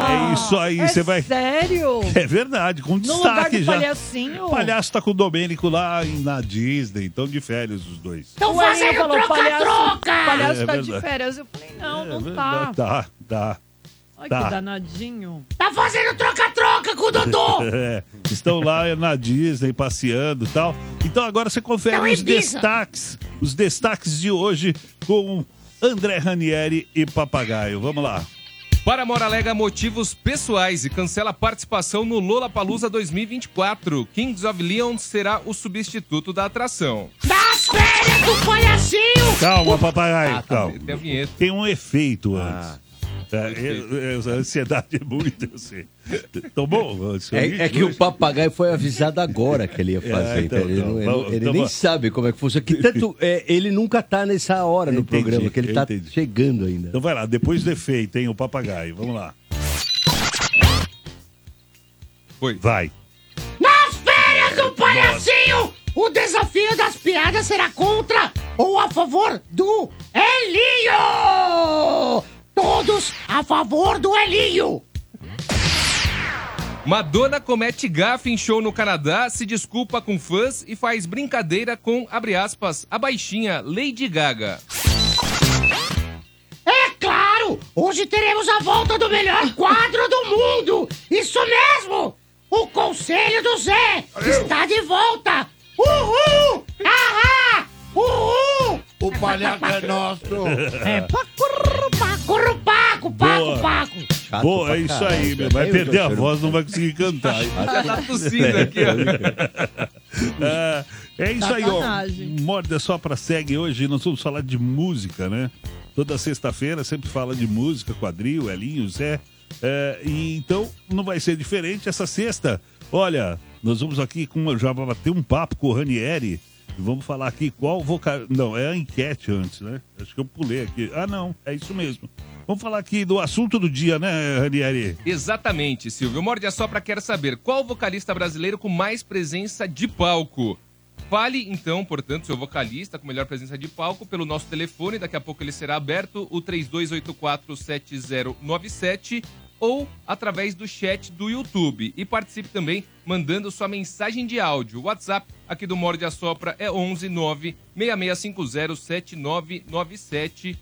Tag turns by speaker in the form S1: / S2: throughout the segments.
S1: É isso aí,
S2: É
S1: você vai.
S2: Sério?
S1: É verdade, com
S2: No lugar
S1: destaque
S2: do
S1: já.
S2: palhacinho?
S1: Palhaço tá com o Domênico lá em- na Disney, estão de férias os dois.
S2: Então o Elinho falou, palhaço, palhaço
S1: É
S2: tá
S1: verdade.
S2: de férias. Eu falei, não,
S1: É
S2: não tá.
S1: verdade, tá, tá.
S2: Olha
S1: Tá.
S2: que danadinho.
S1: É, estão lá na Disney passeando e tal. Então agora você confere os destaques, os destaques de hoje com André Ranieri e Papagaio. Vamos lá.
S3: Para Mora alega motivos pessoais e cancela a participação no Lollapalooza 2024. Kings of Leon será o substituto da atração.
S1: Calma, Papagaio, calma.
S3: Ah, tá Tem a vinheta. Ah,
S1: Tem um efeito antes. É, é, a ansiedade é muito assim. Tomou?
S4: É, é que o papagaio foi avisado agora que ele ia fazer.
S1: É, então,
S4: ele não- ele-
S1: então,
S4: ele
S1: então,
S4: nem
S1: bom.
S4: sabe como é que funciona. Que tanto, é, ele nunca tá nessa hora no
S1: Entendi,
S4: programa, que ele tá
S1: entendi.
S4: chegando ainda.
S1: Então vai lá, depois do efeito, hein? O papagaio. Vamos lá.
S3: Foi.
S1: Vai.
S5: Nas férias do palhacinho, o desafio das piadas será contra ou a favor do Elinho! Todos a favor do Elinho!
S3: Madonna comete gafe em show no Canadá, se desculpa com fãs e faz brincadeira com, abre aspas, a baixinha Lady Gaga.
S5: É claro! Hoje teremos a volta do melhor quadro do mundo! Isso mesmo! O Conselho do Zé está de volta! Uhul! Ahá! Uhul!
S6: O palhaço é nosso.
S2: É, pá,
S5: Paco, paco, paco, paco!
S4: Chato
S1: Boa,
S4: pra
S1: é isso
S4: caralho,
S1: aí,
S4: cara.
S1: meu. Vai
S4: Aí o
S1: perder a
S4: Jorge
S1: voz, não vai conseguir cantar.
S3: Ela tá tossindo aqui, ó.
S1: Ah, é isso aí,
S2: Sacanagem.
S1: ó. Morda só pra segue hoje. Nós vamos falar de música, né? Toda sexta-feira sempre fala de música, quadril, Elinho, Zé. É, e então não vai ser diferente essa sexta. Olha, nós vamos aqui com uma- já bater um papo com o Ranieri. E Vamos falar aqui qual vocal. Não, é a enquete antes, né? Acho que eu pulei aqui. Ah, não, é isso mesmo. Vamos falar aqui do assunto do dia, né, Ranieri?
S3: Exatamente, Silvio. Morde a sopra quer saber qual vocalista brasileiro com mais presença de palco. Fale então, portanto, seu vocalista com melhor presença de palco pelo nosso telefone. Daqui a pouco ele será aberto, o 32847097 ou através do chat do YouTube. E participe também mandando sua mensagem de áudio. O WhatsApp aqui do Morde a Sopra é 11 9 6650 7997.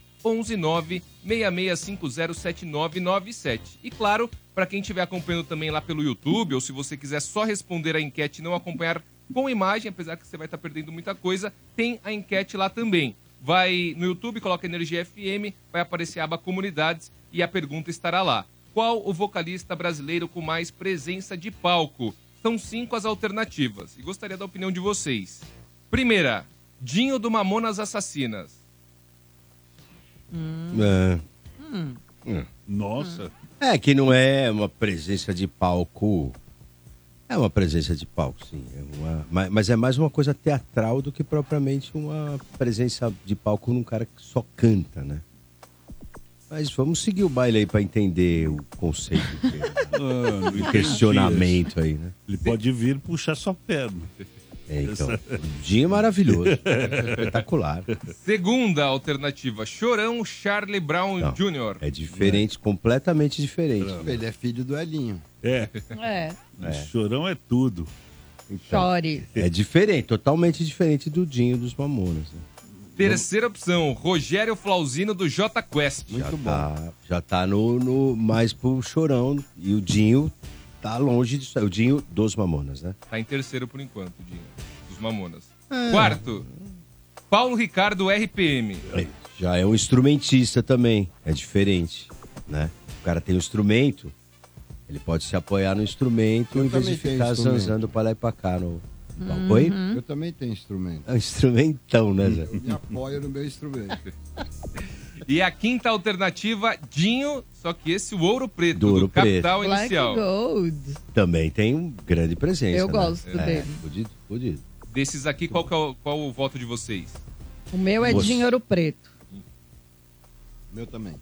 S3: 119-6650-7997. E claro, para quem estiver acompanhando também lá pelo YouTube, ou se você quiser só responder a enquete e não acompanhar com imagem, apesar que você vai estar perdendo muita coisa, tem a enquete lá também. Vai no YouTube, coloca Energia FM, vai aparecer a aba Comunidades e a pergunta estará lá. Qual o vocalista brasileiro com mais presença de palco? São cinco as alternativas e gostaria da opinião de vocês. Primeira, Dinho do Mamonas Assassinas.
S4: É.
S1: Nossa.
S4: É, que não é uma presença de palco. É uma presença de palco, sim. É uma- ma- mas é mais uma coisa teatral do que propriamente uma presença de palco num cara que só canta, né? Mas vamos seguir o baile aí pra entender o conceito, que-
S1: Ah,
S4: o questionamento aí, né?
S1: Ele pode vir puxar sua perna.
S4: É, então, o dia é maravilhoso, É espetacular.
S3: Segunda alternativa, Chorão Charlie Brown
S4: Não.
S3: Jr.
S4: É diferente, completamente diferente.
S6: Ele é filho do Elinho.
S1: É,
S2: é,
S1: chorão é tudo.
S2: chore.
S4: É diferente, totalmente diferente do Dinho dos Mamonas, né?
S3: Terceira opção, Rogério Flauzino do J Quest.
S4: já Tá, já tá no, no mais pro chorão. E o Dinho tá longe disso. aí. O Dinho dos Mamonas, né?
S3: Tá em terceiro por enquanto, Dinho, dos Mamonas.
S4: É.
S3: Quarto, Paulo Ricardo RPM.
S4: Já é um instrumentista também. É diferente, né? O cara tem um instrumento, ele pode se apoiar no instrumento
S6: Eu
S4: em vez de
S6: também tenho
S4: ficar
S6: instrumento.
S4: zanzando pra lá e pra cá no.
S2: Uhum.
S4: no- Oi?
S2: Hum?
S6: Eu também tenho instrumento.
S4: É um instrumentão, né, Zé?
S6: Eu me apoio no meu instrumento.
S3: E a quinta alternativa, Dinho, só que esse o Ouro Preto,
S4: Do
S3: do,
S4: Ouro
S3: Capital
S2: Black
S3: Inicial.
S2: Gold.
S4: Também tem um grande presença.
S2: Eu
S4: né?
S2: gosto
S4: É,
S2: dele.
S4: Fudido, fudido.
S3: Desses aqui, qual, que é o, qual o voto de vocês?
S2: O meu é
S4: Você-
S2: dinheiro preto.
S6: meu também.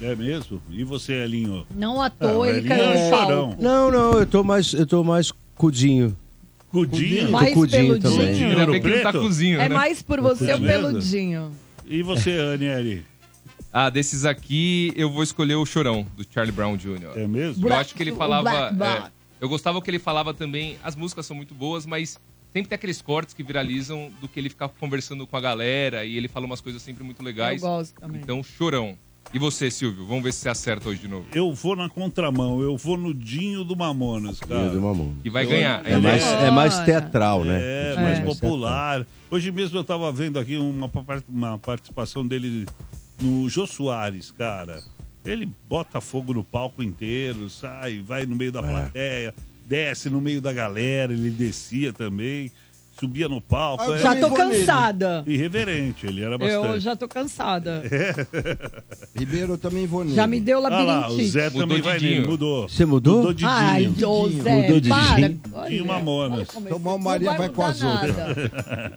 S1: É mesmo? E você, Elinho?
S2: Não à
S1: Ah,
S2: toa ele
S1: ele
S2: caiu
S1: é
S2: no
S1: chorão.
S2: palco.
S4: Não, não, eu tô mais, eu tô mais cudinho.
S1: Cudinho?
S2: Mais
S4: Cudinho
S2: pelo
S4: também.
S2: Dinho.
S1: Ouro
S3: Ainda bem que não tá
S1: Preto?
S3: cozinho,
S2: É
S3: né?
S2: mais por você ou
S1: Cudinho.
S2: pelo Dinho.
S1: E você, Aniele?
S3: Ah, desses aqui, eu vou escolher o Chorão, do Charlie Brown Jr.
S1: É mesmo?
S3: Eu
S2: Black-
S3: acho que ele
S2: o
S3: falava.
S2: Black Bar.
S3: é, eu gostava que ele falava também. As músicas são muito boas, mas sempre tem aqueles cortes que viralizam do que ele ficar conversando com a galera e ele fala umas coisas sempre muito legais.
S2: Eu gosto também.
S3: Então, chorão. E você, Silvio? Vamos ver se você acerta hoje de novo.
S1: Eu vou na contramão, eu vou no Dinho do Mamonas,
S4: Dinho do
S1: cara.
S4: Mamonas.
S3: E vai ganhar.
S4: É mais, é mais teatral, né?
S1: É,
S2: É.
S1: mais
S2: É.
S1: popular. Hoje mesmo eu tava vendo aqui uma, pa- uma participação dele no Jô Soares, cara. Ele bota fogo no palco inteiro,
S2: É.
S1: sai, vai no meio da plateia, desce no meio da galera, ele descia também. subia no palco.
S2: Ah, Eu
S1: era
S2: já tô cansada.
S1: Irreverente, ele era É bastante. É
S2: Eu já tô cansada.
S6: Ribeiro, eu também vou nele.
S2: Já me deu
S1: Ah lá, o
S2: labirintite.
S1: Zé
S3: Mudou
S1: também
S3: de
S1: vai
S3: Dinho.
S1: nele, mudou.
S4: Você mudou?
S1: Mudou de
S2: Ai,
S1: Dinho.
S2: ô
S4: Mudou
S2: Zé,
S4: de jean.
S2: para.
S1: Dinho Mamonas.
S4: Então,
S6: Tomou Maria, vai com as outras.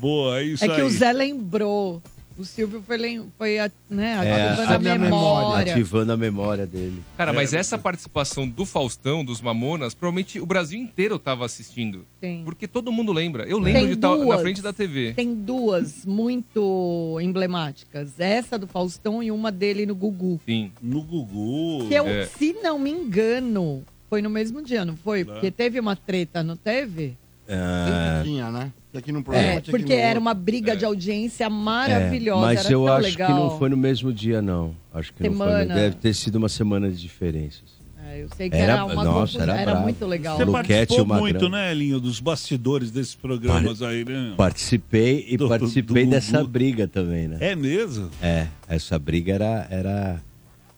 S1: Boa, é isso
S2: É que
S1: aí.
S2: o Zé lembrou. O Silvio foi, lem- foi a- né,
S4: É,
S2: ativando a,
S6: ativando a
S2: memória.
S4: Ativando a memória dele.
S3: Cara, mas essa participação do Faustão, dos Mamonas, provavelmente o Brasil inteiro tava assistindo.
S2: Sim.
S3: Porque todo mundo lembra. Eu lembro
S2: Tem
S3: de estar na
S2: duas.
S3: frente da TV.
S2: Tem duas muito emblemáticas. Essa do Faustão e uma dele no Gugu.
S3: Sim.
S1: No Gugu.
S2: Que um eu,
S3: É.
S2: se não me engano, foi no mesmo dia, não foi?
S1: Lá.
S2: Porque teve uma treta, não teve?
S6: Sempre tinha, né? Tinha aqui no programa,
S2: É,
S6: tinha aqui
S2: porque
S6: no
S2: era
S6: outro.
S2: uma
S3: É.
S2: briga de audiência É. maravilhosa.
S4: É, Mas
S2: era
S4: eu
S2: tão
S4: acho
S2: legal.
S4: que não foi no mesmo dia, não. Acho que não foi.
S2: Semana.
S4: né? Deve ter sido uma semana de diferença. assim.
S2: É, eu sei que
S4: Era-
S2: era, uma
S4: nossa,
S2: confusão,
S4: era
S2: era,
S4: brabo.
S2: muito legal.
S1: Você
S4: Luquete e
S1: participou
S4: o Magrão.
S1: muito, né, Elinho, dos bastidores desses programas aí, né?
S4: Participei e
S1: Do- do-
S4: participei
S1: do
S4: dessa
S1: Gugu.
S4: briga também, né?
S1: É mesmo?
S4: É, essa briga era, era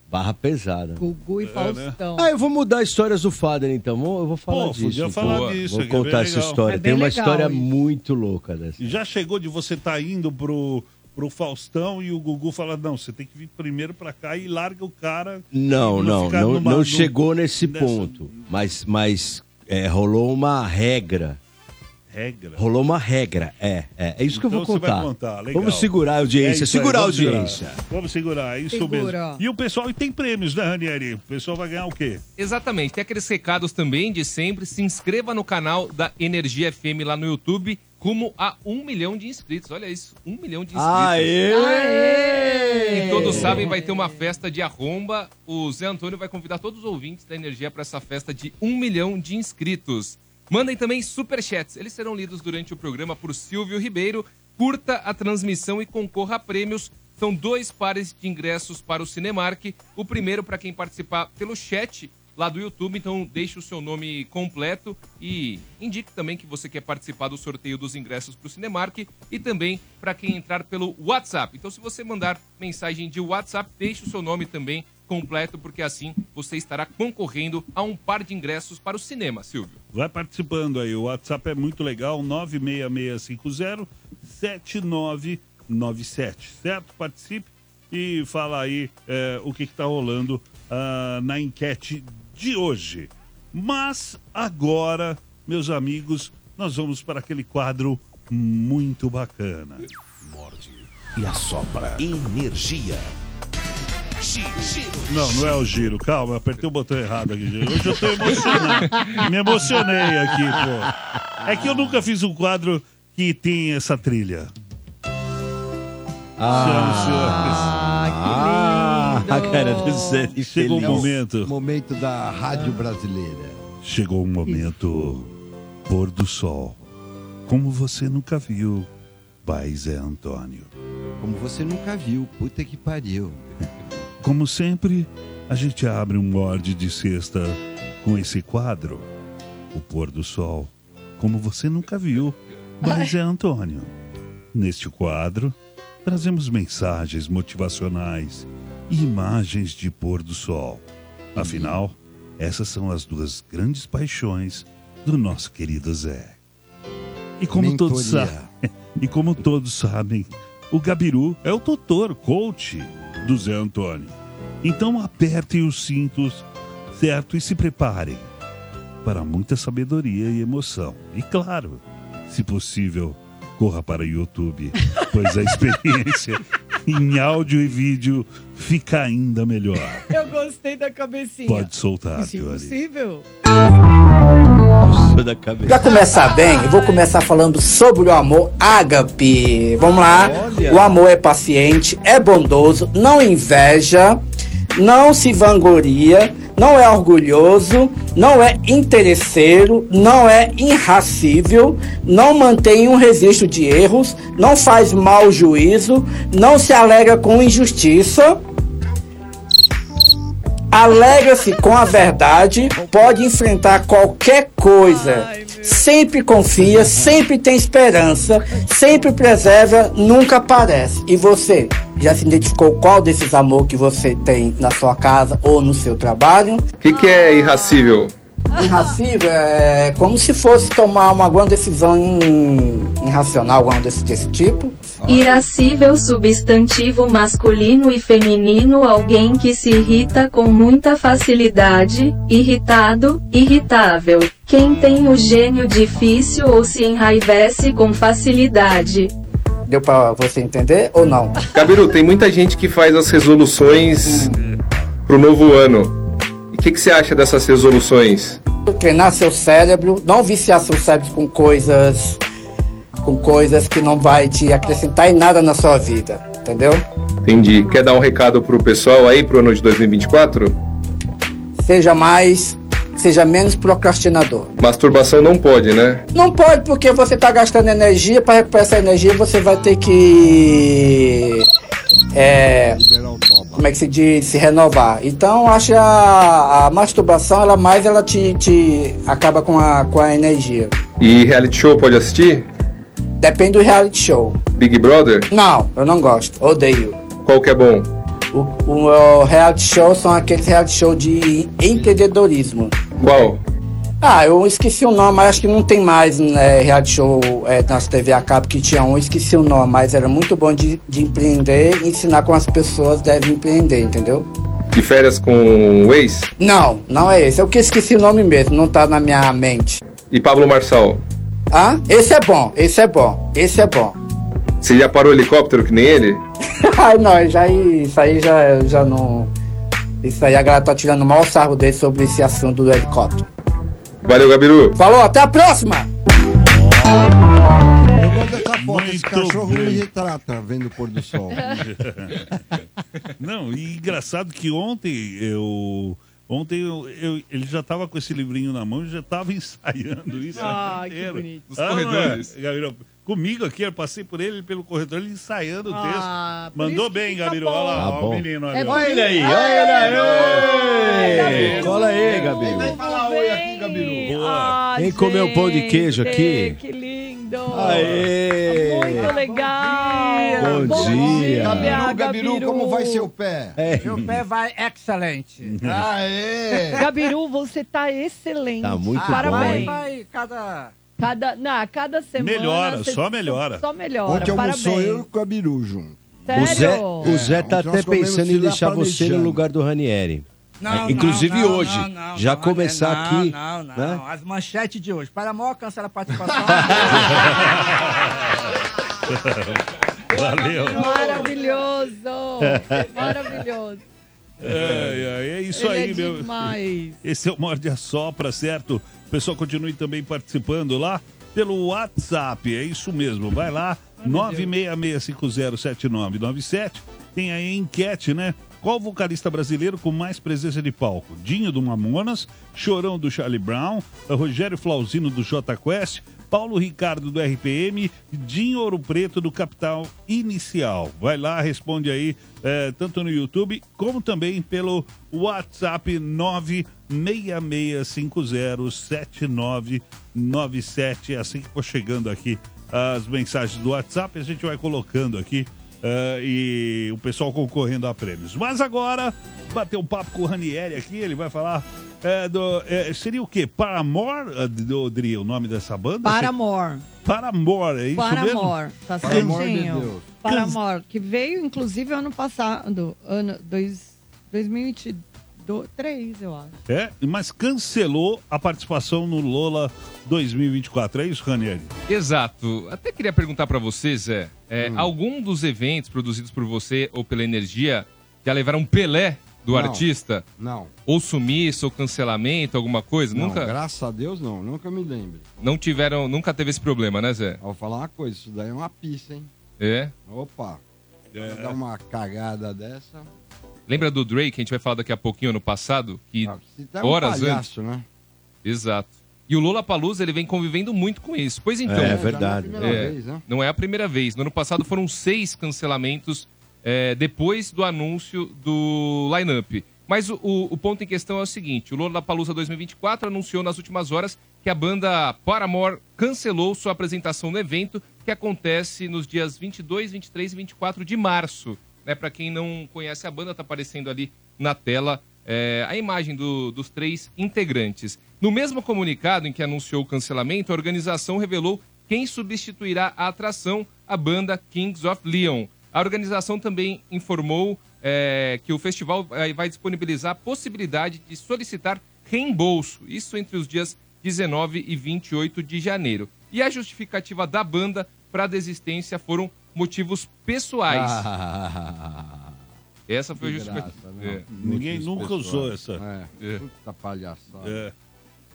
S4: barra pesada.
S2: Gugu
S1: É, né?
S2: e Faustão.
S4: Ah, eu vou mudar histórias do Fader então. Vou- Eu vou falar
S1: Pô,
S4: disso.
S1: podia
S4: então.
S1: falar
S4: Boa.
S1: disso,
S4: Vou
S1: que é bem
S4: contar essa
S1: legal.
S4: história.
S2: É
S4: Tem
S2: bem
S4: uma
S2: legal
S4: história
S2: isso.
S4: muito louca dessa.
S1: Já chegou de você estar indo pro, pro Faustão e o Gugu fala, não, você tem que vir primeiro pra cá e larga o cara.
S4: Não,
S1: e
S4: não,
S1: ficar
S4: não,
S1: numa-
S4: não
S1: num-
S4: chegou nesse
S1: nessa
S4: ponto. Mas, mas é, rolou uma regra.
S1: Regra.
S4: Rolou uma regra, é. É, é isso que eu vou
S1: Então você vai
S4: contar.
S1: contar, legal.
S4: Vamos segurar a
S1: É
S4: audiência,
S1: isso aí,
S4: segurar a
S1: vamos segurar.
S4: audiência.
S1: Vamos segurar, é isso
S2: Segura.
S1: mesmo. E o pessoal, e tem prêmios, né, Ranieri? O pessoal vai ganhar o quê?
S3: Exatamente. Tem aqueles recados também de sempre. Se inscreva no canal da Energia FM lá no YouTube, rumo a um milhão de inscritos. Olha isso, um milhão de inscritos.
S4: Aê!
S3: E todos sabem, vai ter uma festa de arromba. O Zé Antônio vai convidar todos os ouvintes da Energia para essa festa de um milhão de inscritos. Mandem também superchats. Eles serão lidos durante o programa por Silvio Ribeiro. Curta a transmissão e concorra a prêmios. São dois pares de ingressos para o Cinemark. O primeiro para quem participar pelo chat lá do YouTube. Então deixe o seu nome completo e indique também que você quer participar do sorteio dos ingressos para o Cinemark e também para quem entrar pelo WhatsApp. Então se você mandar mensagem de WhatsApp, deixe o seu nome também completo, porque assim você estará concorrendo a um par de ingressos para o cinema, Silvio.
S1: Vai participando aí, o WhatsApp é muito legal, 96650-7997, certo? Participe e fala aí é, o que está rolando ah, na enquete de hoje. Mas agora, meus amigos, nós vamos para aquele quadro muito bacana.
S7: e assopra.
S8: Energia. Giro, giro,
S1: Não, não é o giro, calma, eu apertei o botão errado aqui, gente. Hoje eu tô emocionado. Me emocionei aqui, pô. É que eu nunca fiz um quadro que tem essa trilha.
S2: Ah, que lindo.
S4: Ah, cara do Zé de
S1: Chegou o
S4: Feliz.
S1: momento.
S6: Momento da rádio brasileira.
S1: Chegou o momento. Pôr do sol. Como você nunca viu. Pai Zé Antônio.
S6: Como você nunca viu, puta que pariu.
S1: Como sempre, a gente abre um morde de sexta com esse quadro. O pôr do sol. Como você nunca viu. Mas é Antônio. Neste quadro, trazemos mensagens motivacionais e imagens de pôr do sol. Afinal, essas são as duas grandes paixões do nosso querido Zé. E como todos
S6: Mentoria.
S1: sabem, e como todos sabem, o Gabiru é o doutor coach do Zé Antônio. Então apertem os cintos, certo? E se preparem para muita sabedoria e emoção. E claro, se possível, corra para o YouTube, pois a experiência em áudio e vídeo fica ainda melhor.
S2: Eu gostei da cabecinha.
S1: Pode soltar,
S2: Isso é
S1: Fiori.
S2: impossível.
S4: Nossa, da cabeça.
S9: Pra começar bem, eu vou começar falando sobre o amor ágape. Vamos lá.
S4: Olha.
S9: O amor é paciente, é bondoso, não inveja, não se vangloria, não é orgulhoso, não é interesseiro, não é irracível, não mantém um registro de erros, não faz mau juízo, não se alega com injustiça. Alegra-se com a verdade, pode enfrentar qualquer coisa.
S2: Ai, meu.
S9: Sempre confia, sempre tem esperança, sempre preserva, nunca parece. E você, já se identificou qual desses amor que você tem na sua casa ou no seu trabalho?
S10: O que, que é irracível?
S9: Irracível é como se fosse tomar uma, alguma decisão in- irracional, alguma desse, desse tipo.
S10: Irascível substantivo masculino e feminino alguém que se irrita com muita facilidade, irritado, irritável. Quem tem o gênio difícil ou se enraivece com facilidade.
S9: Deu pra você entender ou não?
S11: Gabiru, tem muita gente que faz as resoluções pro novo ano. E o que, que você acha dessas resoluções?
S9: Treinar seu cérebro, não viciar seu cérebro com coisas com coisas que não vai te acrescentar em nada na sua vida, entendeu?
S11: Entendi. Quer dar um recado pro pessoal aí pro ano de 2024?
S9: Seja mais, seja menos procrastinador.
S11: Masturbação não pode, né?
S9: Não pode porque você tá gastando energia, para recuperar essa energia você vai ter que é, como é que se diz, se renovar. Então acho que a, a masturbação ela mais ela te, te acaba com a, com a energia.
S11: E reality show pode assistir?
S9: Depende do reality show.
S11: Big Brother?
S9: Não, eu não gosto, odeio.
S11: Qual que é bom?
S9: O, é, o, reality show são aqueles reality show de empreendedorismo.
S11: Qual?
S9: Ah, eu esqueci o nome, mas acho que não tem mais né, reality show é, nas TV a cabo que tinha um, esqueci o nome, mas era muito bom de, de empreender e ensinar como as pessoas devem empreender, entendeu?
S11: De férias com o ex?
S9: Não, não é esse. Eu que esqueci o nome mesmo, não tá na minha mente.
S11: E Pablo Marçal?
S9: Ah, esse é bom, esse é bom, esse é bom.
S11: Você já parou o helicóptero que nem ele?
S9: Ai, não, já, isso aí já, já não. Isso aí a galera tá tirando o maior sarro dele sobre esse assunto do helicóptero.
S11: Valeu, Gabiru.
S9: Falou, até a próxima!
S6: Foto, esse
S4: Tá
S6: cachorro me
S7: tá
S6: retrata vendo o pôr do sol.
S1: Não, e engraçado que ontem eu. Ontem eu, eu- ele já estava com esse livrinho na mão e já estava ensaiando isso.
S2: Ah, que
S1: inteiro. Ah,
S2: bonito.
S1: Nos
S2: Nos
S1: corredores.
S2: corredores.
S1: comigo aqui, eu passei por ele pelo corredor, ele ensaiando o texto.
S2: Ah, por
S1: Mandou
S2: isso que
S1: bem,
S2: fica
S1: Gabriel. Olha lá, ó,
S2: bom. Tá
S1: o
S2: bom.
S1: menino.
S2: É
S1: ó.
S2: bonito.
S7: Olha aí, olha ele aí.
S4: Gabiru.
S7: Cola aí,
S4: Ele
S7: Gabiru.
S2: Ah,
S4: Quem comeu pão de queijo aqui?
S2: Que lindo!
S4: Aê!
S2: Muito legal!
S4: Bom dia.
S6: Gabiru,
S2: Gabiru. É
S6: Gabiru, como vai seu pé?
S4: Meu
S12: pé vai excelente.
S6: Aê!
S2: É. Gabiru, você tá excelente.
S12: Tá muito bom,
S2: Parabéns.
S12: hein?
S2: Vai, cada... Cada, não, a cada semana...
S6: Melhora,
S2: cê-
S6: só melhora.
S2: Só melhora,
S6: Ontem
S2: parabéns.
S6: almoçou eu e o Gabiru junto.
S4: O Zé,
S2: Sério?
S13: É,
S4: o Zé tá
S6: ontem
S4: até
S6: nós comemos
S4: pensando em
S6: filé
S4: deixar você no
S6: planejando.
S4: lugar do Ranieri.
S12: Não,
S4: É, inclusive
S12: não, não,
S4: hoje.
S12: não, não,
S4: já
S12: não,
S4: começar
S12: não,
S4: aqui.
S12: Não, não,
S4: né?
S12: As manchetes de hoje. Para maior cancela a participação.
S1: Valeu.
S2: Maravilhoso! Maravilhoso!
S1: É, é, é isso
S2: Ele
S1: aí,
S2: é
S1: meu.
S2: demais.
S1: Esse é o Morde a Sopra, certo? O pessoal continue também participando lá pelo WhatsApp, é isso mesmo. Vai lá, 966507997. Tem aí a enquete, né? Qual vocalista brasileiro com mais presença de palco? Dinho do Mamonas, Chorão do Charlie Brown, Rogério Flauzino do J Quest, Paulo Ricardo do RPM, Dinho Ouro Preto do Capital Inicial. Vai lá, responde aí, eh, tanto no YouTube como também pelo WhatsApp 966507997. Assim que for chegando aqui as mensagens do WhatsApp, a gente vai colocando aqui eh, e o pessoal concorrendo a prêmios. Mas agora, bater um papo com o Ranieri aqui, ele vai falar. eh, do, eh, seria o quê? Paramore, eh, Odri, o nome dessa banda?
S2: Paramore.
S1: Paramore, é isso mesmo?
S2: Paramor, tá
S1: Paramore de
S2: certinho.
S1: Deus.
S2: Paramor, que veio inclusive ano passado, ano dois- 2023, eu acho.
S1: É, mas cancelou a participação no Lola 2024, é isso, Ranieri?
S3: Exato. Até queria perguntar pra você, Zé, é,
S11: Hum.
S3: algum dos eventos produzidos por você ou pela Energia já levaram Pelé do
S6: Não.
S3: artista?
S6: Não.
S3: Ou sumiço, ou cancelamento, alguma coisa?
S6: Não,
S3: nunca?
S6: graças a Deus não, nunca me lembro.
S3: Não tiveram, nunca teve esse problema, né, Zé?
S6: Vou falar uma coisa, isso daí é uma pista, hein?
S3: É.
S6: Opa, vai dar uma cagada dessa.
S3: Lembra do Drake, a gente vai falar daqui a pouquinho, ano passado? Que
S6: Tá um
S3: horas antes.
S6: palhaço, né?
S3: Exato. E o Lola Palusa ele vem convivendo muito com isso. Pois então.
S4: É, É, verdade.
S6: já não é a primeira vez, né?
S3: Não é a primeira vez. No ano passado foram seis cancelamentos é, depois do anúncio do lineup. Mas o, o- o ponto em questão é o seguinte: o Lola Palusa 2024 anunciou nas últimas horas que a banda Paramore cancelou sua apresentação no evento que acontece nos dias 22, 23 e 24 de março. Né, Para quem não conhece a banda, tá aparecendo ali na tela é, a imagem do- dos três integrantes. No mesmo comunicado em que anunciou o cancelamento, a organização revelou quem substituirá a atração, a banda Kings of Leon. A organização também informou é, que o festival vai vai disponibilizar a possibilidade de solicitar reembolso, isso entre os dias 19 e 28 de janeiro. E a justificativa da banda para a desistência foram motivos pessoais.
S13: Ah.
S6: Ah,
S3: Essa foi a
S6: Que
S3: justificativa.
S6: graça, né?
S3: É.
S1: Ninguém nunca usou essa. É.
S6: É. Puta palhaçada.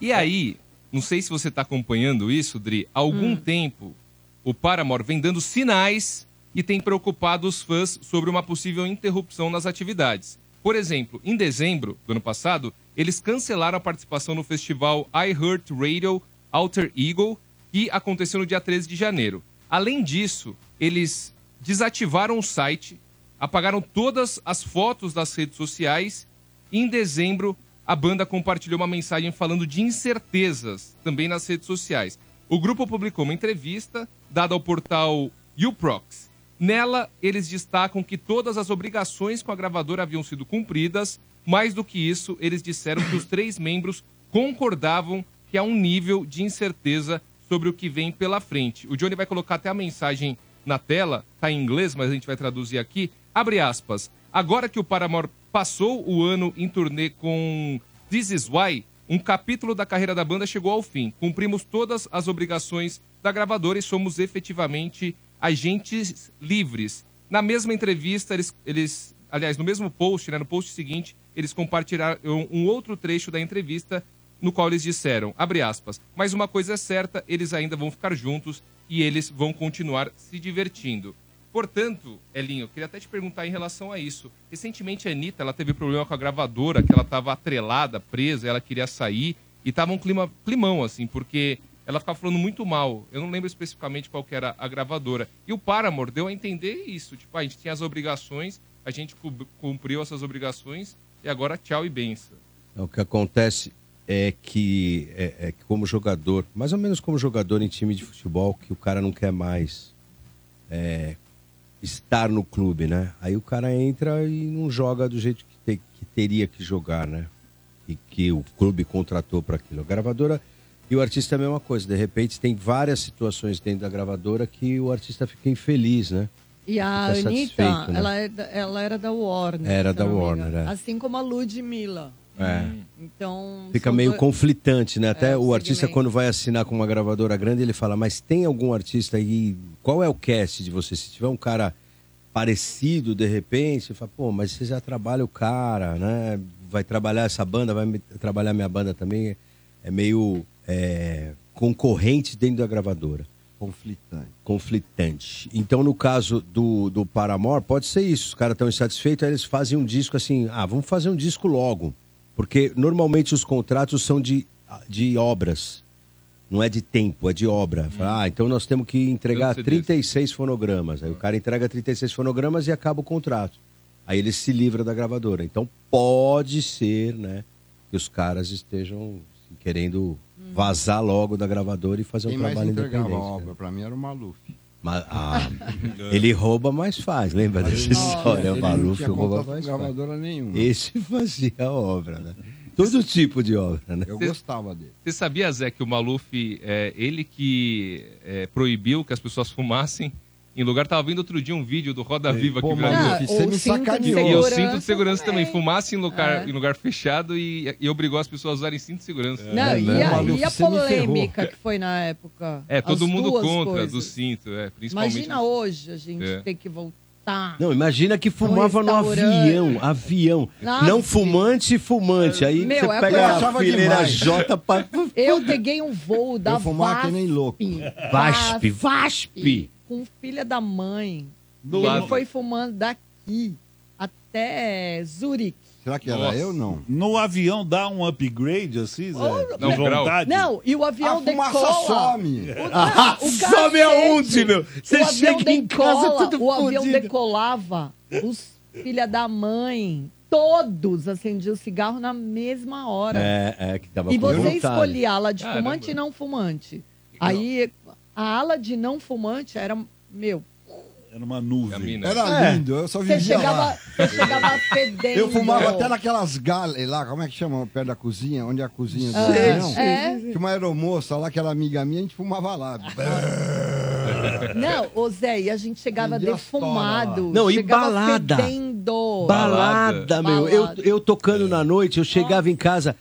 S3: E aí, não sei se você está acompanhando isso, Dri, há algum tempo o Paramore vem dando sinais e tem preocupado os fãs sobre uma possível interrupção nas atividades. Por exemplo, em dezembro do ano passado, eles cancelaram a participação no festival I Heart Radio Alter Eagle, que aconteceu no dia 13 de janeiro. Além disso, eles desativaram o site, apagaram todas as fotos das redes sociais em dezembro, a banda compartilhou uma mensagem falando de incertezas também nas redes sociais. O grupo publicou uma entrevista dada ao portal Uprox. Nela, eles destacam que todas as obrigações com a gravadora haviam sido cumpridas. Mais do que isso, eles disseram que os três membros concordavam que há um nível de incerteza sobre o que vem pela frente. O Johnny vai colocar até a mensagem na tela, tá em inglês, mas a gente vai traduzir aqui. Abre aspas. Agora que o Paramore passou o ano em turnê com This Is Why, um capítulo da carreira da banda chegou ao fim. Cumprimos todas as obrigações da gravadora e somos efetivamente agentes livres. Na mesma entrevista, eles, eles aliás, no mesmo post, né, no post seguinte, eles compartilharam um outro trecho da entrevista no qual eles disseram, abre aspas, mas uma coisa é certa, eles ainda vão ficar juntos e eles vão continuar se divertindo. Portanto, Elinho, eu queria até te perguntar em relação a isso. Recentemente a Anitta, ela teve problema com a gravadora, que ela estava atrelada, presa, ela queria sair, e tava um clima, climão, assim, porque ela ficava falando muito mal. Eu não lembro especificamente qual que era a gravadora. E o Paramore deu a entender isso, tipo, ah, a gente tinha as obrigações, a gente cub- cumpriu essas obrigações, e agora tchau e benção.
S4: Então, O que acontece é que, é, é que como jogador, mais ou menos como jogador em time de futebol, que o cara não quer mais é, estar no clube, né? Aí o cara entra e não joga do jeito que, te- que teria que jogar, né? E que o clube contratou para aquilo. A gravadora e o artista é a mesma coisa. De repente tem várias situações dentro da gravadora que o artista fica infeliz, né?
S2: E a
S4: Fica
S2: Anitta,
S4: satisfeito, né?
S2: ela, é da- ela era da Warner.
S4: Era
S2: se
S4: da
S2: não me engano.
S4: Warner, é.
S2: Assim como a Ludmilla.
S4: É.
S2: Então.
S4: Fica
S2: são
S4: meio
S2: dois-
S4: conflitante, né? Até
S2: É,
S4: o artista,
S2: segmento.
S4: quando vai assinar com uma gravadora grande, ele fala, mas tem algum artista aí? Qual é o cast de você? Se tiver um cara parecido, de repente, você fala, pô, mas você já trabalha o cara, né? Vai trabalhar essa banda, vai me- trabalhar minha banda também. É meio é, concorrente dentro da gravadora.
S6: Conflitante.
S4: Conflitante. Então, no caso do, do Paramore, pode ser isso. Os caras estão insatisfeitos, aí eles fazem um disco assim, ah, vamos fazer um disco logo. Porque normalmente os contratos são de, de obras. Não é de tempo, é de obra. Fala, ah, então nós temos que entregar
S14: Tantos
S4: 36 fonogramas. Aí o cara entrega 36 fonogramas e acaba o contrato. Aí ele se livra da gravadora. Então pode ser, né, que os caras estejam assim, querendo
S2: Hum.
S4: vazar logo da gravadora e fazer
S6: Quem
S4: um
S6: mais
S4: trabalho
S6: entregava a
S4: independente. né?
S6: obra pra mim era o Maluf.
S4: Mas, ah, ele rouba, mas faz. Lembra dessa história? O
S6: Ele não
S4: Maluf
S6: tinha
S4: rouba,
S6: contato com
S4: mas faz.
S6: gravadora nenhuma.
S4: Esse fazia a obra, né? Todo tipo de obra, né?
S6: Eu gostava dele.
S3: Você sabia, Zé, que o Maluf, é, ele que é, proibiu que as pessoas fumassem em lugar. Tava vendo outro dia um vídeo do Roda Viva
S6: pô,
S3: aqui
S6: Maluf,
S3: Brasil.
S2: Ah,
S6: você
S3: É,
S6: me sacaneou.
S3: E o cinto de segurança também. Fumasse em lugar,
S2: É.
S3: em lugar fechado e, e obrigou as pessoas a usarem cinto de segurança.
S2: Não, e a, e a polêmica que foi na época?
S3: É, todo
S2: As
S3: mundo
S2: duas
S3: contra
S2: coisas.
S3: do cinto, é, principalmente.
S2: Imagina hoje a gente
S3: É.
S2: ter que voltar.
S4: Não, imagina que fumava no
S2: restaurante.
S4: avião, avião.
S2: Nossa.
S4: Não fumante, fumante. Aí
S2: Meu, é
S4: você
S2: porque eu
S4: pega a
S2: achava
S4: fileira
S2: demais.
S4: J pra
S2: Eu peguei um voo da
S4: fumar que nem
S6: louco.
S4: VASP, VASP.
S2: com filha da mãe.
S6: No
S2: E ele
S6: avião.
S2: foi fumando daqui até Zurique.
S6: Será que era
S1: Nossa.
S6: eu não?
S1: No avião dá um upgrade assim, Zé?
S2: Ô,
S1: De vontade? É.
S2: Não, e o avião
S6: A fumaça
S2: decola.
S6: some.
S2: O,
S6: Ah,
S2: o
S6: some
S2: cacete.
S6: aonde, meu? Você
S2: O avião
S6: chega em casa
S2: decola,
S6: tudo
S2: O avião
S6: fudido.
S2: decolava, os filha da mãe, todos acendiam cigarro na mesma hora.
S4: É, é, que tava
S2: E
S4: com
S2: você
S4: vontade.
S2: escolhia a ala de
S4: Caramba.
S2: fumante e não fumante. Aí a ala de não fumante era, meu,
S1: Era uma nuvem.
S4: Né?
S6: Era lindo, eu só
S2: É. Você
S6: vivia
S2: chegava,
S6: lá.
S2: você chegava fedendo.
S6: Eu fumava até naquelas galhas lá, como é que chama? Perto da cozinha, onde é a cozinha do
S2: Ah,
S6: avião.
S2: sei, É. sei,
S6: Tinha uma aeromoça lá, que era amiga minha, a gente fumava lá.
S4: Ah,
S2: Não, ô Zé, e a gente chegava
S6: Vendia
S2: defumado.
S4: lá. Não, e
S2: chegava
S4: balada.
S2: Fedendo.
S4: Balada, meu. Eu,
S2: Balada.
S4: eu tocando na noite, eu chegava em casa,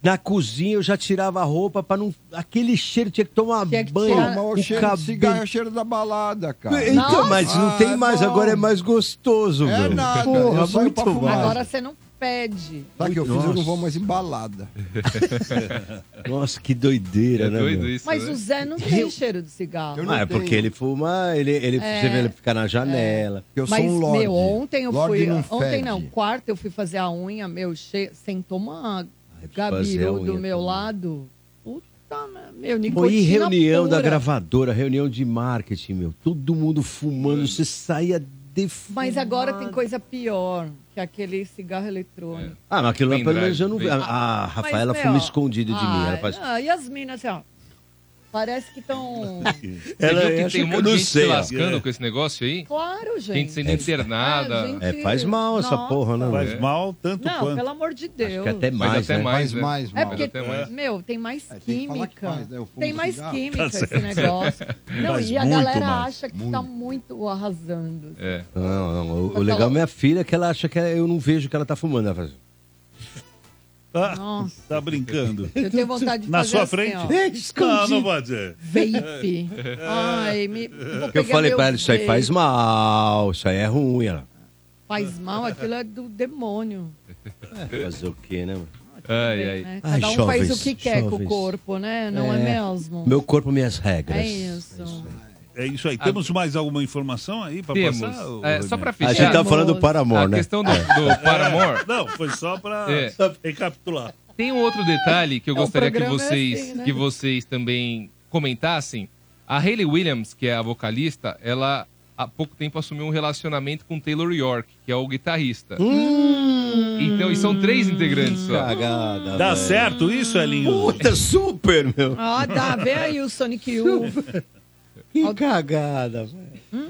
S4: na cozinha eu já tirava a roupa pra não. Aquele cheiro tinha que tomar banho.
S6: Pô, mas o cheiro de
S4: cabelo-
S6: cigarro é o cheiro da balada, cara.
S4: Então, mas não tem mais, agora é
S6: mais
S4: mais gostoso,
S6: É
S4: meu.
S6: nada, eu
S4: Porra,
S6: saio
S4: muito
S6: pra fumar.
S4: mais.
S2: Agora você não pede.
S6: Sabe o que eu fiz? Eu
S4: Nossa.
S6: não vou mais em balada.
S4: Nossa, que doideira, né? meu?
S2: Mas o Zé não tem cheiro de cigarro.
S4: Ah, é porque ele fuma, ele, ele,
S2: É.
S4: você vê ele ficar na janela.
S2: Mas,
S4: um
S6: um
S2: meu, ontem eu fui. ontem não, quarta eu fui fazer a unha, meu, che... sentou uma
S4: fazer a
S2: gabiru do
S4: unha
S2: meu lado. Puta, meu,
S4: Pô,
S2: nicotina
S4: e reunião da
S2: pura.
S4: gravadora, reunião de marketing, meu. Todo mundo fumando, você saía defumado.
S2: Mas agora tem coisa pior que aquele cigarro eletrônico.
S4: Ah, mas aquilo lá, pelo
S3: Pendrive,
S4: menos eu não vi. A,
S3: Ah,
S4: a
S2: Mas,
S4: Rafaela
S2: meu,
S4: fuma escondida de mim.
S2: ah,
S4: Ela faz...
S2: ah, e as minas assim, ó. Parece que estão.
S4: Ela-
S3: Você viu
S4: eu
S3: que tem
S4: acho-
S3: um monte
S4: eu
S3: de
S4: não
S3: gente
S4: sei,
S3: se
S4: ó.
S3: lascando
S4: É.
S3: com esse negócio aí?
S2: Claro, gente.
S3: Gente sendo internada.
S2: É, gente, faz
S4: mal essa nossa. porra, né?
S1: Faz
S4: É.
S1: mal tanto
S2: Não,
S1: quanto.
S2: pelo amor de Deus.
S4: que até mais,
S1: até
S4: né?
S1: mais, né?
S6: mais,
S2: É
S6: mais.
S2: porque,
S6: Até mais. É,
S2: meu, tem mais
S6: tem que falar que
S2: química.
S6: faz, né? O fumo
S2: Tem
S6: do
S2: mais
S6: cigarro.
S2: química
S6: Tá
S2: esse
S6: certo.
S2: negócio. Não,
S4: Faz
S2: e a
S4: muito
S2: galera
S4: mais,
S2: acha que tá muito arrasando.
S3: É.
S4: Não, não. O, o
S6: tá
S2: Mas
S4: legal
S2: ela-
S4: é minha filha que ela acha que ela- eu não vejo que ela tá fumando. Ela faz...
S1: Ah,
S2: Nossa.
S1: Tá brincando.
S2: Eu tenho vontade de
S1: Na
S2: fazer
S1: sua
S2: assim,
S1: frente?
S2: ó.
S1: não,
S2: Escondido.
S1: não pode ser.
S2: Vape. Ai, me. vou
S4: Eu
S2: pegar
S4: falei
S2: meu
S4: pra ela, isso aí
S2: vape.
S4: faz mal, isso aí é ruim. Ela,
S2: Faz mal, aquilo é do demônio.
S4: Ah. fazer o quê, né? mano?
S3: Ai, ai.
S2: né?
S4: Ai,
S2: Cada um
S4: jovens,
S2: faz o que quer com
S4: jovens.
S2: o corpo, né? Não é,
S4: É.
S2: mesmo?
S4: Meu corpo, minhas regras.
S2: É isso.
S1: É isso aí. Temos mais alguma informação aí pra
S3: Temos.
S1: passar? ô,
S3: É, só
S1: Renato?
S3: pra fechar. A gente tá
S4: falando do Paramore,
S3: A
S4: né?
S3: questão do, do Paramore.
S1: É. Não, foi só pra
S3: É.
S1: recapitular.
S3: Tem um outro detalhe que eu
S1: É, o
S3: gostaria que
S1: programa é
S3: vocês,
S1: assim, né?
S3: que vocês também comentassem. A Hayley Williams, que é a vocalista, ela há pouco tempo assumiu um relacionamento com Taylor York, que é o guitarrista. Então, e são três integrantes só.
S4: Hum. Cagada,
S1: Dá certo isso, Elinho?
S4: Puta, super, meu.
S2: Ah, dá, vem aí o Sonic U.
S4: Que cagada, velho.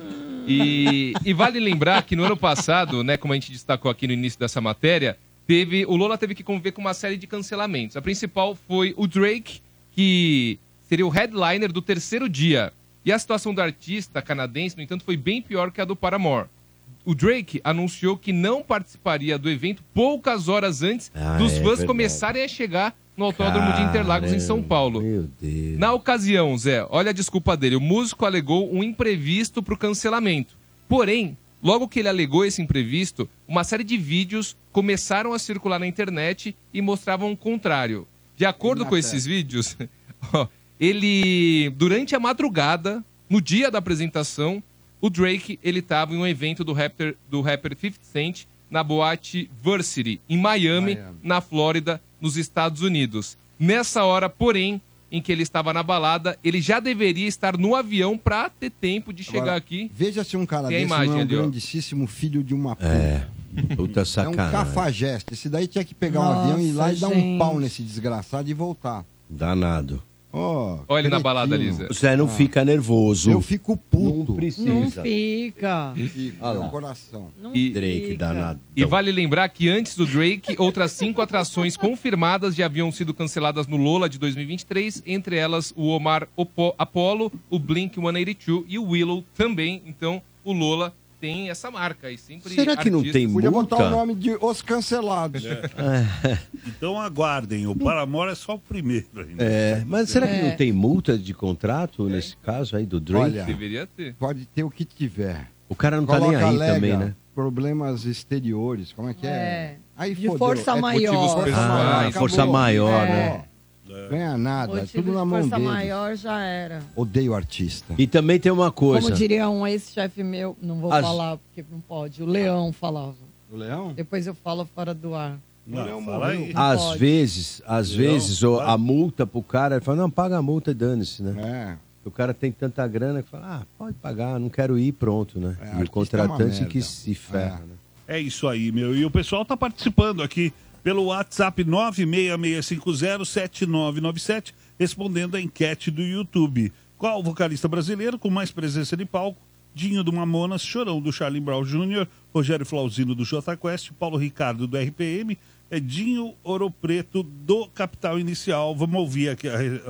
S3: E, e vale lembrar que no ano passado, né, como a gente destacou aqui no início dessa matéria, teve o Lola teve que conviver com uma série de cancelamentos. A principal foi o Drake, que seria o headliner do terceiro dia. E a situação do artista canadense, no entanto, foi bem pior que a do Paramore. O Drake anunciou que não participaria do evento poucas horas antes
S4: Ah,
S3: dos
S4: é
S3: fãs
S4: verdade.
S3: começarem a chegar no Autódromo
S4: É.
S3: de Interlagos em São Paulo.
S4: Meu Deus.
S3: Na ocasião, Zé, olha a desculpa dele. O músico alegou um imprevisto para o cancelamento. Porém, logo que ele alegou esse imprevisto, uma série de vídeos começaram a circular na internet e mostravam o contrário. De acordo com esses vídeos, ó, ele, durante a madrugada, no dia da apresentação, o Drake ele estava em um evento do rapper, do rapper 50 Cent na boate Varsity, em Miami,
S14: Miami.
S3: na Flórida, nos Estados Unidos. Nessa hora, porém, em que ele estava na balada, ele já deveria estar no avião para ter tempo de chegar
S6: Agora,
S3: aqui.
S6: Veja se um cara
S3: Tem a
S6: desse
S3: imagem
S6: não é um
S3: ali, ó.
S6: grandíssimo filho de uma puta. É.
S4: Puta
S6: um
S4: sacanagem.
S6: cafajeste. Esse daí tinha que pegar um
S3: Nossa,
S6: avião e ir lá e dar um
S3: gente.
S6: pau nesse desgraçado e voltar.
S4: Danado.
S6: Ó,
S3: Olha ele na balada,
S6: cretinho.
S3: Lisa.
S4: Você não
S6: Ah.
S4: fica nervoso.
S6: Eu fico puto.
S4: Não precisa.
S2: Não fica.
S6: Fico,
S4: Ah,
S6: meu
S4: lá.
S6: coração.
S3: E-
S4: Drake, danado.
S3: E vale lembrar que antes do Drake, outras cinco atrações confirmadas já haviam sido canceladas no Lola de 2023, entre elas o Omar Opo Apollo, o Blink 182 e o Willow também. Então, o Lola tem essa marca e sempre
S4: Será que não tem
S6: Podia
S4: multa?
S6: botar o nome de Os Cancelados.
S4: É.
S1: Então aguardem. O Paramore é só o primeiro ainda.
S4: É, mas será que
S6: É.
S4: não tem multa de contrato nesse caso aí do Drake?
S6: Olha, pode ter o que tiver.
S4: o cara não tá nem
S6: Coloca
S4: aí
S6: alega
S4: também, né?
S6: Problemas exteriores, como é que é?
S2: É.
S6: Aí
S2: De
S6: fodeu.
S2: força
S6: É
S2: maior.
S6: motivos força
S4: Ah,
S6: maior,
S4: força
S6: acabou.
S4: maior,
S6: É.
S4: né?
S6: Ganha nada,
S2: Motivo
S6: tudo na
S2: É. de
S6: mão
S2: força
S6: dele.
S2: maior já era.
S6: Odeio artista.
S4: E também tem uma coisa.
S2: Como diria um ex-chefe meu, não vou
S4: As-
S2: falar porque não pode. O Leão falava.
S6: O Leão?
S2: Depois eu falo fora do ar.
S1: Não, Leão fala morreu. aí.
S2: Não
S4: Às
S2: pode.
S4: vezes, às vezes, ou a multa pro cara, ele fala, não, paga a multa e dane-se,
S1: É.
S6: né?
S4: O cara tem tanta grana que fala, ah, pode pagar, não quero ir, pronto, né? e o
S1: é uma
S4: contratante
S1: merda.
S4: que se ferra, né?
S1: É isso aí, meu. E o pessoal tá participando aqui pelo WhatsApp 966507997, respondendo a enquete do YouTube. Qual vocalista brasileiro com mais presença de palco Dinho do Mamonas, Chorão do Charlie Brown Jr., Rogério Flauzino do Jota Quest, Paulo Ricardo do RPM, é Dinho Ouro Preto do Capital Inicial. Vamos ouvir aqui a re-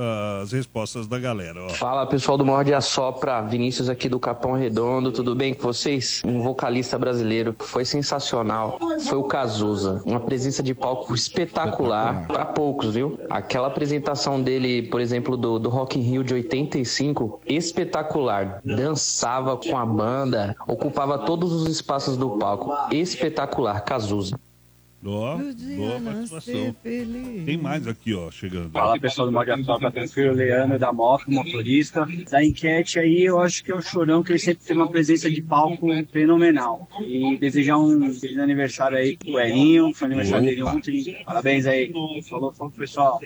S1: as respostas da galera. Ó.
S14: Fala pessoal do Morde a Sopra, Vinícius aqui do Capão Redondo, tudo bem com vocês? Um vocalista brasileiro que foi sensacional foi o Cazuza. Uma presença de palco espetacular para poucos, viu? Aquela apresentação dele, por exemplo, do, do Rock in Rio de 85, espetacular. Dançava com a banda, ocupava todos os espaços do palco. Espetacular, Cazuza.
S1: Ó, boa participação. Tem mais aqui, ó, chegando.
S7: Fala pessoal do Magia Sopra, tranquilo, Leandro da Moca, motorista. Da enquete aí, eu acho que é o Chorão, que ele sempre tem uma presença de palco fenomenal. E desejar um feliz aniversário aí pro Erinho, foi aniversário dele
S1: Opa.
S7: ontem. Parabéns aí. Falou, falou pessoal.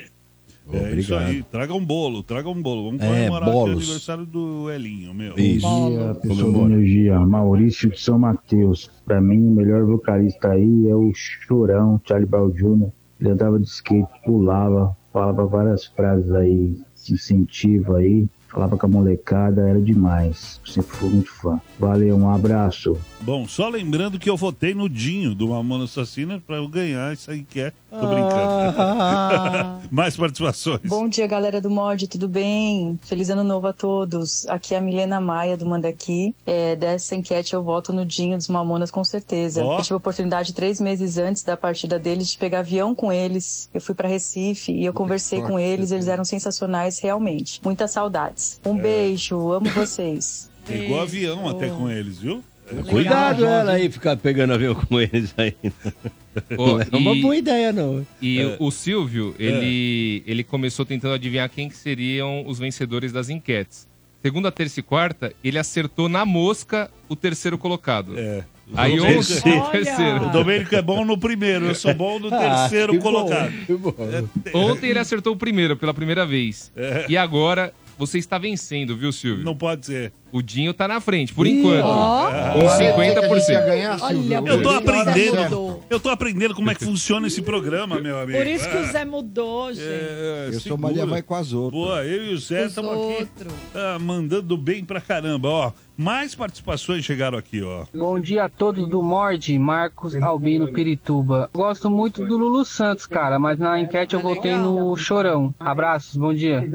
S1: É isso aí, traga um bolo, traga um bolo. Vamos
S4: É,
S1: comemorar aqui o
S4: bolos.
S1: aniversário do Elinho, meu.
S15: Bom dia, pessoal de energia. Maurício de São Mateus. Pra mim, o melhor vocalista aí é o Chorão, Charlie Brown Jr. Ele andava de skate, pulava, falava várias frases aí, de incentivo aí, falava com a molecada, era demais. Sempre fui muito fã. Valeu, um abraço.
S1: Bom, só lembrando que eu votei no Dinho do Mamona Assassina pra eu ganhar isso aí que é. Tô brincando.
S16: Ah.
S1: Mais participações.
S16: Bom dia, galera do Mord, tudo bem? Feliz ano novo a todos. Aqui é a Milena Maia do Mandaqui. É, dessa enquete eu voto no Dinho dos Mamonas com certeza.
S17: Ó.
S16: Eu tive a oportunidade três meses antes da partida deles de pegar avião com eles. Eu fui pra Recife e eu conversei com eles, eles eram sensacionais realmente. Muitas saudades. Um beijo, amo vocês.
S1: Pegou É avião até com eles, viu?
S4: Cuidado ela aí, ficar pegando avião com eles aí. né?
S3: Ô,
S4: não é uma
S3: e-
S4: boa ideia, não.
S3: E
S4: É.
S3: o Silvio, ele, ele começou tentando adivinhar quem que seriam os vencedores das enquetes. Segunda, terça e quarta, ele acertou na mosca o terceiro colocado.
S1: É.
S3: Aí
S1: Domênico-
S3: ontem,
S1: Olha!
S3: o terceiro.
S1: O Domênico é bom no primeiro, eu sou Ah, bom no terceiro colocado.
S3: Ontem ele acertou o primeiro, pela primeira vez. E agora, você está vencendo, viu, Silvio? Não
S1: É. pode ser.
S3: O Dinho tá na frente, por
S1: Ih,
S3: enquanto.
S1: ó.
S3: Com
S1: Olha, que a gente
S3: 50%.
S1: ia ganhar,
S2: Silvio. Olha,
S1: Eu tô
S2: por isso que
S1: aprendendo.
S2: você mudou.
S1: Eu tô aprendendo como é que funciona esse programa, meu amigo.
S2: Por isso que o
S1: Ah.
S2: Zé mudou, gente.
S1: É,
S18: Eu sou
S1: segura.
S18: Maria vai com as outras.
S1: Boa, eu e o Zé
S2: Com os
S1: estamos aqui ah, mandando bem pra caramba, ó. Mais participações chegaram aqui, ó.
S9: Bom dia a todos do Morde, Marcos Albino Pirituba. Gosto muito do Lulu Santos, cara, mas na enquete eu votei no Chorão. Abraços, bom dia.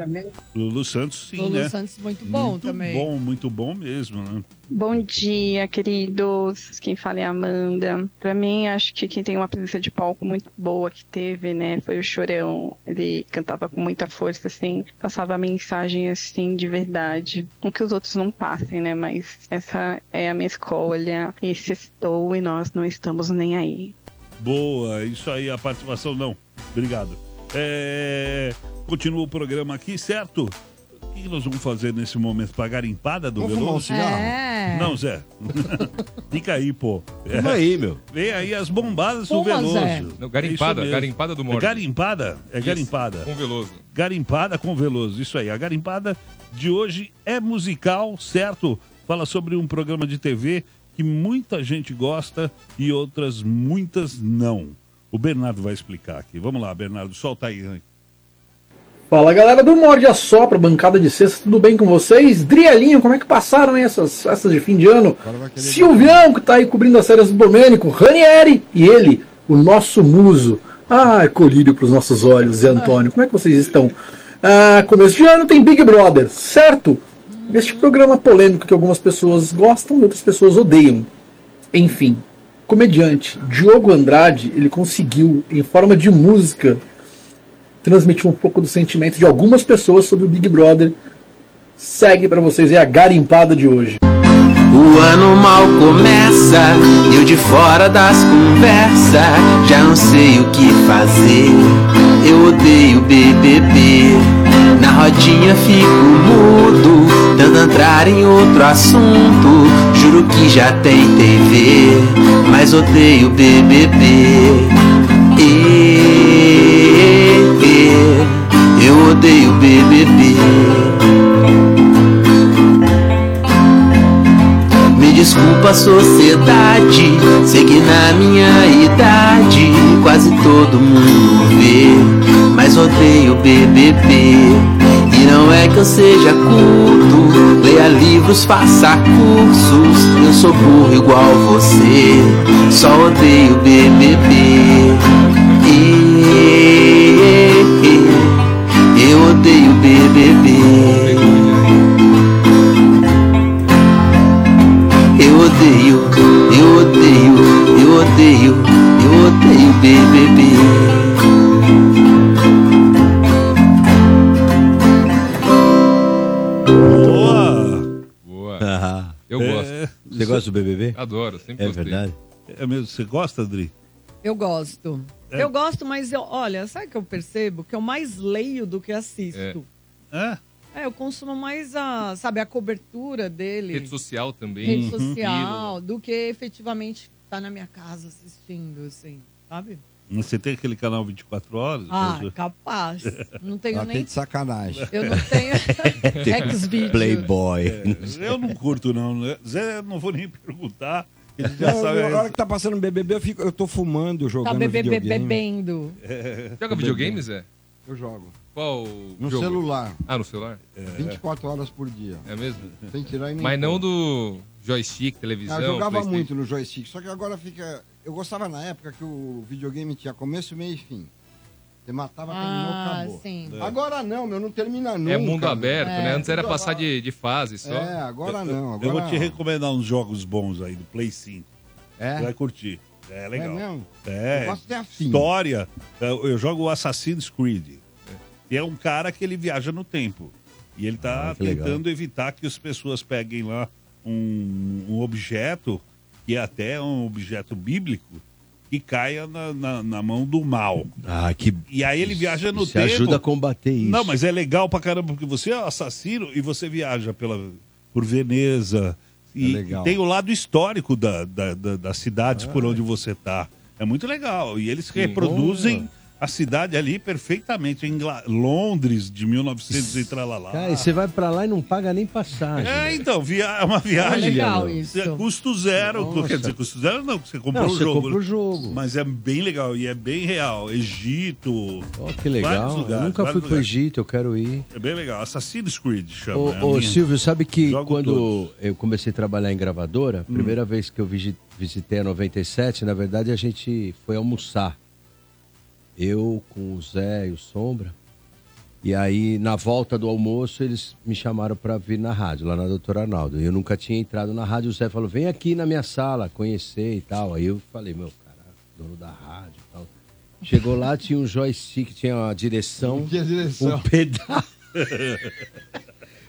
S1: Lulu Santos, sim,
S9: Lulu
S1: né?
S9: Santos,
S2: muito
S9: bom também.
S1: Muito bom, muito bom mesmo, né?
S19: Bom dia, queridos. Quem fala é a Amanda. Pra mim, acho que quem tem uma presença de palco muito boa que teve, né, foi o Chorão. Ele cantava com muita força, assim, passava a mensagem, assim, de verdade. Não que os outros não passem, né, mas essa é a minha escolha. Esse estou e nós não estamos nem aí.
S1: Boa, isso aí, a participação não. Obrigado. É, Continua o programa aqui, certo? O que que nós vamos fazer nesse momento? Pagar empada do
S18: Vamos
S1: Veloso?
S18: fumar um cigarro?
S2: É.
S1: Não, Zé. Fica aí, pô.
S4: Fuma aí, meu.
S1: Vem aí as bombadas do
S3: Fuma,
S1: Veloso.
S3: Zé. Não, garimpada,
S1: É isso mesmo.
S3: garimpada do Morte.
S1: É garimpada? É
S3: Isso,
S1: garimpada.
S3: com Veloso.
S1: Garimpada com Veloso, isso aí. A garimpada de hoje é musical, certo? Fala sobre um programa de TV que muita gente gosta e outras muitas não. O Bernardo vai explicar aqui. Vamos lá, Bernardo, solta aí. né?
S5: Fala galera do Morde a Sopra, bancada de sexta, tudo bem com vocês? Drielinho, como é que passaram hein, essas festas de fim de ano? Silvião, que tá aí cobrindo as séries do Domênico, Ranieri e ele, o nosso muso. Ah, colírio pros nossos olhos, Zé Antônio, como é que vocês estão? Ah, começo de ano tem Big Brother, certo? Este programa polêmico que algumas pessoas gostam e outras pessoas odeiam. Enfim, comediante Diogo Andrade, ele conseguiu, em forma de música, transmitir um pouco do sentimento de algumas pessoas sobre o Big Brother. Segue pra vocês aí a garimpada de hoje.
S20: O ano mal começa, eu de fora das conversas, já não sei o que fazer. Eu odeio BBB, na rodinha fico mudo, tentando entrar em outro assunto. Juro que já tem TV, mas odeio BBB. E, e, eu odeio BBB. Me desculpa, sociedade. Sei que na minha idade quase todo mundo vê, mas odeio BBB. E E não é que eu seja culto, leia livros, faça cursos. Eu sou burro igual você, só odeio BBB. E, eu odeio BBB. Eu odeio, eu odeio, eu odeio, eu odeio BBB.
S3: Boa. Eu gosto.
S4: Você gosta do BBB?
S3: Adoro, sempre
S4: É
S3: gostei.
S4: verdade.
S1: É mesmo, você gosta, Adri?
S2: Eu gosto.
S1: É.
S2: Eu gosto, mas eu, olha, sabe o que eu percebo? Que eu mais leio do que assisto.
S1: É?
S2: É, eu consumo mais a, sabe, a cobertura dele.
S3: Rede social também. Uhum.
S2: rede social, do que efetivamente estar na minha casa assistindo, assim, sabe?
S1: Você tem aquele canal 24 horas?
S2: Ah,
S1: Você-
S2: capaz. Não tenho
S13: Tá
S1: Ela
S2: nem.
S1: tem de sacanagem.
S2: Eu não tenho. Xvideos.
S4: Playboy.
S1: É, eu não curto, não. né? Zé, não vou nem perguntar. Ele já
S13: Não,
S1: sabe.
S13: eu- a hora que tá passando BBB, eu, fico, eu tô fumando,
S2: Tá
S13: jogando
S2: bebê, bebê,
S13: videogame.
S2: bebendo.
S3: Joga videogame, Zé?
S13: Eu jogo.
S3: Qual
S13: No
S3: jogo?
S13: celular.
S3: Ah, no celular?
S13: É.
S1: É.
S13: 24 horas por dia.
S3: É mesmo?
S13: Sem tirar e nem
S3: Mas não
S13: pôr.
S3: do joystick, televisão.
S13: Ah, eu jogava
S3: PlayStation.
S13: muito no joystick, só que agora fica. Eu gostava na época que o videogame tinha começo, meio e fim. Você matava, terminou,
S2: Ah,
S13: acabou.
S2: sim.
S13: É. Agora não, meu, não termina nunca.
S3: É mundo aberto,
S13: meu.
S3: né? Antes era passar de, de fase só.
S13: É, agora não. Agora...
S1: Eu vou te recomendar uns jogos bons aí do Play 5. Você vai curtir. É legal.
S13: É mesmo?
S1: É.
S13: Eu gosto de
S4: assim.
S13: afim.
S1: história. Eu eu jogo o Assassin's Creed. E é um cara que ele viaja no tempo. E ele tá
S4: Ah, que legal.
S1: tentando evitar que as pessoas peguem lá um, um objeto, que é até um objeto bíblico, que caia na, na- na mão do mal.
S4: Ah, que.
S1: E aí ele viaja no
S4: Isso
S1: tempo.
S4: ajuda a combater isso.
S1: Não, mas é legal pra caramba, porque você é assassino e você viaja pela, por Veneza.
S4: É
S1: E,
S13: legal.
S1: e tem o lado histórico da, da- da- das cidades por onde você tá. É muito legal. E eles reproduzem a cidade ali perfeitamente. Ingla- Londres, de 1900 e tralalá.
S4: Cara, e você vai pra lá e não paga nem passagem.
S1: É, então, via... é uma viagem.
S4: É legal
S1: É Custo zero.
S4: Nossa.
S1: Quer dizer, custo zero não, você comprou
S4: Não,
S1: o
S4: você
S1: jogo.
S4: compra o jogo.
S1: Mas é bem legal e é bem real. Egito.
S4: Que legal.
S1: vários lugares,
S4: eu nunca fui
S1: vários
S4: pro
S1: lugares.
S4: Egito, eu quero ir.
S1: É bem legal. Assassin's Creed chama.
S4: Ô,
S1: é a
S4: ô,
S1: minha.
S4: Silvio, sabe que
S1: Jogo
S4: quando
S1: todos.
S4: eu comecei a trabalhar em gravadora,
S1: Hum.
S4: primeira vez que eu vigi- visitei a 97, na verdade a gente foi almoçar. Eu com o Zé e o Sombra. E aí, na volta do almoço, eles me chamaram para vir na rádio, lá na Doutora Arnaldo. Eu nunca tinha entrado na rádio. O Zé falou: vem aqui na minha sala conhecer e tal. Aí eu falei: meu, cara, dono da rádio e tal. Chegou lá, tinha um joystick, tinha uma direção, um pedal.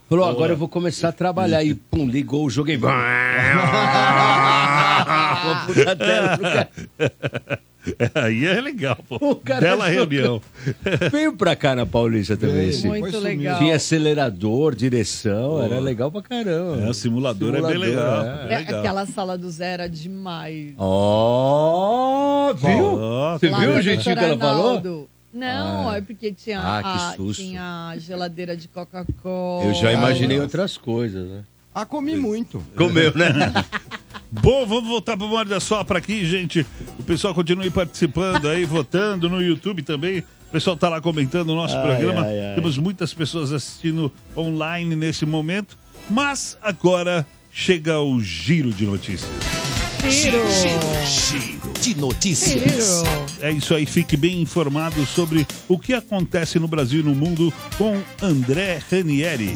S4: Falou, agora eu vou começar a trabalhar. E pum, ligou o jogo e...
S5: Ah,
S4: Uma puta tela pro cara.
S1: Aí é legal,
S4: O
S1: pô.
S4: cara
S1: Bela
S4: jogando.
S1: reunião.
S4: Veio pra cá na Paulista também.
S1: Veio,
S4: esse.
S1: Muito depois sumiu. legal.
S4: Tinha acelerador, direção,
S1: Pô.
S4: era legal pra caramba.
S1: É, o simulador é bem legal.
S4: é.
S2: É, aquela sala do zero era demais.
S4: Ó, viu? Você
S2: Lá
S4: viu
S2: na
S4: o jeitinho que ela
S2: Doutor
S4: falou?
S2: Arnaldo. Não,
S4: Ah.
S2: é porque tinha,
S4: Ah, que
S2: a,
S4: susto.
S2: tinha a geladeira de Coca-Cola. Ah,
S4: Eu já imaginei outras coisas, né?
S13: Ah, comi muito.
S4: Comeu, né?
S1: Bom, vamos voltar pro Morde Sopra aqui, gente. O pessoal continue participando aí, votando no YouTube também. O pessoal tá lá comentando o nosso
S4: Ai,
S1: programa.
S4: ai, ai.
S1: Temos muitas pessoas assim. assistindo online nesse momento. Mas agora chega o giro de notícias.
S8: Giro, giro, giro de notícias.
S1: É isso aí, fique bem informado sobre o que acontece no Brasil e no mundo com André Ranieri.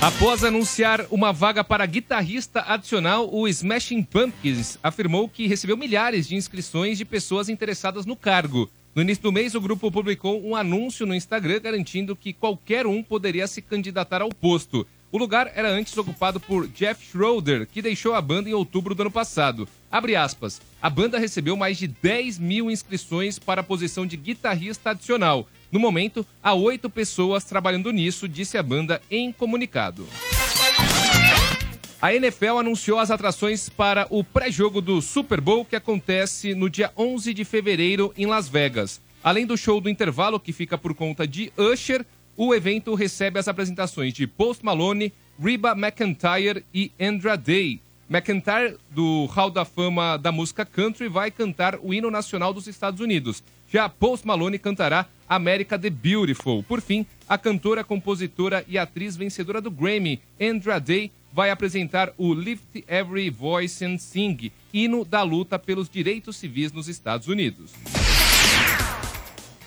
S3: Após anunciar uma vaga para guitarrista adicional, o Smashing Pumpkins afirmou que recebeu milhares de inscrições de pessoas interessadas no cargo. No início do mês, o grupo publicou um anúncio no Instagram garantindo que qualquer um poderia se candidatar ao posto. O lugar era antes ocupado por Jeff Schroeder, que deixou a banda em outubro do ano passado. Abre aspas. A banda recebeu mais de 10 mil inscrições para a posição de guitarrista adicional. No momento, há oito pessoas trabalhando nisso, disse a banda em comunicado. A NFL anunciou as atrações para o pré-jogo do Super Bowl que acontece no dia 11 de fevereiro em Las Vegas. Além do show do intervalo, que fica por conta de Usher, o evento recebe as apresentações de Post Malone, Reba McEntire e Andra Day. McIntyre, do Hall da Fama da música country, vai cantar o hino nacional dos Estados Unidos. Já Post Malone cantará América the Beautiful. Por fim, a cantora, compositora e atriz vencedora do Grammy, Andra Day, vai apresentar o Lift Every Voice and Sing, hino da luta pelos direitos civis nos Estados Unidos.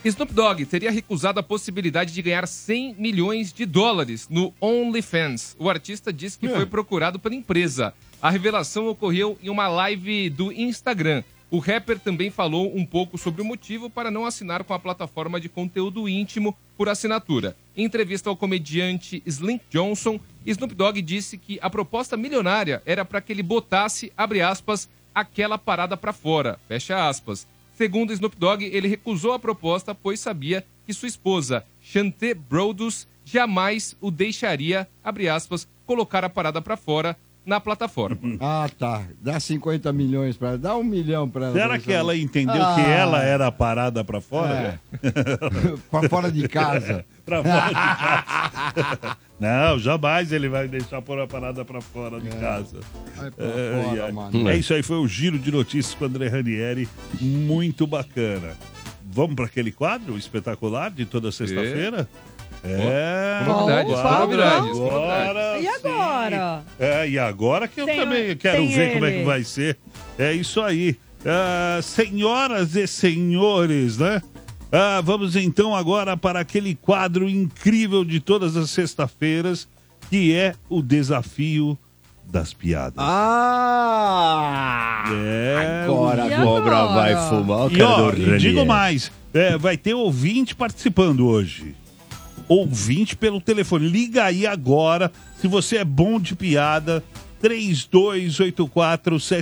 S3: Snoop Dogg teria recusado a possibilidade de ganhar 100 milhões de dólares no OnlyFans. O artista disse que foi procurado pela empresa. A revelação ocorreu em uma live do Instagram. O rapper também falou um pouco sobre o motivo para não assinar com a plataforma de conteúdo íntimo por assinatura. Em entrevista ao comediante Slink Johnson, Snoop Dogg disse que a proposta milionária era para que ele botasse, abre aspas, aquela parada para fora, fecha aspas. Segundo Snoop Dogg, ele recusou a proposta, pois sabia que sua esposa, Chanté Brodus, jamais o deixaria, abre aspas, colocar a parada para fora na plataforma.
S13: Ah, tá. Dá 50 milhões pra ela. Dá um milhão pra ela.
S1: Será que ela entendeu que
S13: Ah, É.
S1: ela era a parada pra
S13: né?
S1: fora? né?
S13: Pra fora de casa.
S1: pra fora de casa. Não, jamais ele vai deixar pôr a parada pra fora
S4: É.
S1: de casa. Ai,
S13: fora,
S1: ai.
S13: mano.
S1: É isso aí, foi o giro de notícias com o André Ranieri. Muito bacana. Vamos para aquele quadro espetacular de toda sexta-feira? É,
S3: Com novidades, com
S1: quadro
S3: novidades, com
S1: agora.
S2: E agora?
S1: É, e agora que eu
S2: Tem-
S1: também quero
S2: tem
S1: ver como é que
S2: ele.
S1: vai ser. É isso aí. Ah, senhoras e senhores, né? Ah, vamos então agora para aquele quadro incrível de todas as sextas-feiras, que é o desafio das piadas. Ah! É,
S4: Agora a E cobra agora? vai fumar, eu
S1: E,
S4: quero
S1: ó,
S4: do
S1: e
S4: Ranieri.
S1: digo mais, é, vai ter ouvinte participando hoje ouvinte pelo telefone. Liga aí agora, se você é bom de piada,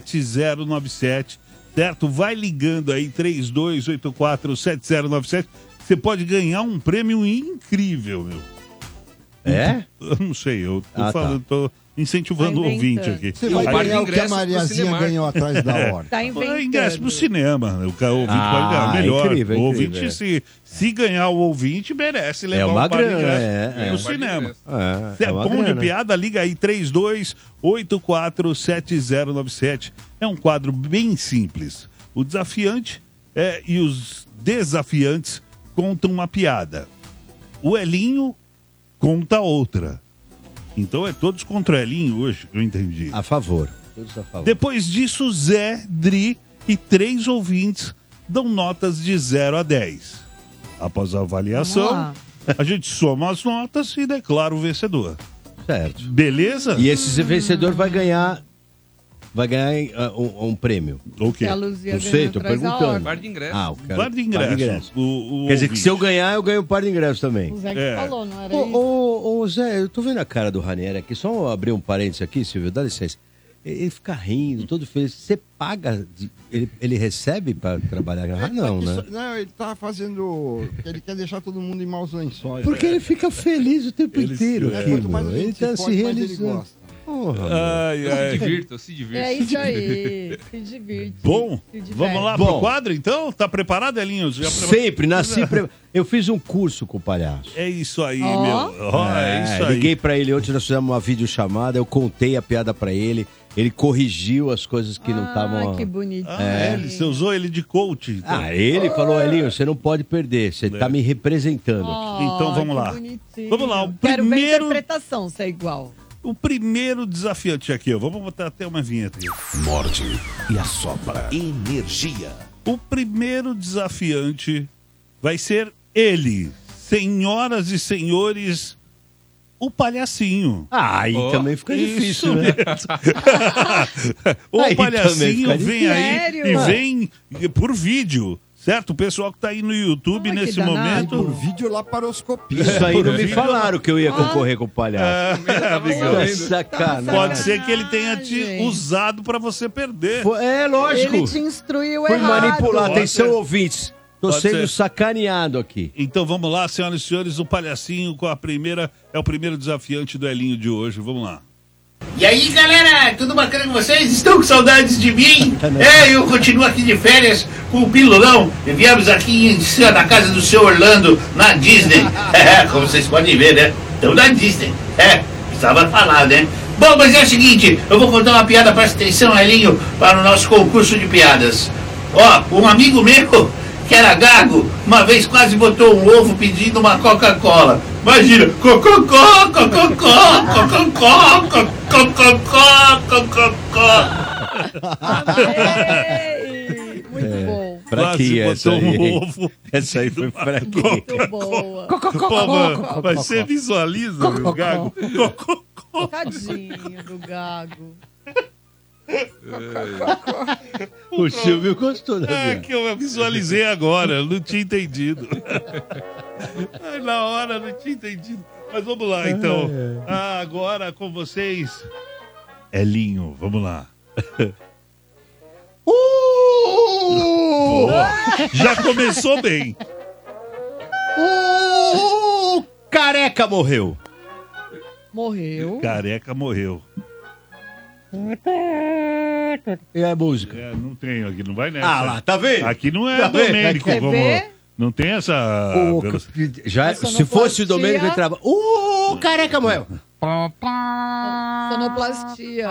S1: 32847097, certo? Vai ligando aí, 32847097. Você pode ganhar um prêmio incrível, meu.
S4: É?
S1: Eu não sei, eu tô,
S4: Ah, tá.
S1: falando, tô incentivando o
S4: Tá
S1: ouvinte
S4: inventando.
S1: aqui.
S4: Você vai
S1: Aí-
S4: ganhar o que a Mariazinha ganhou atrás da
S1: É.
S4: hora. Tá inventando.
S1: Ingresso pro cinema, né? o ca- o ouvinte pode ganhar.
S4: Ah,
S1: Melhor,
S4: incrível,
S1: o
S4: incrível,
S1: ouvinte
S4: é.
S1: se, se ganhar o ouvinte, merece levar
S4: É uma
S1: um par de
S4: grana,
S1: ingressos
S4: é,
S1: pro
S4: é. Um par de
S1: cinema.
S4: É,
S1: Se é,
S4: é uma
S1: bom de
S4: grana.
S1: piada, liga aí 32847097. É um quadro bem simples. O desafiante é, e os desafiantes contam uma piada. O Elinho conta outra. Então é todos contra o Elinho hoje, eu entendi.
S4: A favor. Todos a favor.
S1: Depois disso, Zé, Dri e três ouvintes dão notas de 0 a 10. Após a avaliação, a gente soma as notas e declara o vencedor.
S4: Certo.
S1: Beleza?
S4: E esse
S2: Hum.
S4: vencedor vai ganhar. Vai ganhar ah, um, um prêmio.
S1: O quê?
S4: Que a Luzia Não sei, ganhou tô atrás da perguntando. ordem.
S3: Par de ingressos.
S4: Ah, o cara.
S1: Par de ingressos.
S4: Quer dizer que
S1: ouvinte.
S4: se eu ganhar, eu ganho um par de ingressos também.
S2: O Zé que falou, não era
S4: É. Ô,
S2: isso?
S4: ô, ô, Zé, eu tô vendo a cara do Ranieri aqui, só abrir um parênteses aqui, Silvio, dá licença. Ele ele fica rindo, todo feliz. Você paga, de- ele, ele recebe pra trabalhar na rádio? Não,
S13: Isso-
S4: né?
S13: Não, ele tá fazendo. Ele quer deixar todo mundo em maus lençóis.
S4: Porque ele fica feliz o tempo inteiro
S13: é,
S4: aqui,
S13: quanto mais
S4: mano.
S13: a gente
S4: Ele tá
S13: se
S4: se
S13: pode, mais ele
S4: realizando.
S13: gosta.
S4: Porra,
S1: Ai,
S4: mano.
S1: ai.
S3: Se divirtam, se divirtam.
S2: É isso aí. Se divirte.
S1: Bom,
S2: Se diverte.
S1: vamos lá pro
S4: Bom.
S1: quadro então? Tá preparado, Elinho?
S4: é
S1: Já prepara-
S4: Sempre, nasci. Pre... Eu fiz um curso com o palhaço.
S1: É isso aí,
S4: Ó.
S1: meu. Ó, é, isso aí.
S4: Liguei pra ele ontem, nós fizemos uma videochamada, eu contei a piada pra ele, ele corrigiu as coisas que não estavam.
S2: Ah, que bonitinho.
S4: É.
S1: Ah, Ele, você usou ele de coach. então. É.
S4: Ah, ele falou, Elinho, você não pode perder, você tá me representando.
S2: Ó,
S1: Então vamos
S2: Oh, que
S1: lá.
S2: bonitinho.
S1: Vamos lá, o
S2: Quero ver a
S1: primeiro-
S2: interpretação, se é igual.
S1: O primeiro desafiante aqui, ó. Vamos botar até uma vinheta aqui.
S8: Morde e assopra. Energia.
S1: O primeiro desafiante vai ser ele, senhoras e senhores, o palhacinho.
S4: Ah, aí
S1: Ó,
S4: também fica
S1: isso
S4: difícil, né?
S1: mesmo. o
S4: Aí também
S1: palhacinho vem
S4: fica difícil.
S1: aí
S4: Sério?
S1: e vem por vídeo, certo? O pessoal que tá aí no YouTube
S13: que
S1: nesse
S13: danado.
S1: momento. né?
S13: Por um vídeo laparoscopia.
S4: Isso aí não me falaram que eu ia concorrer com o palhaço.
S2: É,
S1: Ah, amigão.
S4: Tá sacanagem.
S1: Pode ser que ele tenha te usado pra você perder.
S4: É, lógico.
S2: Ele te instruiu
S4: Fui
S2: errado.
S4: manipular,
S1: Pode
S4: atenção,
S1: ser.
S4: ouvintes. Tô
S1: Pode
S4: sendo
S1: ser.
S4: sacaneado aqui.
S1: Então vamos lá, senhoras e senhores, o palhacinho com a primeira é o primeiro desafiante do Elinho de hoje. Vamos lá.
S5: E aí galera, tudo bacana com vocês? Estão com saudades de mim? É, eu continuo aqui de férias com o Pilulão. E viemos aqui em cima da casa do seu Orlando, na Disney. É, como vocês podem ver, né? Estamos na Disney. É, precisava falar, né? Bom, mas é o seguinte, eu vou contar uma piada, presta atenção, Elinho, para o nosso concurso de piadas. Ó, um amigo meu que era gago, uma vez quase botou um ovo pedindo uma Coca-Cola. Imagina, cococó, cococó, cococó, cococó, cococó.
S4: É, Fraquinha essa
S1: botou
S4: aí.
S1: um
S4: hein?
S1: ovo
S4: essa aí foi fraquinha.
S2: Boa.
S1: Pô, mano, mas você visualiza o Gago.
S2: Tadinho do gago.
S4: O Silvio gostou, né?
S1: É
S4: Bia?
S1: que eu visualizei agora, eu não tinha entendido. Ai, Na hora eu não tinha entendido. Mas vamos lá então.
S4: É.
S1: Ah, agora com vocês, Elinho, vamos lá. Boa. Já começou bem.
S2: Uh,
S4: O careca morreu.
S2: Morreu.
S1: Careca morreu.
S4: E a música?
S1: É, não tenho aqui, não vai nessa.
S4: Ah lá, tá vendo?
S1: Aqui não é
S4: Tá vendo?
S1: Domênico,
S4: Aqui-
S1: como...
S4: Você vê?
S1: Não tem essa...
S4: O-
S1: velocidade.
S4: Já, é- se fosse o Domênico, ele entrava. O careca morreu.
S2: Sonoplastia.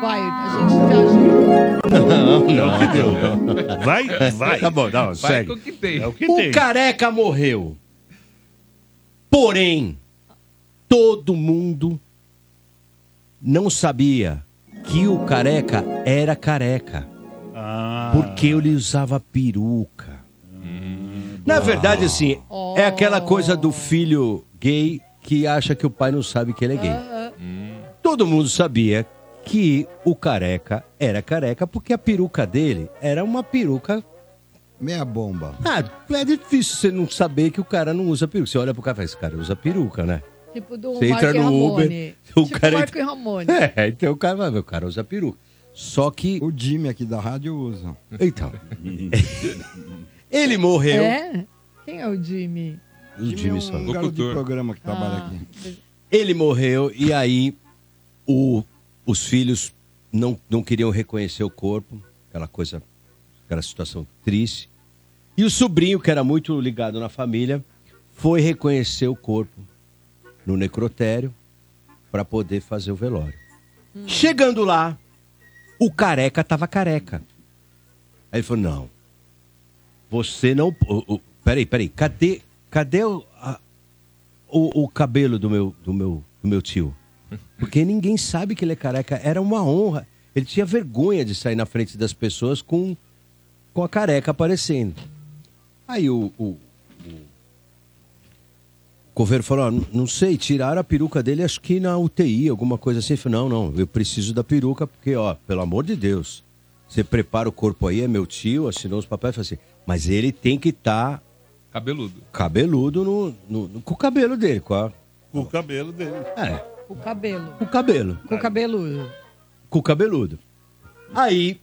S2: Vai, a gente te ajuda.
S4: Não, não.
S1: É o que deu. Vai, vai.
S4: Tá bom, não,
S1: Vai
S4: segue.
S1: com o que tem. É o que
S4: o
S1: tem.
S4: careca morreu. Porém, todo mundo não sabia que o careca era careca.
S1: Ah.
S4: Porque ele usava peruca.
S1: Hum.
S4: Na verdade, assim, é aquela coisa do filho gay que acha que o pai não sabe que ele é gay.
S1: Hum.
S4: Todo mundo sabia que o careca era careca porque a peruca dele era uma peruca.
S13: Meia bomba.
S4: Ah, é difícil você não saber que o cara não usa peruca. Você olha pro cara e fala, esse cara usa peruca, né?
S2: Tipo do
S4: Você entra
S2: Marco e
S4: no Uber,
S2: Ramone.
S4: o
S2: tipo
S4: cara-
S2: Marco e Ramone.
S4: É, então o cara vai ver, o cara usa peruca. Só que.
S13: O Jimmy aqui da rádio usa.
S4: Então. ele morreu.
S2: É? Quem é o Jimmy? Ah,
S4: O Jimmy Savile.
S13: Um garoto de programa que trabalha aqui.
S4: Ele morreu e aí o- os filhos não, não queriam reconhecer o corpo, aquela coisa, aquela situação triste. E o sobrinho, que era muito ligado na família, foi reconhecer o corpo no necrotério para poder fazer o velório. Chegando lá, o careca tava careca. Aí ele falou: não, você não. o- o- peraí, peraí, cadê, cadê o- a- o, o cabelo do meu, do, meu, do meu tio. Porque ninguém sabe que ele é careca. Era uma honra. Ele tinha vergonha de sair na frente das pessoas com, com a careca aparecendo. Aí o, o, o coveiro falou: "Ó, n- não sei, tiraram a peruca dele, acho que na UTI, alguma coisa assim. Ele falou: não, não, eu preciso da peruca, porque, ó, pelo amor de Deus, você prepara o corpo aí, é meu tio, assinou os papéis, falou assim, mas ele tem que estar
S3: Cabeludo.
S4: cabeludo no, no- no- com o cabelo dele, com, a-
S1: Com o cabelo dele.
S4: É.
S2: O cabelo.
S4: com o cabelo,
S2: Com o cabeludo.
S4: com o cabeludo. Aí,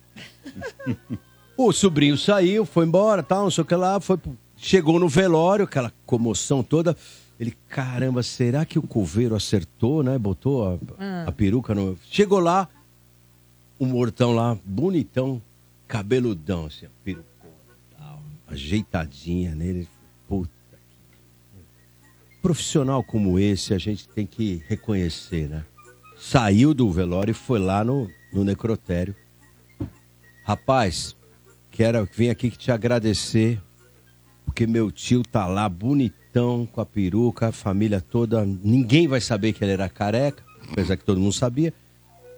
S4: o sobrinho saiu, foi embora, tal, não sei o que lá, foi, pro- chegou no velório, aquela comoção toda. Ele, caramba, será que o coveiro acertou, né? Botou a,
S2: Ah.
S4: a peruca no. Chegou lá, o mortão lá, bonitão, cabeludão, assim, a peruca, ajeitadinha nele. Puta que. Profissional como esse, a gente tem que reconhecer, né? Saiu do velório e foi lá no, no necrotério. Rapaz, quero vir aqui te agradecer, porque meu tio tá lá bonitão, com a peruca, a família toda. Ninguém vai saber que ele era careca, apesar que todo mundo sabia.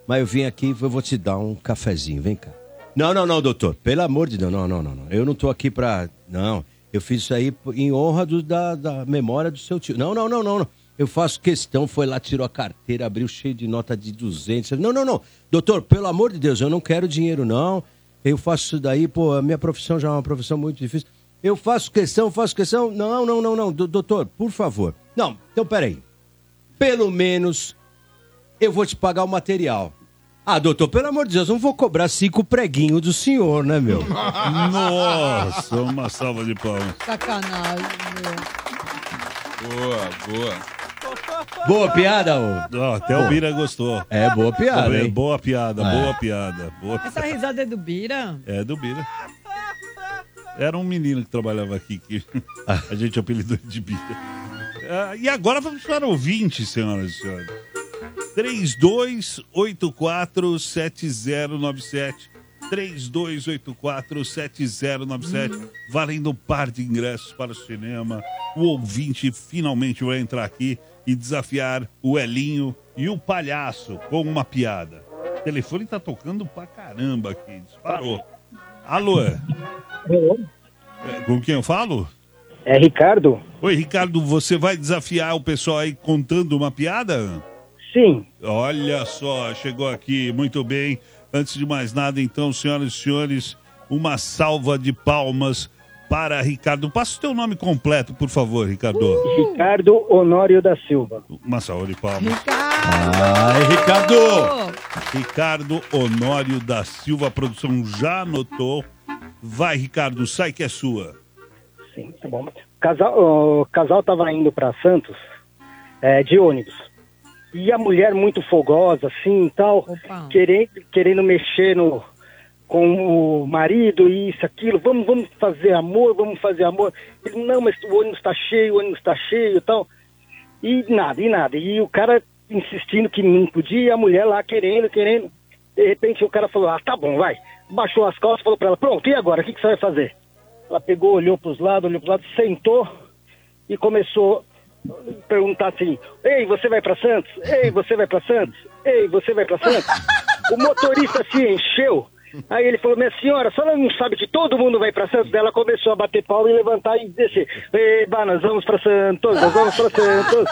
S4: Mas eu vim aqui, eu vou te dar um cafezinho, vem cá. Não, não, não, doutor, pelo amor de Deus, não, não, não. não. Eu não tô aqui pra. Não, eu fiz isso aí em honra do- da, da memória do seu tio. Não, não, não, não, não. Eu faço questão, foi lá, tirou a carteira, abriu cheio de nota de 200. Não, não, não. Doutor, pelo amor de Deus, eu não quero dinheiro, não. Eu faço isso daí, pô, a minha profissão já é uma profissão muito difícil. Eu faço questão, faço questão. Não, não, não, não. do- Doutor, por favor. Não, então peraí. Pelo menos eu vou te pagar o material. Ah, doutor, pelo amor de Deus, eu não vou cobrar cinco preguinhos do senhor, né, meu?
S1: Nossa, uma salva de palmas.
S2: Sacanagem, meu.
S3: Boa, boa.
S4: Boa piada, ô?
S1: até o Bira gostou.
S4: É, boa piada,
S1: É,
S4: hein?
S1: boa piada,
S4: É.
S1: boa piada. Boa
S2: Essa risada é do Bira?
S1: É, do Bira. Era um menino que trabalhava aqui, que a gente apelidou de Bira. Ah, e agora vamos para o ouvinte, senhoras e senhores. 32847097. 32847097, valendo um par de ingressos para o cinema. O ouvinte finalmente vai entrar aqui e desafiar o Elinho e o palhaço com uma piada. O telefone tá tocando pra caramba aqui, disparou. Alô? É, Com quem eu falo?
S10: É Ricardo?
S1: Oi, Ricardo, você vai desafiar o pessoal aí contando uma piada?
S10: Sim.
S1: Olha só, chegou aqui, muito bem. Antes de mais nada, então, senhoras e senhores, uma salva de palmas para Ricardo. Passa o teu nome completo, por favor, Ricardo.
S10: Ricardo Honório da Silva.
S1: Uma salva de palmas. Ai, Ricardo! Ricardo Honório da Silva, a produção já anotou. Vai, Ricardo, sai que é sua.
S10: Sim, tá bom. Casal, o casal tava indo para Santos é, de ônibus. E a mulher muito fogosa, assim e tal, querendo, querendo mexer no, com o marido e isso, aquilo. Vamos, vamos fazer amor, vamos fazer amor. Ele, não, mas o ônibus tá cheio, o ônibus tá cheio e tal. E nada, e nada. E o cara insistindo que não podia, e a mulher lá querendo, querendo. De repente o cara falou: Ah, tá bom, vai. Baixou as costas, falou pra ela: Pronto, e agora? O que, que você vai fazer? Ela pegou, olhou pros lados, olhou pros lados, sentou e começou a perguntar assim: Ei, você vai pra Santos? Ei, você vai pra Santos? Ei, você vai pra Santos? O motorista se encheu. Aí ele falou: Minha senhora, a senhora não sabe que todo mundo vai pra Santos? Daí Ela começou a bater palma e levantar e descer: Eba, nós vamos pra Santos, nós vamos pra Santos.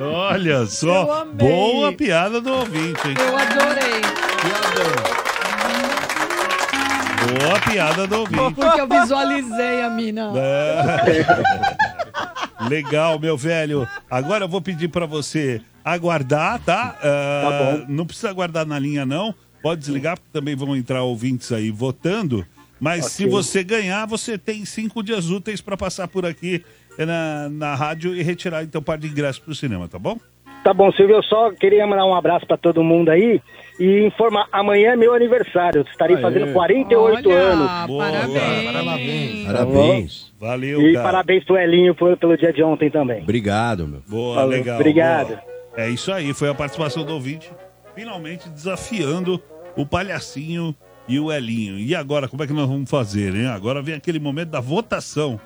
S1: Olha só, boa piada do ouvinte, hein?
S2: Eu adorei.
S1: Boa piada do ouvinte.
S2: Porque eu visualizei a mina.
S1: É. Legal, meu velho. Agora eu vou pedir pra você aguardar, tá? Ah, Não precisa aguardar na linha, não. Pode desligar, porque também vão entrar ouvintes aí votando. Mas se
S7: Ok.
S1: você ganhar, você tem cinco dias úteis pra passar por aqui é na, na rádio e retirar então par de ingresso pro cinema, tá bom?
S10: Tá bom, Silvio, eu só queria mandar um abraço pra todo mundo aí e informar: amanhã é meu aniversário, eu estarei
S1: Aê.
S10: fazendo 48 anos.
S1: Parabéns.
S4: Parabéns.
S1: Valeu,
S10: E
S1: cara.
S10: parabéns pro Elinho por- pelo dia de ontem também.
S4: Obrigado, meu.
S1: Boa,
S10: Falou.
S1: legal.
S10: Obrigado.
S1: boa. É isso aí, foi a participação do ouvinte, finalmente desafiando o palhacinho e o Elinho. E agora, como é que nós vamos fazer, hein? Agora vem aquele momento da votação,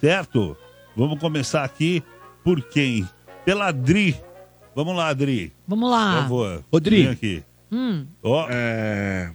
S1: certo? Vamos começar aqui por quem? Pela Adri. Vamos lá, Adri.
S2: Vamos lá.
S1: Por favor.
S2: Adri.
S1: Vem aqui.
S2: Hum,
S1: Ó. É...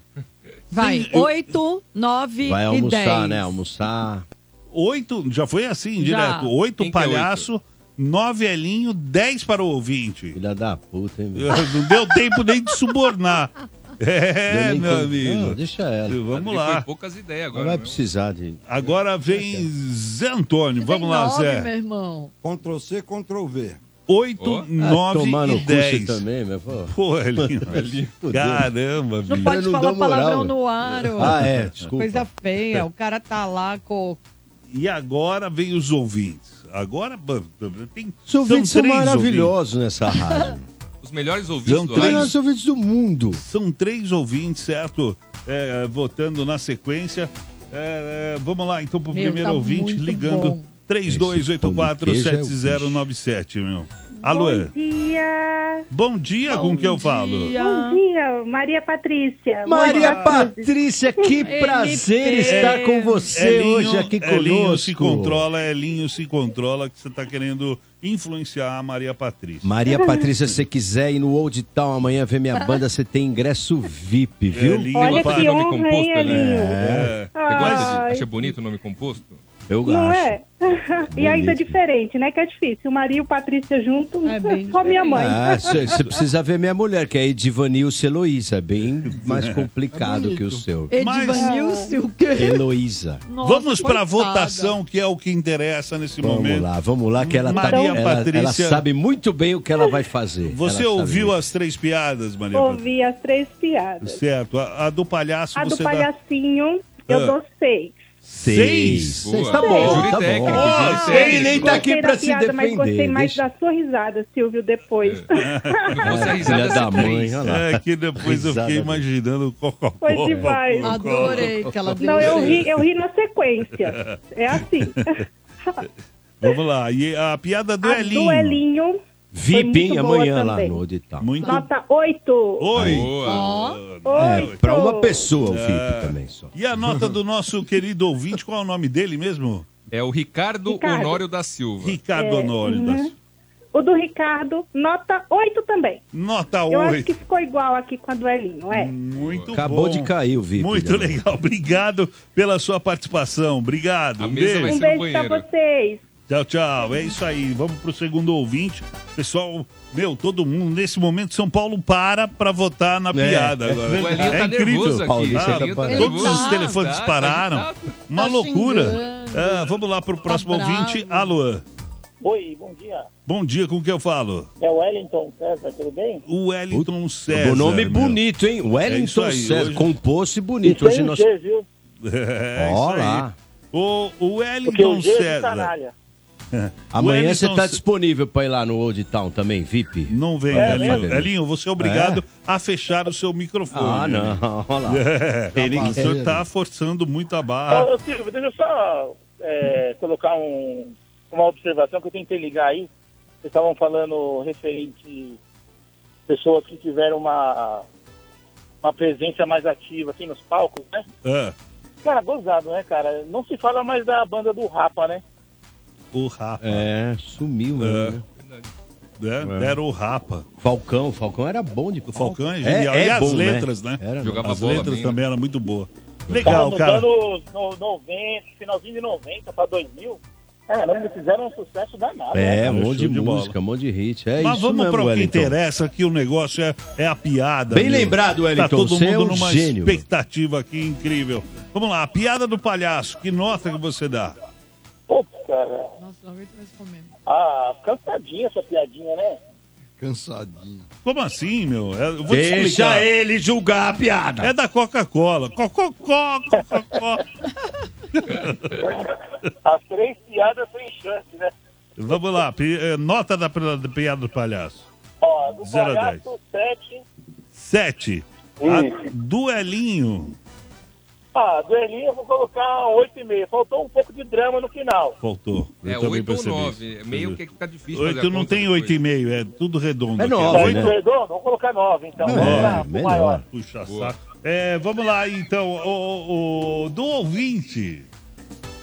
S2: vai, oito, nove
S4: Vai
S2: e
S4: almoçar,
S2: dez.
S4: né? Almoçar.
S1: Oito, já foi assim,
S2: Já.
S1: direto. Oito
S4: Quem que é
S1: palhaço, nove elinho, dez para o ouvinte.
S4: Filha da puta, hein, meu?
S1: Não deu tempo nem de subornar. É,
S4: Eu nem
S1: meu
S4: entendo.
S1: amigo.
S4: Não, deixa ela.
S1: Vamos
S4: Adri
S1: lá.
S4: foi
S3: poucas ideias
S4: Não vai precisar de.
S1: Agora vem Zé Antônio. Vamos lá,
S2: Nove,
S1: Zé.
S2: meu irmão.
S13: Ctrl C, Ctrl V.
S1: 8,
S4: Ah,
S1: 9
S4: tomar no
S1: e
S4: cu
S1: 10.
S4: você também, meu É pô.
S1: Pô, é Elinho.
S4: Elinho, fudeu.
S1: Caramba,
S2: Não
S1: bicho.
S2: pode falar
S4: dá moral,
S2: palavrão
S4: né?
S2: no ar. ô.
S1: Ah, é, desculpa.
S2: Coisa feia, o cara tá lá com...
S1: E agora vem os ouvintes. Agora bom, tem
S4: Os ouvintes são
S1: três
S4: maravilhosos nessa rádio.
S3: Os melhores ouvintes
S1: São
S3: do
S1: três
S3: rádio.
S4: ouvintes do mundo.
S1: São três ouvintes, certo? É, votando na sequência. É, é, vamos lá, então, pro
S7: Meu,
S1: primeiro
S7: tá
S1: ouvinte,
S7: muito
S1: ligando
S7: bom.
S4: Esse
S1: 32847097, meu. Alô? é.
S17: Bom dia.
S1: Bom dia, com que eu falo?
S17: Bom dia, Maria Patrícia.
S4: Maria
S17: Boa tarde.
S4: Patrícia, que prazer estar com você
S1: Elinho-
S4: hoje aqui
S1: Elinho se
S4: conosco.
S1: controla, Elinho se controla, que você tá querendo influenciar a Maria Patrícia.
S4: Maria Patrícia, se você quiser ir no Old Town amanhã ver minha banda, você tem ingresso
S1: É
S4: VIP, viu?
S1: Elinho, Uhum. Olha
S3: Gosta de
S1: que
S3: nome
S1: honra,
S3: composto,
S1: hein,
S3: Elinho?
S1: Elinho?
S3: É. Você gosta
S17: Ai.
S3: de... Acha bonito o nome composto?
S4: Eu
S17: Não é? E ainda é
S4: Bonito.
S17: diferente, né? Que é difícil. O Maria e o Patrícia juntos, só minha mãe.
S1: Ah,
S4: Ah, Você precisa ver minha mulher, que é Edivanilce Heloísa. É bem mais
S1: É
S4: complicado que o seu.
S2: Edvanilce, o quê?
S4: Heloísa.
S2: Nossa,
S1: Vamos pra
S2: coitada.
S1: votação, que é o que interessa nesse
S4: Vamos
S1: momento.
S4: lá, vamos lá, que ela, tá,
S1: Maria
S4: ela,
S1: Patrícia-
S4: ela sabe muito bem o que ela vai fazer.
S1: Você
S4: Ela sabe
S1: ouviu
S4: muito.
S1: as três piadas, Maria Patrícia?
S17: Ouvi as três piadas.
S1: Certo. A, a do palhaço
S17: A
S1: você
S17: do
S1: dá
S17: palhacinho,
S1: Ah.
S17: eu dou seis.
S1: seis.
S4: Seis, tá bom,
S17: Júri
S4: tá
S17: técnico,
S4: bom.
S17: júri
S4: Ó,
S17: técnico.
S4: Ele nem tá aqui
S17: Gostei da
S4: pra se
S17: piada, Mas gostei
S4: defender.
S17: mais
S4: Deixa-
S17: da sua risada, Silvio, depois.
S4: É, filha da mãe, olha lá.
S1: É que depois eu fiquei imaginando o cocô.
S17: Foi demais. Não, eu ri, eu ri na sequência. É assim.
S1: Vamos lá. E a piada do
S17: A
S1: Elinho.
S17: Duelinho,
S4: VIPinho
S19: muito boa
S4: amanhã lá
S19: também.
S4: no Audital.
S19: Nota 8.
S1: Oi.
S19: Ó.
S4: É, pra uma pessoa o VIP
S1: É.
S4: também só.
S1: E a nota do nosso querido ouvinte, qual é o nome dele mesmo?
S3: É o Ricardo,
S19: Ricardo.
S3: Honório da Silva.
S1: Ricardo
S19: É,
S1: Honório da
S19: uhum.
S1: Silva.
S19: O do Ricardo, nota 8 também.
S1: Nota
S19: Eu acho
S1: 8.
S19: que ficou igual aqui com a do Elinho, é.
S1: Muito
S4: Acabou
S1: bom.
S4: de cair o VIP.
S1: Muito legal. Obrigado pela sua participação. Obrigado. Um beijo.
S19: Um beijo pra vocês.
S1: Tchau, tchau. É isso aí. Vamos pro segundo ouvinte. Pessoal, meu, todo mundo, nesse momento, São Paulo para pra votar na piada
S4: é
S1: agora.
S4: verdade. O Elinho tá nervoso aqui. Paulista
S1: Ah,
S4: tá parado.
S1: todos
S4: Ele
S1: os
S4: tá,
S1: telefones
S4: tá,
S1: dispararam.
S4: tá,
S1: Uma
S4: tá
S1: loucura.
S4: xingando. Tá
S1: Ah, vamos lá pro próximo
S11: bravo.
S1: ouvinte. Alô.
S11: Oi, bom dia.
S1: Bom dia, com que eu falo?
S11: É o Wellington César, tudo bem?
S1: O Wellington César.
S4: O é um nome
S1: meu.
S4: bonito, hein?
S1: É isso
S4: Wellington
S1: aí,
S4: César.
S1: hoje-
S4: Composto e bonito.
S11: E
S4: Hoje
S11: sem
S4: nós.
S11: G, viu?
S1: É, isso
S4: Ó
S1: aí.
S4: lá.
S1: O, o
S11: Porque
S1: Wellington
S11: o G é de
S1: César.
S11: canalha.
S4: Amanhã você
S1: Wellington
S4: tá
S1: Cé-
S4: disponível pra ir lá no Old Town também, VIP?
S1: Não vem,
S4: É
S1: Elinho.
S4: mesmo?
S1: Elinho, você é obrigado a fechar o seu microfone.
S4: Ah, não, olha lá.
S1: É,
S4: Ele-
S1: o senhor está forçando muito a barra.
S11: Ô, ô, Silvio, deixa eu só é, colocar um- uma observação que eu tentei ligar aí. Vocês estavam falando referente pessoas que tiveram uma, uma presença mais ativa aqui nos palcos, né?
S1: Ah,
S11: Cara, gozado, né, cara? Não se fala mais da banda do Rapa, né?
S1: o Rapa.
S4: É, sumiu, né?
S1: É, Era o Rapa.
S4: Falcão, Falcão era bom de
S1: O Falcão é genial. e as
S4: bom,
S1: letras, né?
S4: Era,
S1: as letras também eram muito boas.
S11: Cara,
S1: Legal,
S11: nos
S1: cara.
S11: anos no 90, finalzinho de 90 pra 2000, caramba, fizeram um sucesso danado.
S4: É,
S11: né?
S4: um monte de,
S1: de bola.
S4: música, um monte de hit. É
S1: Mas
S4: isso
S1: vamos
S4: mesmo,
S1: para o que
S4: Wellington.
S1: interessa, que o negócio é, é a piada.
S4: Bem
S1: meu.
S4: lembrado, Wellington,
S1: Tá todo
S4: você é
S1: mundo
S4: um
S1: numa
S4: gênio.
S1: expectativa aqui incrível. Vamos lá, a piada do palhaço. Que nota que você dá?
S11: Pô, cara. Ah, cansadinha essa piadinha, né?
S1: Cansadinho. Como assim, meu? É, Eu vou te
S4: Deixa
S1: explicar.
S4: ele julgar a piada.
S1: É da Coca-Cola. Cococó, cococó.
S11: As três piadas sem chance, né?
S1: Vamos lá, pi- eh, nota da pi- da piada do palhaço.
S11: Ó, do
S1: Zero a
S11: palhaço 7.
S1: Sete. A duelinho.
S11: Ah, do Elinho eu vou colocar 8,5. Faltou um pouco de drama no final.
S1: Faltou.
S3: É
S1: também
S3: 8 ou
S1: percebi
S3: 9.
S1: isso.
S3: Meio que tá difícil. fazer a
S1: Oito não
S3: conta
S1: tem
S3: depois.
S1: oito e meio, é tudo redondo.
S11: É
S1: aqui.
S11: nove,
S1: Oito-
S11: né? Redondo, vamos colocar 9, então.
S1: Nove,
S4: É,
S11: Vamos lá, pro maior.
S1: Puxa saco. É, vamos lá, então. O, o- o- do ouvinte.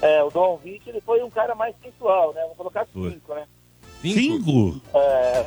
S11: É, o Dom Vitti, ele foi um cara mais sensual, né? Vou colocar
S1: Foi.
S11: 5, né?
S1: Cinco?
S11: É,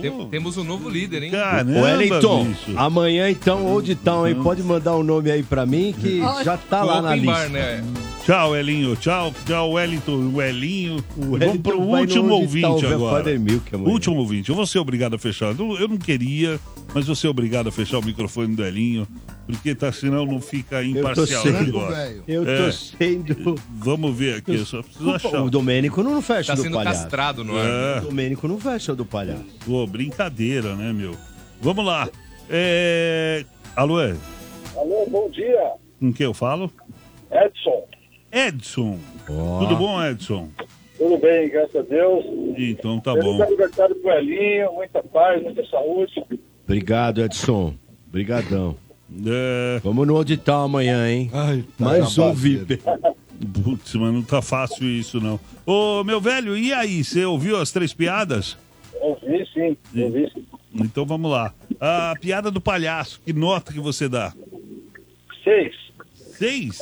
S3: Tem- temos um novo líder, hein?
S1: Caramba,
S4: Wellington,
S1: bicho.
S4: amanhã então, Old Town, hein? Pode mandar o nome aí pra mim que
S3: Ó,
S4: já tá lá na
S3: open
S4: lista.
S3: bar, né?
S1: Tchau, Elinho. Tchau, tchau, Wellington. O Elinho. Vamos
S4: Wellington
S1: pro
S4: vai no
S1: último
S4: onde tá o
S1: ouvinte
S4: Zé
S1: agora.
S4: Padre Milk amanhã.
S1: Último ouvinte. Eu vou ser obrigado a fechar. Eu não- Eu não queria, mas vou ser obrigado a fechar o microfone do Elinho, porque tá, senão não fica imparcial né,
S4: sendo-
S1: agora. É.
S4: Eu tô sendo.
S1: Vamos ver aqui. Eu só preciso achar.
S4: O Domênico não fecha
S1: Tá
S4: do
S1: sendo
S4: palhaço.
S1: castrado no ar.
S4: O Domênico não fecha do palhaço.
S1: Pô, brincadeira, né, meu? Vamos lá. É... Alô, é?
S11: Alô, bom dia,
S1: com quem eu falo?
S11: Edson.
S1: Edson. Tudo bom, Edson?
S11: Tudo bem, graças a Deus.
S1: Então tá
S11: Feliz
S1: bom.
S11: aniversário pro Elinho, muita paz, muita saúde.
S4: Obrigado, Edson. Obrigadão.
S3: É.
S4: Vamos no Old Town amanhã, hein?
S1: tá
S4: Mais
S1: na
S4: um
S1: base
S4: VIP.
S1: Putz, mas não tá fácil isso, não. Ô, meu velho, e aí? Você ouviu as três piadas?
S11: Ouvi sim, ouvi sim.
S1: Então vamos lá. A piada do palhaço, que nota que você dá?
S11: Seis.
S1: Seis?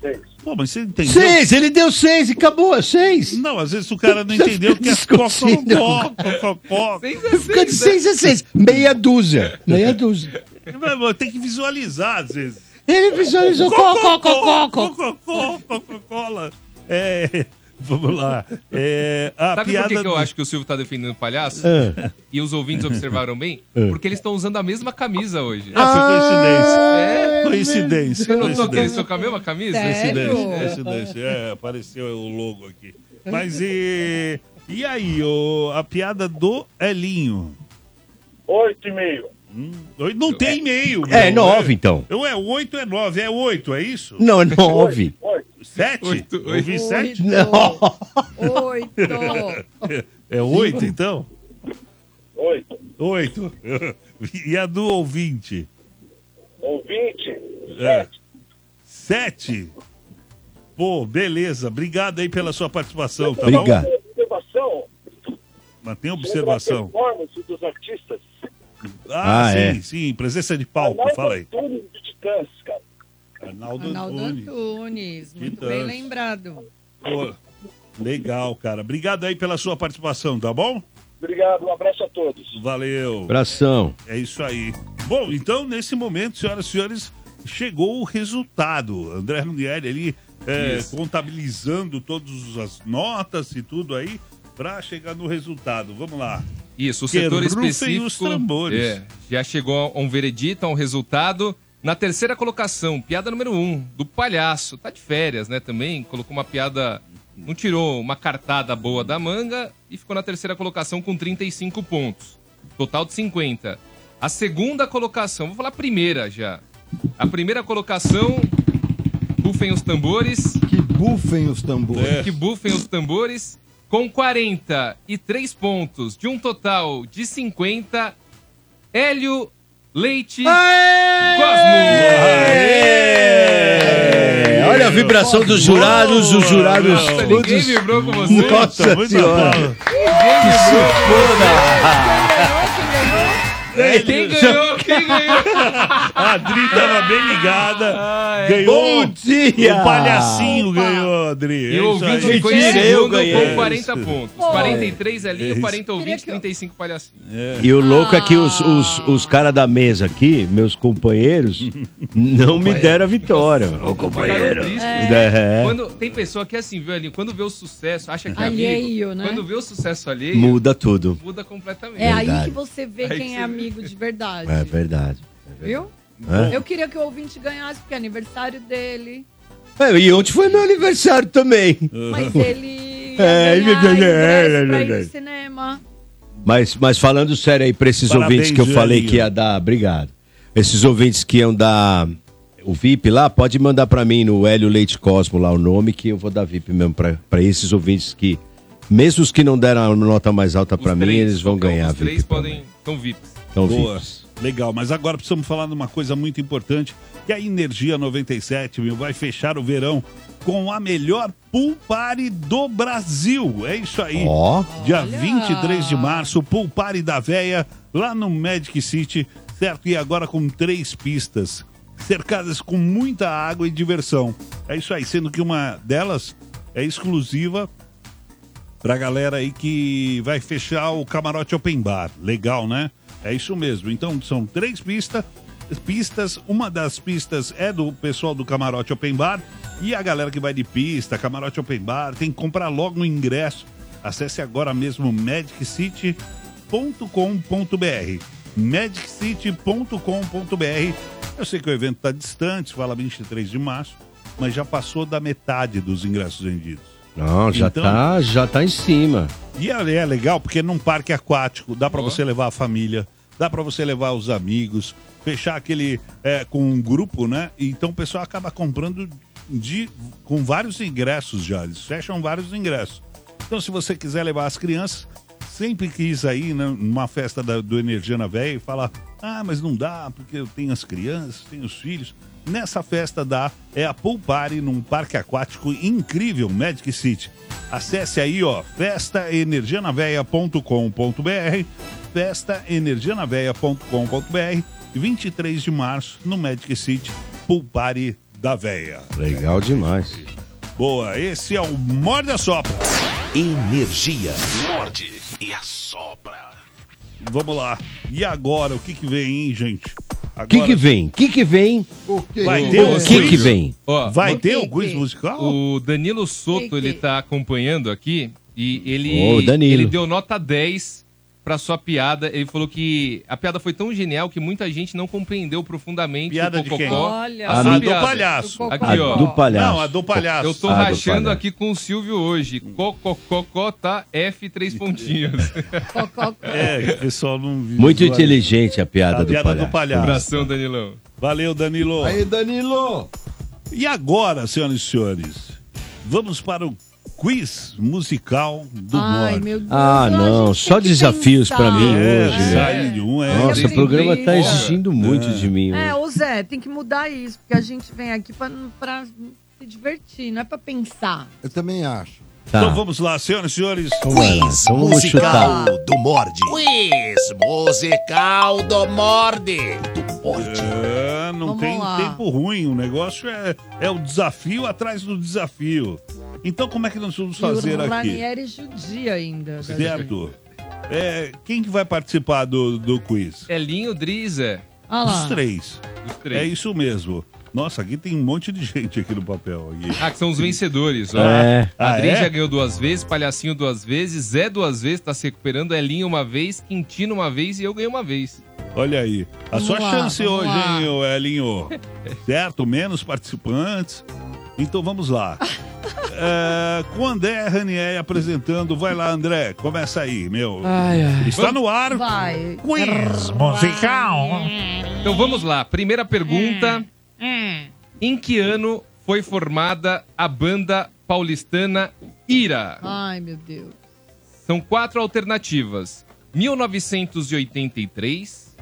S11: Seis.
S1: Pô, mas você entendeu?
S4: Seis, ele deu seis e acabou, é seis.
S1: Não, às vezes o cara não entendeu que é cococó, cococó.
S4: Fica de seis a seis. Meia dúzia. Meia dúzia.
S1: Mas, mas Tem que visualizar, às vezes.
S4: Ele visualizou. Cocó, cocó, cocó.
S1: Cocó, Coca-Cola. É, vamos lá. É, a
S3: Sabe
S1: piada
S3: por que, que eu
S1: do-
S3: acho que o Silvio tá defendendo o palhaço?
S1: É.
S3: E os ouvintes observaram bem?
S1: É.
S3: Porque eles estão usando a mesma camisa hoje.
S1: Ah, foi coincidência.
S3: É.
S1: Coincidência.
S3: Você notou que eles
S1: coincidência.
S3: estão com a mesma camisa?
S1: Coincidência, coincidência. É, apareceu o logo aqui. Mas e. E aí, o, a piada do Elinho?
S11: Oito e meio.
S1: Oi, Não tem meio.
S4: É,
S1: meu.
S4: nove, então.
S1: Eu é oito, é nove, é oito, é isso?
S4: Não, é nove.
S1: Sete?
S4: Oito,
S1: Eu ouvi
S4: oito.
S1: sete?
S4: Não.
S1: Oito. É oito, então?
S11: Oito.
S1: Oito. E a do ouvinte?
S11: Ouvinte.
S1: É. Sete? tá Pô, beleza. Obrigado aí pela sua participação, tá bom?
S11: Observação,
S1: Mas tem observação.
S11: performance dos artistas.
S1: Ah,
S4: Ah,
S1: sim,
S4: é.
S1: sim. Presença de palco,
S11: Arnaldo
S1: fala aí.
S11: Antunes de Titãs, cara.
S1: Arnaldo
S2: Arnaldo
S1: Antunes.
S2: Antunes, muito
S1: Titãs.
S2: bem lembrado.
S1: Pô, legal, cara. Obrigado aí pela sua participação, tá bom?
S11: Obrigado, um abraço a todos.
S1: Valeu.
S4: Abração.
S1: É isso aí. Bom, então, nesse momento, senhoras e senhores, chegou o resultado. André Ruggieri ali é,
S12: Isso.
S1: contabilizando todas as notas e tudo aí para chegar no resultado. Vamos lá.
S3: Isso, o
S1: Que
S3: setor
S1: rufem
S3: específico.
S1: os tambores.
S3: É, já chegou a um veredito, a um resultado. Na terceira colocação, piada número um, do palhaço. Tá de férias, né? Também colocou uma piada. Não tirou uma cartada boa da manga e ficou na terceira colocação com 35 pontos. Total de 50. A segunda colocação, vou falar a primeira já. A primeira colocação, bufem os tambores.
S13: Que bufem os tambores.
S4: Né?
S1: É.
S3: Que bufem os tambores. Com 43 pontos, de um total de 50, Hélio Leite
S4: É, olha a vibração dos jurados, os jurados
S3: Nossa,
S4: todos.
S3: ninguém vibrou com você?
S4: Nossa
S3: Muita
S4: senhora.
S3: bola.
S4: Que sufoda.
S1: É,
S3: Cosmo! Quem ganhou? Quem ganhou?
S1: A Adri tava bem ligada. ganhou.
S3: Bom dia!
S1: O palhacinho ganhou, Adri. É
S3: E o ouvinte ficou em segundo com 40 pontos.
S1: Pô.
S3: 43 ali,
S1: É.
S3: 40 ouvintes, 35 palhacinhos.
S4: E o louco é que os, os, os caras da mesa aqui, meus companheiros, não me deram a vitória. Ô, companheiro.
S3: É.
S4: É.
S3: Quando, tem pessoa que é assim, viu, Alinho? Quando vê o sucesso, acha que é
S2: Alheio,
S3: amigo.
S2: né?
S3: Quando vê o sucesso alheio,
S4: Muda tudo.
S3: muda completamente.
S2: É aí
S4: Verdade.
S2: que você vê
S3: Aí
S2: quem
S3: que
S2: é
S3: você
S2: amigo de verdade.
S4: É verdade. É?
S2: Viu?
S4: Hã?
S2: Eu queria que o ouvinte ganhasse, porque é aniversário dele.
S4: É, e ontem foi meu aniversário também.
S2: Mas ele. ia
S4: É, ele
S2: ganhar
S4: ganha- é,
S2: ingresso pra
S4: é,
S2: ir
S4: é.
S2: no cinema.
S4: Mas, mas falando sério aí pra esses
S1: Parabéns,
S4: ouvintes que eu falei
S1: Julianinho.
S4: que ia dar, obrigado. Esses ouvintes que iam dar o VIP lá, pode mandar pra mim no Hélio Leite Cosmo lá o nome, que eu vou dar VIP mesmo pra pra esses ouvintes que, mesmo os que não deram a nota mais alta pra mim, eles vão
S1: um
S4: ganhar
S3: Os três
S4: VIP.
S3: podem. São VIPs.
S4: Então,
S1: Boa.
S4: VIPs.
S1: Legal, mas agora precisamos falar de uma coisa muito importante, que é a Energia 97 meu, vai fechar o verão com a melhor pool party do Brasil. É isso aí.
S4: Ó.
S1: Dia 23 de março, pool party da véia, lá no Magic City, certo? E agora com três pistas, cercadas com muita água e diversão. É isso aí, sendo que uma delas é exclusiva pra galera aí que vai fechar o camarote open bar. Legal, né? É isso mesmo. Então são três pistas. Pistas, uma das pistas é do pessoal do Camarote Open Bar e a galera que vai de pista, Camarote Open Bar, tem que comprar logo o ingresso. Acesse agora mesmo magiccity.com.br. magiccity.com.br. Eu sei que o evento está distante, fala 23 de março, mas já passou da metade dos ingressos vendidos.
S4: Não, já,
S1: Então-
S4: tá, já tá em cima.
S1: E é, é legal porque num parque aquático dá pra você levar a família, dá pra você levar os amigos, fechar aquele é, com um grupo, né? Então o pessoal acaba comprando de, com vários ingressos já, eles fecham vários ingressos. Então se você quiser levar as crianças, sempre quis aí né, numa festa da- do Energia na Véia e falar: ah, mas não dá porque eu tenho as crianças, tenho os filhos. Nessa festa da é a Pool Party num parque aquático incrível, Magic City. Acesse aí, ó, festaenergianaveia.com.br, festaenergianaveia.com.br, 23 de março no Magic City, Pool Party da Veia.
S4: Legal demais.
S1: Boa, esse é o Morde a Sopra. Energia.
S8: Morde e assopra.
S1: Vamos lá. E agora, o que que vem, hein, gente? O
S4: que que vem? O que que vem?
S1: Vai ter um
S4: o que que vem?
S1: Vai ter
S3: o
S1: o quiz musical?
S3: O Danilo Soto, ele tá acompanhando aqui e ele,
S4: Ô, Danilo.
S3: ele deu nota 10 pra sua piada. Ele falou que a piada foi tão genial que muita gente não compreendeu profundamente
S1: Piada
S3: o
S1: de
S3: Cocó.
S1: quem? Olha.
S3: A
S1: A
S3: sua
S1: do
S3: piada.
S1: palhaço.
S3: Aqui,
S1: A
S3: ó.
S1: do palhaço. Não, a do palhaço.
S3: Eu tô
S1: A do
S3: rachando
S1: palhaço.
S3: aqui com o Silvio hoje. Cocococó tá F três pontinhos.
S1: É, o pessoal não viu.
S4: Muito
S1: Olha.
S4: inteligente a piada,
S1: A piada
S4: do, palhaço.
S1: do palhaço.
S3: Abração, Danilão.
S1: Valeu, Danilo.
S3: Aí,
S1: Danilo. E agora, senhoras e senhores, vamos para o quiz musical do
S2: Ai,
S1: Morde.
S2: meu Deus.
S4: Ah, não, só desafios pra mim
S1: É,
S4: hoje. né?
S1: sai de um, é.
S4: Nossa, o
S1: Tem
S4: programa
S1: que-
S4: tá exigindo muito
S1: É.
S4: de mim. né? hoje.
S2: É, ô Zé, tem que mudar isso, porque a gente vem aqui pra, pra se divertir, não é pra pensar.
S13: Eu também acho.
S6: Tá.
S1: Então vamos lá, senhoras e senhores.
S6: Quiz Então vamos musical chutar.
S1: do Morde.
S7: Quiz musical do Morde.
S1: É, não
S7: Vamos
S1: tem
S7: lá.
S1: tempo ruim. O negócio é, é o desafio atrás do desafio. Então, como é que nós vamos
S2: E
S1: fazer
S2: o
S1: aqui?
S2: Ranieri judia ainda. da gente.
S1: Certo? É, quem que vai participar do, do quiz?
S3: Elinho, Driza.
S2: Ah lá.
S1: Os três.
S3: três.
S1: É isso mesmo. Nossa, aqui tem um monte de gente aqui no papel. aqui.
S3: Ah, que são os vencedores. Ó.
S1: É. Ah,
S3: Adri
S1: é?
S3: já ganhou duas vezes, Palhacinho duas vezes, Zé duas vezes, tá se recuperando, Elinho uma vez, Quintino uma vez e eu ganhei uma vez.
S1: Olha aí. A
S3: Vamos
S1: sua
S3: lá,
S1: chance
S3: vamos
S1: hoje,
S3: lá.
S1: hein, ô Elinho? certo? Menos participantes. Então vamos lá. É, com André Ranieri apresentando. Vai lá, André. Começa aí, meu.
S7: Ai, ai.
S1: Está no ar.
S2: Vai.
S1: Quiz musical.
S3: Então vamos lá. Primeira pergunta. É. Em que ano foi formada a banda paulistana Ira?
S2: Ai, meu Deus.
S3: São quatro alternativas: 1983,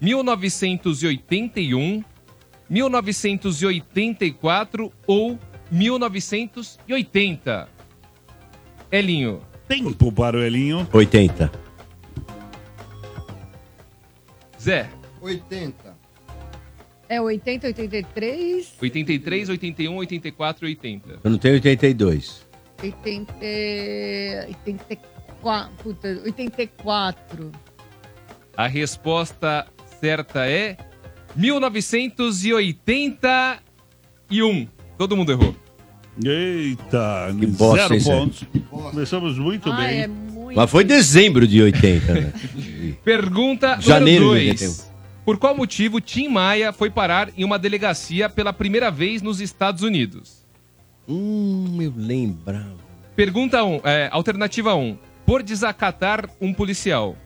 S3: 1981, 1984 ou 1980. Elinho.
S1: Tempo para o um Elinho.
S4: 80.
S3: Zé.
S13: 80.
S2: É 80, 83,
S3: 83, 81, 84 um, e 80.
S4: Eu não tenho 82.
S2: 80, eh, 84. Puta, 84.
S3: A resposta certa é 1981. Todo mundo errou.
S1: Eita, Tá,
S4: bosta,
S1: zero
S4: hein, Zé?
S1: pontos. Começamos muito
S2: Ai,
S1: bem.
S2: é muito.
S4: Mas foi dezembro de 80, né?
S3: Pergunta
S4: Janeiro de
S3: número 2.
S4: 81.
S3: Por qual motivo Tim Maia foi parar em uma delegacia pela primeira vez nos Estados Unidos?
S4: Hum, eu lembrava.
S3: Pergunta 1. Um, é, alternativa 1. Um, por desacatar um policial.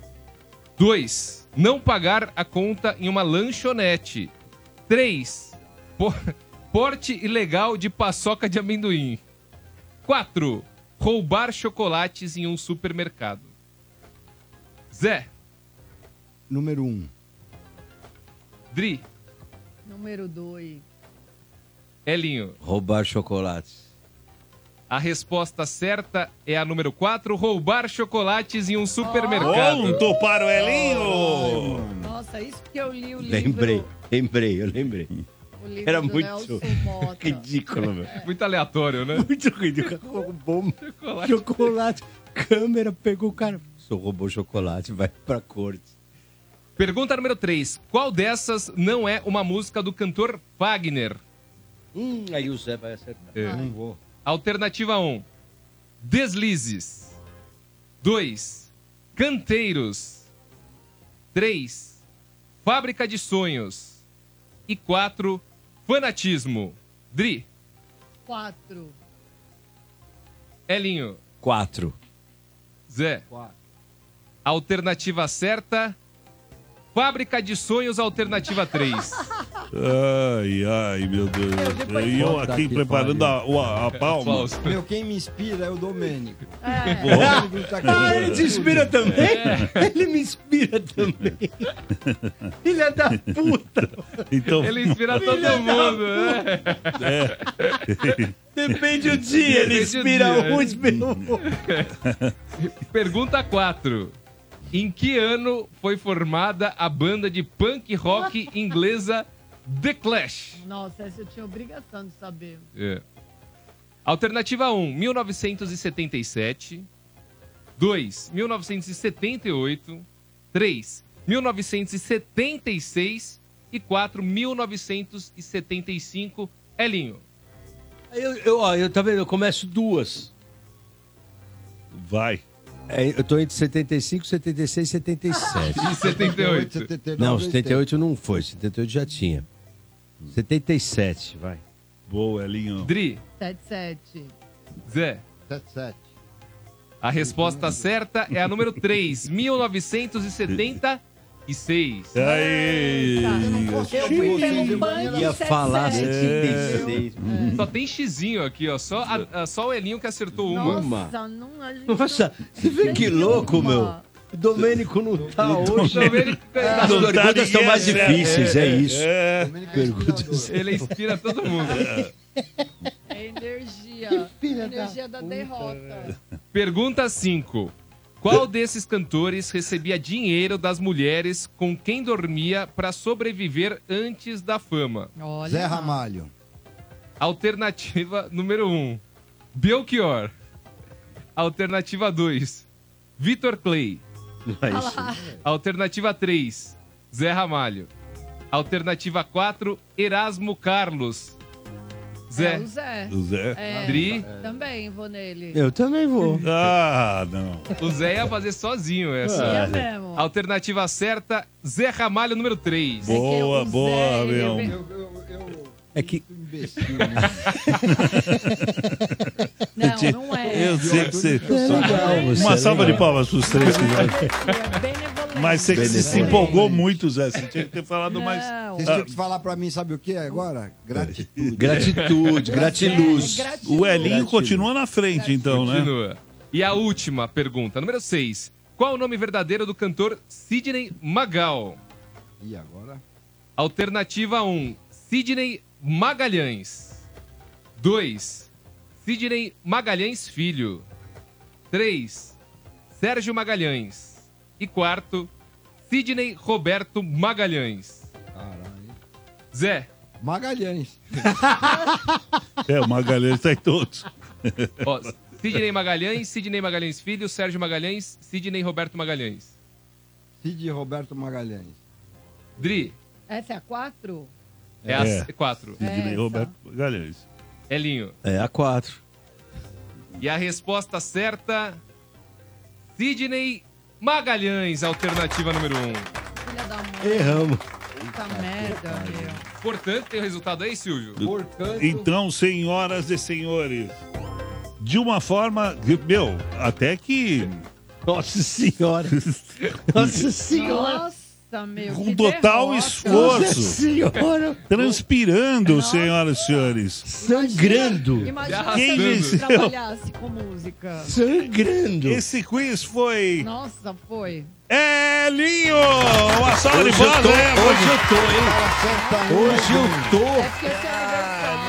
S3: 2. Não pagar a conta em uma lanchonete. 3. porte ilegal de paçoca de amendoim. 4. Roubar chocolates em um supermercado. Zé,
S13: Número 1. Um.
S3: Dri,
S2: Número 2.
S3: Elinho.
S4: Roubar chocolates.
S3: A resposta certa é a número 4, roubar chocolates em um supermercado.
S1: Ponto para o Elinho!
S2: Nossa, isso que eu li o livro.
S4: Lembrei, lembrei, eu lembrei.
S2: O livro
S4: Era
S2: do
S4: muito
S2: Nelson Mota.
S4: ridículo, meu.
S3: Muito aleatório, né?
S4: Muito ridículo. Roubou chocolate. chocolate. Câmera pegou o cara. Só roubou chocolate, vai pra corte.
S3: Pergunta número 3. Qual dessas não é uma música do cantor Wagner?
S4: Hum, aí o Zé vai acertar.
S3: É.
S4: Não vou.
S3: Alternativa 1. Deslizes. 2. Canteiros. 3. Fábrica de sonhos. E 4. Fanatismo. Dri,
S2: 4.
S3: Elinho,
S4: Quatro.
S3: Zé. Alternativa certa. Fábrica de sonhos, alternativa 3.
S1: Ai, ai, meu Deus. E eu
S13: Puta
S1: aqui
S13: que
S1: preparando a,
S13: pariu.
S1: o- a, a palma.
S13: Meu, quem me inspira é o Domênico.
S7: Ah, ele te inspira também?
S13: É.
S4: Ele me inspira também. Filha da puta.
S1: Então,
S7: Ele inspira todo
S4: Filha da
S7: mundo, né?
S1: É.
S7: Depende do dia, ele
S3: Depende do
S7: inspira
S3: dia,
S7: um,
S3: é.
S7: inspira o outro.
S3: Pergunta 4. Em que ano foi formada a banda de punk rock inglesa The Clash?
S2: Nossa, essa eu tinha obrigação de saber.
S3: É. Alternativa 1, 1977. 2, 1978. 3, 1976. E 4, 1975. Elinho.
S4: Eu, eu, ó, eu, tá vendo? Eu começo duas. É,
S1: Vai.
S4: eu tô entre 75, 76 77.
S3: E 78.
S4: Não, 78 não foi. 78 já tinha. Hum. 77, vai.
S1: Boa, Elinho.
S3: Dri,
S2: 7, 7.
S3: Zé.
S13: 7, 7.
S3: A resposta certa é a número 3, 1976.
S1: Aí!
S2: Eu fui pelo banco
S4: Ia falar
S2: 77.
S4: 76.
S3: Só tem xizinho aqui, ó. Só, a- a- só o Elinho que acertou uma.
S2: Nossa, não, a gente
S4: Nossa, você vê que louco, meu. Domênico não tá hoje.
S3: Domênico-
S4: As
S3: Não tá
S4: perguntas são
S3: ninguém,
S4: mais
S3: né?
S4: difíceis, é
S3: É,
S4: isso.
S3: é.
S4: Perguntas.
S3: Ele inspira todo mundo.
S2: Energia. Que filha energia da derrota.
S3: Pergunta 5. Qual desses cantores recebia dinheiro das mulheres com quem dormia para sobreviver antes da fama?
S2: Olha.
S6: Zé Ramalho.
S3: Alternativa número 1. Um, Belchior. Alternativa 2. Vitor Clay.
S2: Olha lá.
S3: Alternativa 3, Zé Ramalho. Alternativa 4, Erasmo Carlos. Zé.
S2: É o Zé.
S3: O Zé.
S2: É,
S3: Dri.
S2: Também vou nele.
S4: também vou.
S1: Ah, não.
S3: O Zé ia fazer sozinho essa.
S1: É
S2: Ia mesmo.
S3: Alternativa certa, Zé Ramalho número 3.
S1: Boa, É que o boa, Zé, meu. ele-
S4: É que.
S5: um né?
S2: Não, não é.
S1: Eu sei que você.
S2: É legal,
S1: Uma
S2: você é
S1: salva
S2: legal.
S1: de palmas pros três.
S2: é
S1: que Mas você que se, se
S13: Benevolente.
S1: empolgou muito, Zé. Você tinha que ter falado mais.
S13: Vocês tinham que falar pra mim, sabe o que é agora? Gratitude.
S1: Gratitude, gratiluz. O Elinho continua na frente, então, né?
S3: Continua. E a última pergunta, número 6. Qual o nome verdadeiro do cantor Sidney Magal?
S13: E agora?
S3: Alternativa 1, Sidney Magalhães. 2, Sidney Magalhães Filho. 3, Sérgio Magalhães. E quarto, Sidney Roberto Magalhães. Zé.
S13: Magalhães.
S1: É, o Magalhães tá em todos.
S3: Ó, Sidney Magalhães, Sidney Magalhães Filho, Sérgio Magalhães, Sidney Roberto Magalhães.
S13: Cid Roberto Magalhães.
S3: Dri,
S2: Essa é a 4?
S3: é, a 4.
S1: Sidney Roberto Magalhães.
S3: Elinho.
S4: É a 4.
S3: E a resposta certa, Sidney Magalhães, alternativa número 1. Um.
S4: Erramos.
S2: Puta merda, meu.
S3: Portanto, tem o resultado aí, Silvio?
S1: Então, senhoras e senhores, de uma forma. que, Meu, até que. Nossa Senhora! Nossa
S2: Nossa, meu.
S1: Com
S2: que
S1: Um total
S2: derrota.
S1: esforço.
S4: senhora.
S1: Transpirando, senhoras e senhores. Sangrando.
S2: Imagina
S1: Quem
S2: se eu
S1: venceu?
S2: trabalhasse com música.
S1: Sangrando. Esse quiz foi.
S2: Nossa, foi.
S1: Elinho! Uma salva
S7: Hoje
S1: de
S7: eu
S1: palmas,
S7: tô-
S1: né?
S7: hoje eu tô, hein?
S1: Hoje eu tô.
S2: É porque esse é aniversário.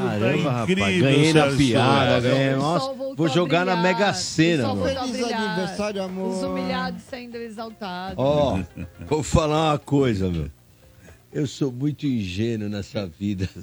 S4: Caramba, rapaz.
S1: incrível,
S4: Ganhei na
S1: senhoras e
S4: piada,
S1: senhores.
S4: velho.
S1: O
S4: Nossa,
S2: sol voltou
S4: vou
S2: a
S4: jogar na
S2: brilhar.
S4: Mega Sena,
S2: Só foi
S4: mano.
S2: só brilhar. Os humilhados sendo exaltados.
S4: Ó, vou falar uma coisa, meu. Eu sou muito ingênuo nessa vida.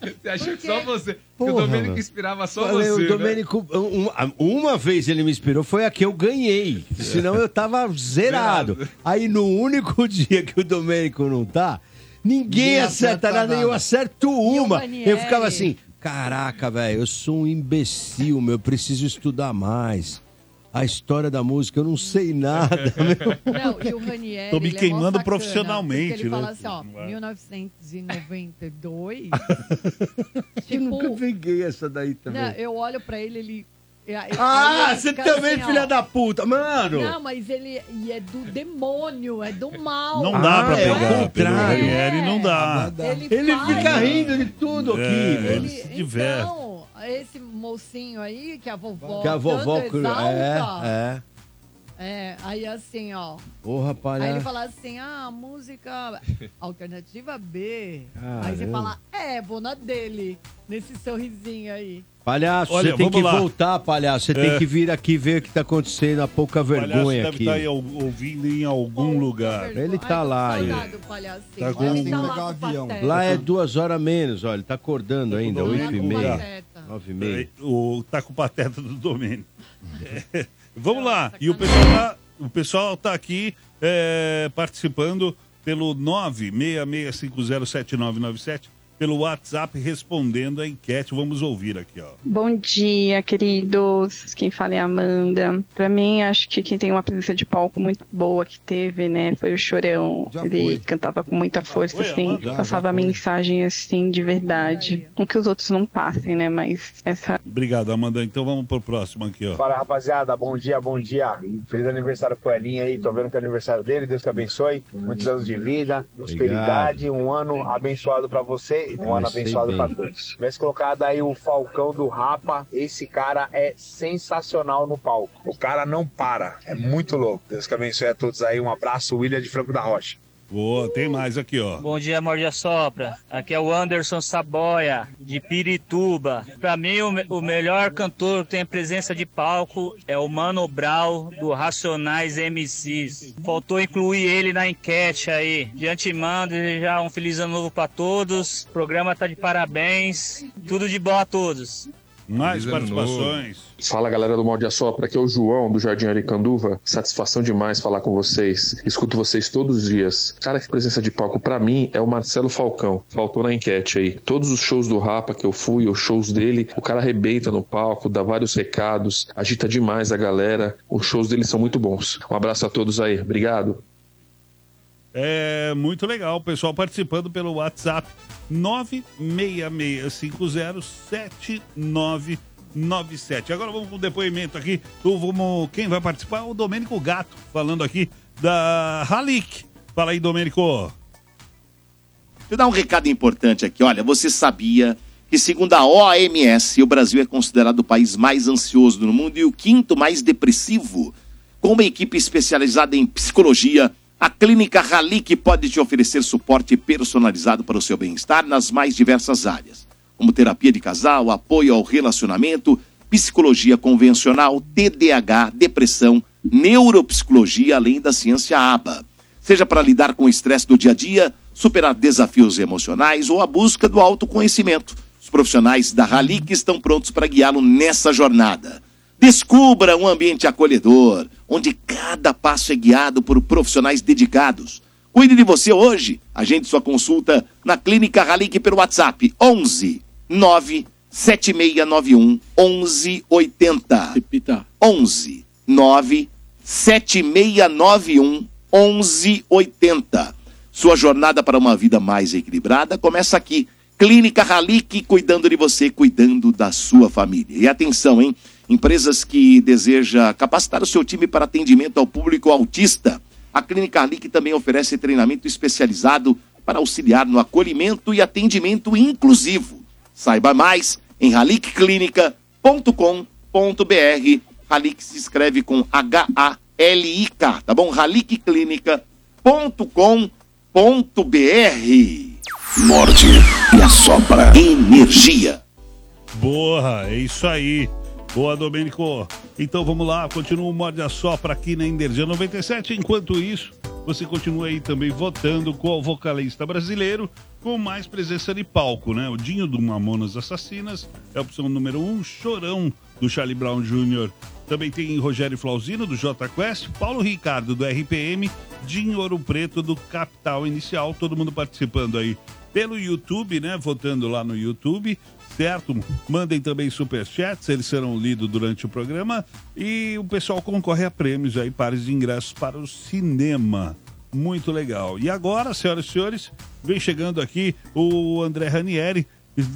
S3: Você achou que só você. que o
S4: Porra,
S3: Domênico
S4: mano.
S3: inspirava só
S4: Falei,
S3: você. né?
S4: o Domênico, um- uma, uma vez ele me inspirou, foi a que eu ganhei. Senão eu tava zerado. Aí no único dia que o Domênico não tá, ninguém
S7: Ninguém
S4: acerta
S7: acerta
S4: nada,
S7: nada.
S4: eu acerto uma.
S7: Manieri?
S4: Eu ficava assim, caraca, velho, eu sou um imbecil, meu, eu preciso estudar mais. A história da música, eu não sei nada, meu.
S2: Não, e o Ranieri.
S4: Tô me
S2: ele é mó
S4: queimando
S2: sacana,
S4: profissionalmente,
S2: porque Ele
S4: né?
S2: fala assim, ó,
S4: Não é?
S2: 1992.
S4: Eu
S5: tipo-
S4: nunca peguei essa daí também.
S2: Não, eu olho pra ele, ele. ele-
S4: Ah,
S2: ele
S4: você
S2: fica
S4: também,
S2: assim, ó.
S4: filha da puta, mano!
S2: Não, mas ele e é do demônio, é do mal.
S1: Não dá pra
S4: é o
S1: pegar, pelo
S4: contrário.
S1: Ranieri, não dá.
S2: Ele,
S4: Ele
S2: faz-
S4: fica rindo de tudo aqui,
S1: É,
S4: velho.
S1: ele se diverte.
S2: Então, esse mocinho aí, que a vovó.
S4: Que a vovó
S2: tanto
S4: cru...
S2: exalta,
S4: É, é.
S2: é, aí assim, ó.
S4: Porra, palha.
S2: Aí ele fala assim: ah, música alternativa B. Aí você
S4: Caramba.
S2: fala: é, vou na dele, nesse sorrisinho aí.
S4: Palhaço,
S1: Olha,
S4: você tem
S1: vamos
S4: que
S1: lá.
S4: voltar, palhaço. Você
S1: É.
S4: tem que vir aqui ver o que tá acontecendo, a pouca
S1: O palhaço
S4: vergonha
S1: deve
S4: aqui.
S1: estar aí ou- ouvindo em algum lugar. né?
S4: Ele tá lá ainda.
S5: assim.
S2: Tá
S4: com-
S2: Ele
S4: Tem
S2: tá
S4: que
S2: lá com o pateta.
S4: Lá é duas horas menos, olha. Ele tá acordando ainda,
S1: Domênico
S4: oito e
S1: tá.
S4: meia. Nove e meia.
S1: O tá com o pateta do domínio. É, Vamos lá. E o pessoal tá, o pessoal tá aqui é, participando pelo 966507997, pelo WhatsApp, respondendo a enquete. Vamos ouvir aqui, ó.
S19: Bom dia, queridos. Quem fala é a Amanda. Pra mim, acho que quem tem uma presença de palco muito boa que teve, né, foi o Chorão. Ele cantava com muita força, assim,
S12: Amanda? Já, já
S19: passava mensagem, assim, de verdade. Não que os outros não passem, né, mas essa...
S1: Obrigado, Amanda. Então vamos pro próximo aqui, ó.
S12: Fala rapaziada, bom dia, bom dia. Feliz aniversário pro Elinho aí, tô vendo que é aniversário dele, Deus que abençoe. Muitos anos de vida, prosperidade, um ano abençoado pra você, um ano
S14: Comecei
S12: abençoado
S14: bem.
S12: pra todos. Mas colocado aí o Falcão do Rapa, esse cara é sensacional no palco. O cara não para, é muito louco. Deus que abençoe a todos aí, um abraço, William de Franco da Rocha.
S1: Boa, tem mais aqui, ó.
S14: Bom dia, Morde a Sopra. Aqui é o Anderson Saboia, de Pirituba. Pra mim, o, me- o melhor cantor que tem presença de palco é o Mano Brown, do Racionais MCs. Faltou incluir ele na enquete aí. De antemão, desejar um feliz ano novo pra todos. O programa tá de parabéns. Tudo de bom a todos.
S1: Mais
S14: Feliz ano
S1: participações.
S21: Fala galera do Molde Assopra, aqui é o João do Jardim Aricanduva. Satisfação demais falar com vocês. Escuto vocês todos os dias. Cara, que presença de palco pra mim é o Marcelo Falcão. Faltou na enquete aí. Todos os shows do Rapa que eu fui, os shows dele, o cara arrebenta no palco, dá vários recados, agita demais a galera. Os shows dele são muito bons. Um abraço a todos aí. Obrigado.
S1: É muito legal, o pessoal participando pelo WhatsApp 966507997. Agora vamos com o depoimento aqui. Então vamos, quem vai participar é o Domênico Gato, falando aqui da Halik. Fala aí, Domênico.
S8: Deixa eu dar um recado importante aqui. Olha, você sabia que, segundo a OMS, o Brasil é considerado o país mais ansioso do mundo e o quinto mais depressivo? Com uma equipe especializada em psicologia, a Clínica Halik pode te oferecer suporte personalizado para o seu bem-estar nas mais diversas áreas, como terapia de casal, apoio ao relacionamento, psicologia convencional, TDAH, depressão, neuropsicologia, além da ciência ABA seja para lidar com o estresse do dia a dia, superar desafios emocionais ou a busca do autoconhecimento. Os profissionais da Halik estão prontos para guiá-lo nessa jornada. Descubra um ambiente acolhedor, onde cada passo é guiado por profissionais dedicados. Cuide de você hoje. Agende sua consulta na Clínica Halik pelo WhatsApp 11 9 7691 1180. Repita. 11 9 7691 1180. Sua jornada para uma vida mais equilibrada começa aqui. Clínica Halik, cuidando de você, cuidando da sua família. E atenção, hein? Empresas que deseja capacitar o seu time para atendimento ao público autista. A Clínica Halik também oferece treinamento especializado para auxiliar no acolhimento e atendimento inclusivo. Saiba mais em halikclinica.com.br. Halik se escreve com H-A-L-I-K, tá bom? halikclinica.com.br. Morde e assopra. Energia.
S1: Boa, é isso aí. Boa, Domênico. Então vamos lá, continua o Morde a Sopra aqui na Energia 97. Enquanto isso, você continua aí também votando qual vocalista brasileiro com mais presença de palco, né? O Dinho do Mamonas Assassinas é a opção número um, Chorão do Charlie Brown Jr. Também tem Rogério Flauzino do J Quest, Paulo Ricardo do RPM, Dinho Ouro Preto do Capital Inicial, todo mundo participando aí pelo YouTube, né? Votando lá no YouTube certo? Mandem também superchats, eles serão lidos durante o programa. E o pessoal concorre a prêmios aí, pares de ingressos para o cinema. Muito legal. E agora, senhoras e senhores, vem chegando aqui o André Ranieri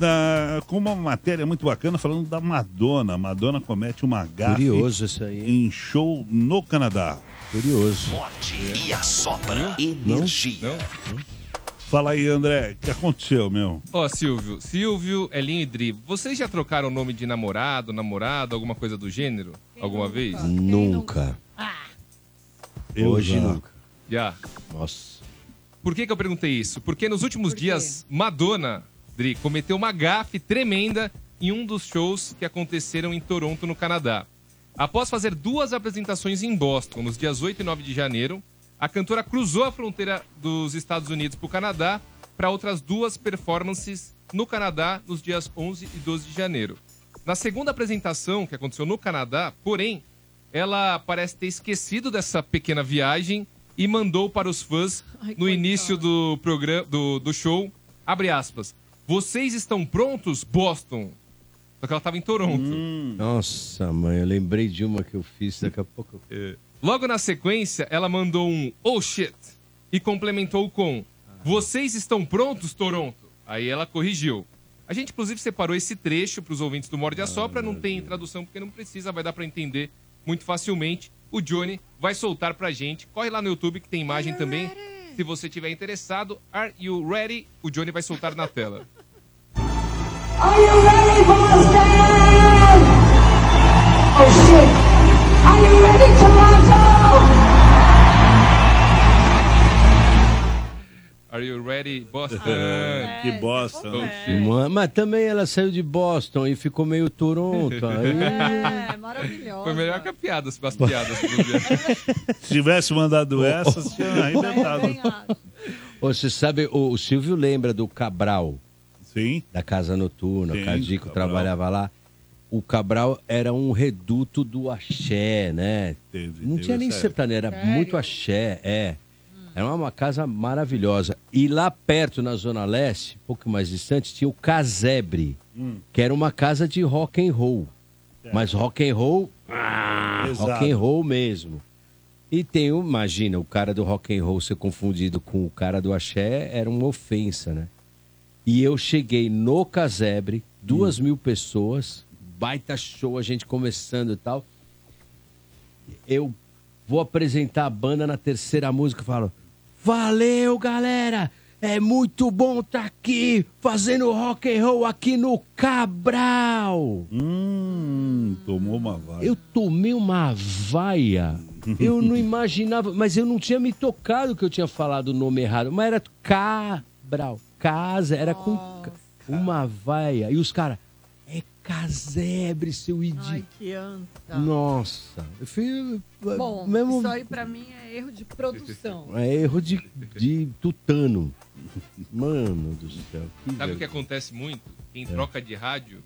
S1: na- com uma matéria muito bacana falando da Madonna. Madonna comete uma gafe
S4: Curioso isso aí,
S1: em show no Canadá.
S4: Curioso.
S8: E assopra. Energia.
S1: Fala aí, André, o que aconteceu, meu?
S3: Ó, Silvio, Silvio, Elinho e Dri, vocês já trocaram o nome de namorado, namorada, alguma coisa do gênero? Alguma vez?
S4: Nunca.
S3: Eu
S4: Hoje
S3: já.
S4: nunca.
S3: Já.
S4: Nossa.
S3: Por que, que eu perguntei isso? Porque nos últimos dias, Madonna, Dri, cometeu uma gafe tremenda em um dos shows que aconteceram em Toronto, no Canadá. Após fazer duas apresentações em Boston, nos dias 8 e 9 de janeiro, a cantora cruzou a fronteira dos Estados Unidos para o Canadá para outras duas performances no Canadá nos dias 11 e 12 de janeiro. Na segunda apresentação, que aconteceu no Canadá, porém, ela parece ter esquecido dessa pequena viagem e mandou para os fãs no início do programa do, do show, abre aspas, vocês estão prontos, Boston? Só que ela estava em Toronto.
S4: Hum. Nossa, mãe, eu lembrei de uma que eu fiz daqui a pouco.
S1: É.
S3: Logo na sequência, ela mandou um oh shit e complementou com vocês estão prontos, Toronto? Aí ela corrigiu. A gente, inclusive, separou esse trecho para os ouvintes do Morde a Sopra. Não tem tradução porque não precisa, vai dar para entender muito facilmente. O Johnny vai soltar para gente. Corre lá no YouTube que tem imagem também. Se você tiver interessado, are you ready? O Johnny vai soltar na tela.
S22: Are you ready, Boston? Oh shit. Are you ready, Toronto?
S3: Are you ready, Boston?
S1: que bosta. né?
S4: Ma- Mas também ela saiu de Boston e ficou meio Toronto. Aí...
S3: Foi melhor que a piada, se as piadas. do dia.
S1: Se tivesse mandado essa, tinha arrebentado.
S4: Ô, Você sabe, o, o Silvio lembra do Cabral.
S1: Sim.
S4: Da Casa Noturna,
S1: Sim,
S4: o Cadico
S1: Cabral.
S4: trabalhava lá. O Cabral era um reduto do axé, né? Não
S1: teve
S4: tinha nem
S1: essa
S4: sertanejo, era muito axé, é. Era uma, uma casa maravilhosa. E lá perto, na Zona Leste, um pouco mais distante, tinha o Casebre,
S1: Hum.
S4: que era uma casa de rock and roll. Mas rock and roll, ah,
S1: Exato.
S4: rock and roll mesmo. E tem, o- imagina, o cara do rock and roll ser confundido com o cara do axé era uma ofensa, né? E eu cheguei no casebre, duas mil pessoas, baita show, a gente começando e tal. Eu vou apresentar a banda na terceira música e falo: Valeu, galera! É muito bom estar aqui fazendo rock and roll aqui no Cabral.
S1: Hum, tomou uma vaga.
S4: Eu tomei uma vaia. Eu não imaginava, mas eu não tinha me tocado que eu tinha falado o nome errado, mas era Cabral, casa, era com ca- uma vaia. E os caras, é casebre, seu
S2: Ai,
S4: idiota.
S2: que anta.
S4: Nossa, eu fui, eh,
S2: Bom,
S4: mesmo-
S2: isso aí pra mim é erro de produção.
S4: é erro de, de tutano. Mano do céu. que
S3: Sabe o
S4: vergonha.
S3: que é acontece muito? Quem troca de rádio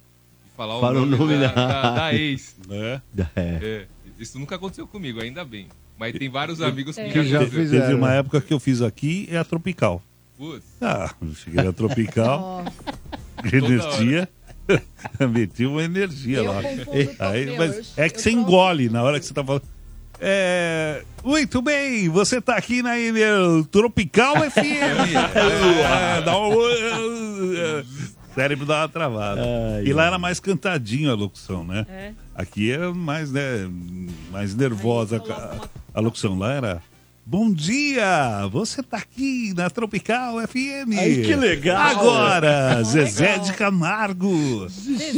S3: e falar
S4: Fala
S3: o nome, da, da, da
S4: rádio.
S3: ex.
S1: É.
S4: É.
S3: É, Isso nunca aconteceu comigo, ainda bem. Mas tem vários amigos É. que,
S1: Teve-
S3: já
S1: Teve
S3: fizeram.
S1: uma época que eu fiz aqui, é a Tropical.
S3: Putz.
S1: Ah, eu cheguei na Tropical.
S3: Toda
S1: energia. Meti uma energia
S3: Eu
S1: lá.
S3: confundo com
S1: Aí,
S3: o meu,
S1: mas é que você engole na hora que você tá falando. É, muito bem, você tá aqui na Ener- Tropical FM. É, dá um- é, cérebro dá uma travada. e lá era mais cantadinho a locução, né?
S7: É.
S1: Aqui era mais, né, mais nervosa a, a locução. Lá era. Bom dia! Você tá aqui na Tropical FM.
S7: Ai, que legal!
S1: Agora, Zezé de Camargo.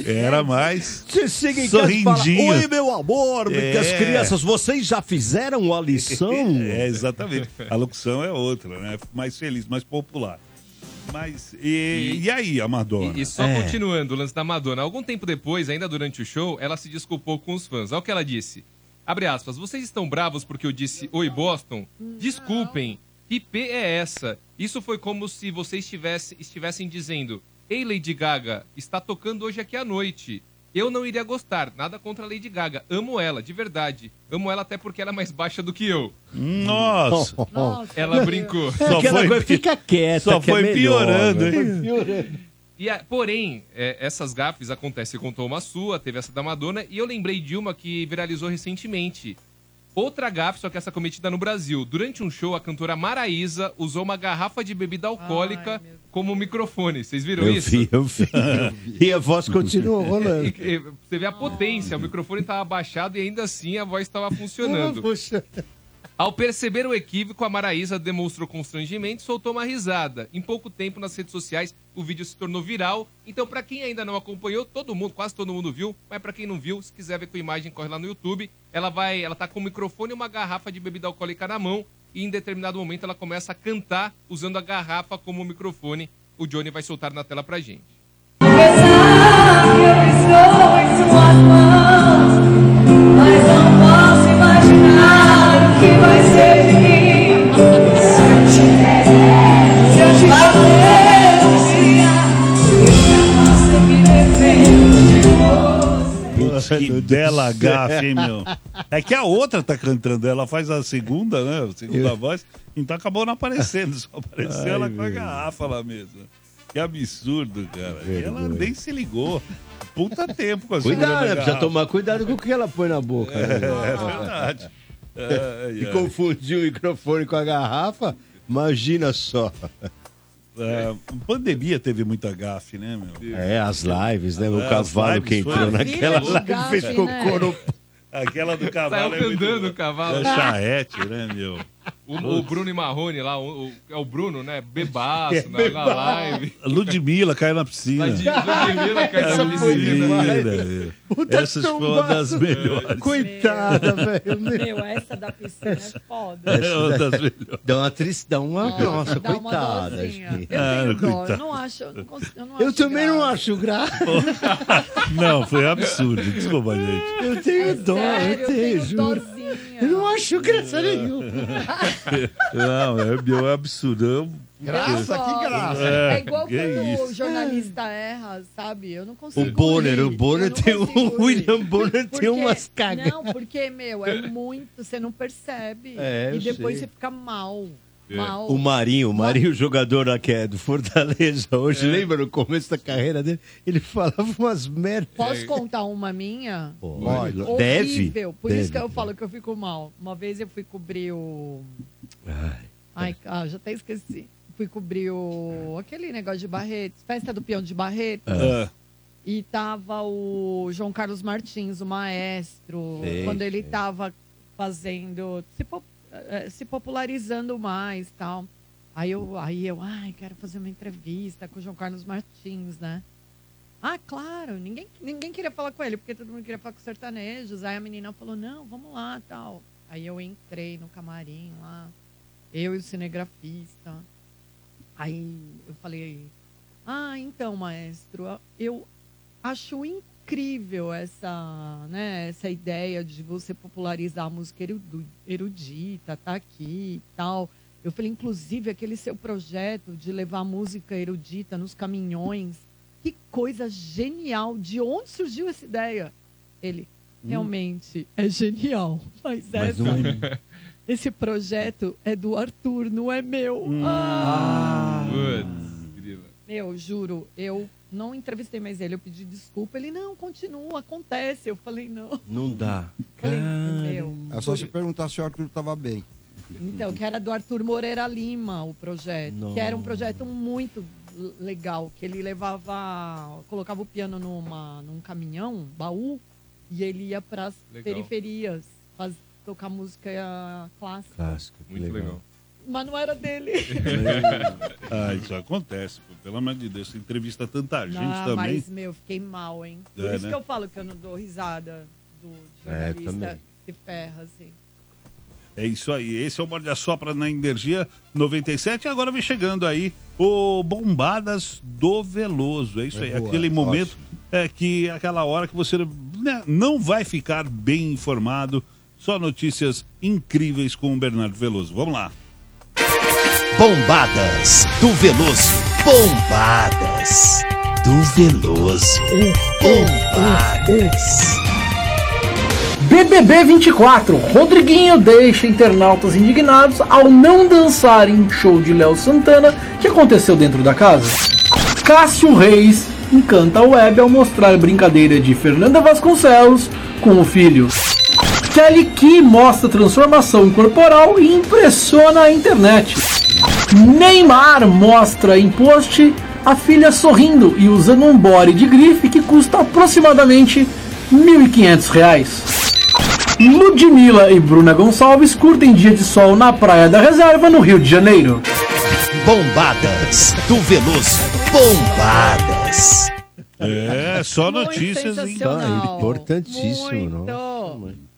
S1: Era mais.
S23: Você chega em casa e fala,
S1: Sorrindinho.
S23: Oi, meu amor,
S1: É.
S23: minhas crianças, vocês já fizeram a lição?
S1: É, exatamente. A locução é outra, né? Mais feliz, mais popular. Mas, e, e aí, a Madonna? É.
S3: E
S4: É.
S3: só continuando o lance da Madonna. Algum tempo depois, ainda durante o show, ela se desculpou com os fãs. Olha o que ela disse. Abre aspas. Vocês estão bravos porque eu disse Oi, Boston? Desculpem. Que P é essa? Isso foi como se vocês tivesse- estivessem dizendo Ei, Lady Gaga, está tocando hoje aqui à noite. Eu não iria gostar. Nada contra a Lady Gaga. Amo ela, de verdade. Amo ela até porque ela é mais baixa do que eu.
S1: Nossa!
S3: Ela brincou.
S4: É aquela coisa, fica quieta,
S1: Só
S4: que é
S1: foi
S4: melhor,
S1: piorando,
S4: né?
S1: hein?
S3: E a- porém, é, essas gafes acontecem. Você contou uma sua, teve essa da Madonna, e eu lembrei de uma que viralizou recentemente. Outra gafe, só que essa cometida no Brasil. Durante um show, a cantora Maraísa usou uma garrafa de bebida alcoólica como microfone. Vocês viram
S4: Eu
S3: isso?
S4: vi, eu vi. e a voz continua rolando.
S3: E- e- Você vê a potência, o microfone estava abaixado e ainda assim a voz estava funcionando. Ao perceber o equívoco, a Maraísa demonstrou constrangimento e soltou uma risada. Em pouco tempo, nas redes sociais, o vídeo se tornou viral. Então, pra quem ainda não acompanhou, todo mundo, quase todo mundo viu. Mas pra quem não viu, se quiser ver com imagem, corre lá no YouTube. Ela vai, ela tá com o microfone e uma garrafa de bebida alcoólica na mão. E em determinado momento, ela começa a cantar usando a garrafa como microfone. O Johnny vai soltar na tela pra gente.
S1: Putz, que bela gafe, hein, meu? É que a outra tá cantando, ela faz a segunda, né? A segunda voz, então acabou não aparecendo, só apareceu
S7: Ai,
S1: ela com a
S7: meu.
S1: garrafa lá mesmo. Que absurdo, cara. E ela nem se ligou. Puta tempo com a segunda
S4: Cuidado, né? Precisa
S1: garrafa.
S4: tomar cuidado com o que ela põe na boca.
S1: É,
S4: né? É,
S1: é verdade. Ai,
S4: e
S1: ai.
S4: confundiu o microfone com a garrafa, imagina só.
S1: É, pandemia teve muita gafe, né, meu?
S4: É, as lives, né? O
S1: É, as
S4: cavalo
S1: lives
S4: que entrou
S1: foi- Vira
S4: naquela
S1: de
S4: live
S1: gafe,
S4: fez cocô
S1: né?
S4: no...
S1: Aquela do cavalo
S3: Saiu andando o cavalo.
S1: É charrete, né, meu?
S3: O, o Bruno e Marrone lá, o, o- é o Bruno, né? Bebaço na, na
S1: Bebaço.
S3: live.
S1: É Ludmilla caiu na piscina.
S3: Ludmilla caiu na
S1: Ludmilla,
S3: piscina.
S1: velho.
S3: Puta
S1: Essas foram uma
S3: tombada.
S1: das melhores.
S2: Coitada, velho.
S4: é
S2: Meu, essa da piscina é foda.
S20: Dá uma tristidão, uma. Nossa,
S2: Dá uma
S20: coitada.
S2: dorzinha.
S20: acho que-
S1: Ah,
S2: Eu tenho dó, eu não acho, eu não consigo, eu não
S24: Eu
S2: acho
S24: também
S2: graça.
S24: não acho graça.
S1: Não, foi absurdo. Desculpa, gente.
S24: Eu tenho dó,
S2: sério,
S24: É eu tenho, juro. Eu não acho graça nenhuma.
S1: Não, é, é absurdo. Eu-
S2: Graça, que graça.
S1: É,
S2: É, igual
S1: que
S2: quando
S1: isso.
S2: o jornalista erra, sabe? Eu não consigo.
S4: O Bonner, o
S2: rir.
S4: Bonner tem um. O William Bonner tem
S2: Por quê?
S4: umas cagas.
S2: Não, porque, meu, é muito, você não percebe.
S4: É, eu
S2: e depois
S4: sei.
S2: você fica mal.
S1: É.
S2: Mal.
S4: É, O Marinho, o Marinho, o jogador lá que é do Fortaleza hoje,
S1: É.
S4: lembra no começo da carreira dele? Ele falava umas merdas.
S2: Posso contar uma minha?
S4: é. Pode.
S2: Horrível.
S4: Deve,
S2: Por
S4: deve.
S2: isso que eu falo que eu fico mal. Uma vez eu fui cobrir o. Ai, ah, já até esqueci. Fui cobrir o. aquele negócio de Barretos, festa do peão de
S14: É.
S2: Barretos.
S1: Ah.
S2: E tava o João Carlos Martins, o maestro,
S1: Sei,
S2: quando ele tava fazendo. Se, po- eh, se popularizando mais tal. Aí eu, aí eu, ai, quero fazer uma entrevista com o João Carlos Martins, né? Ah, claro, ninguém, ninguém queria falar com ele, porque todo mundo queria falar com os sertanejos. Aí a menina falou, não, vamos lá, tal. Aí eu entrei no camarim lá, eu e o cinegrafista. Aí eu falei, ah, então, maestro, eu acho incrível essa, né, essa ideia de você popularizar a música erudu- erudita, tá aqui e tal. Eu falei, inclusive, aquele seu projeto de levar a música erudita nos caminhões, que coisa genial! De onde surgiu essa ideia? Ele, realmente, é genial, mas,
S21: Mas
S2: essa-
S21: não-
S2: esse projeto é do Arthur, não é meu. Ah!
S3: Putz, grila.
S2: Meu, juro, eu não entrevistei mais ele, eu pedi desculpa. Ele, não, continua, acontece. Eu falei, não.
S4: Não dá.
S2: Meu.
S13: É só se perguntar se o Arthur estava bem.
S2: Então, que era do Arthur Moreira Lima, o projeto.
S13: Não.
S2: Que era um projeto muito l- legal, que ele levava, colocava o piano numa, num caminhão, baú, e ele ia para as
S20: Legal.
S2: periferias faz- tocar música clássica.
S20: Clássico, que
S1: Muito legal.
S2: Mas não era dele.
S1: Ah, isso acontece, pô. pelo amor de Deus. Você entrevista tanta gente
S2: Ah,
S1: também.
S2: mas, meu, fiquei mal, hein? Por
S1: É,
S2: isso
S1: né?
S2: que eu falo que eu não dou risada do
S1: É,
S2: jornalista
S1: também.
S2: se ferra, assim.
S1: É isso aí. Esse é o Morde a Sopra na Energia 97. E agora vem chegando aí o Bombadas do Veloso. É isso aí.
S4: Boa,
S1: Aquele
S4: ótimo.
S1: momento é que aquela hora que você né, não vai ficar bem informado. Só notícias incríveis com o Bernardo Veloso. Vamos lá.
S21: Bombadas do Veloso. Bombadas do Veloso. Bombadas.
S5: BBB 24. Rodriguinho deixa internautas indignados ao não dançar em show de Léo Santana que aconteceu dentro da casa. Cássio Reis encanta a web ao mostrar brincadeira de Fernanda Vasconcelos com o filho. Kelly Key mostra transformação corporal e impressiona a internet. Neymar mostra em post a filha sorrindo e usando um body de grife que custa aproximadamente R$ 1.500. reais. Ludmilla e Bruna Gonçalves curtem dia de sol na Praia da Reserva, no Rio de Janeiro.
S21: Bombadas do Veloso. Bombadas.
S1: É, só notícias
S20: sensacional.
S1: importantíssimo.
S20: é?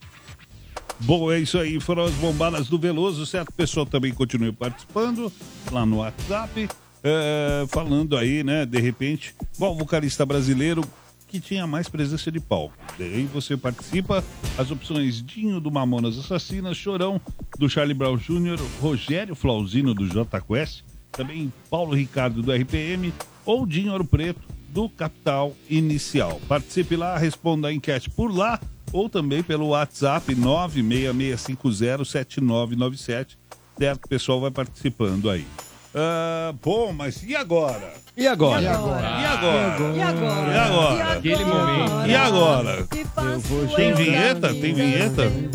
S1: Bom, é isso aí. Foram as bombadas do Veloso, certo? O pessoal também continue participando lá no WhatsApp, é, falando aí, né? De repente, qual vocalista brasileiro que tinha mais presença de palco? Daí você participa. As opções Dinho do Mamonas Assassinas, Chorão do Charlie Brown Jr., Rogério Flauzino do J Quest, também Paulo Ricardo do RPM ou Dinho Ouro Preto do Capital Inicial. Participe lá, responda a enquete por lá ou também pelo WhatsApp 966507997. Certo? O pessoal vai participando aí. Ah, bom, mas e agora?
S4: E agora?
S1: E agora? E agora? agora?
S2: E agora?
S1: É. E agora?
S3: Aquele momento.
S1: E agora?
S2: Eu vou
S1: Tem
S2: chorar,
S1: vinheta? Tem vinheta? Tem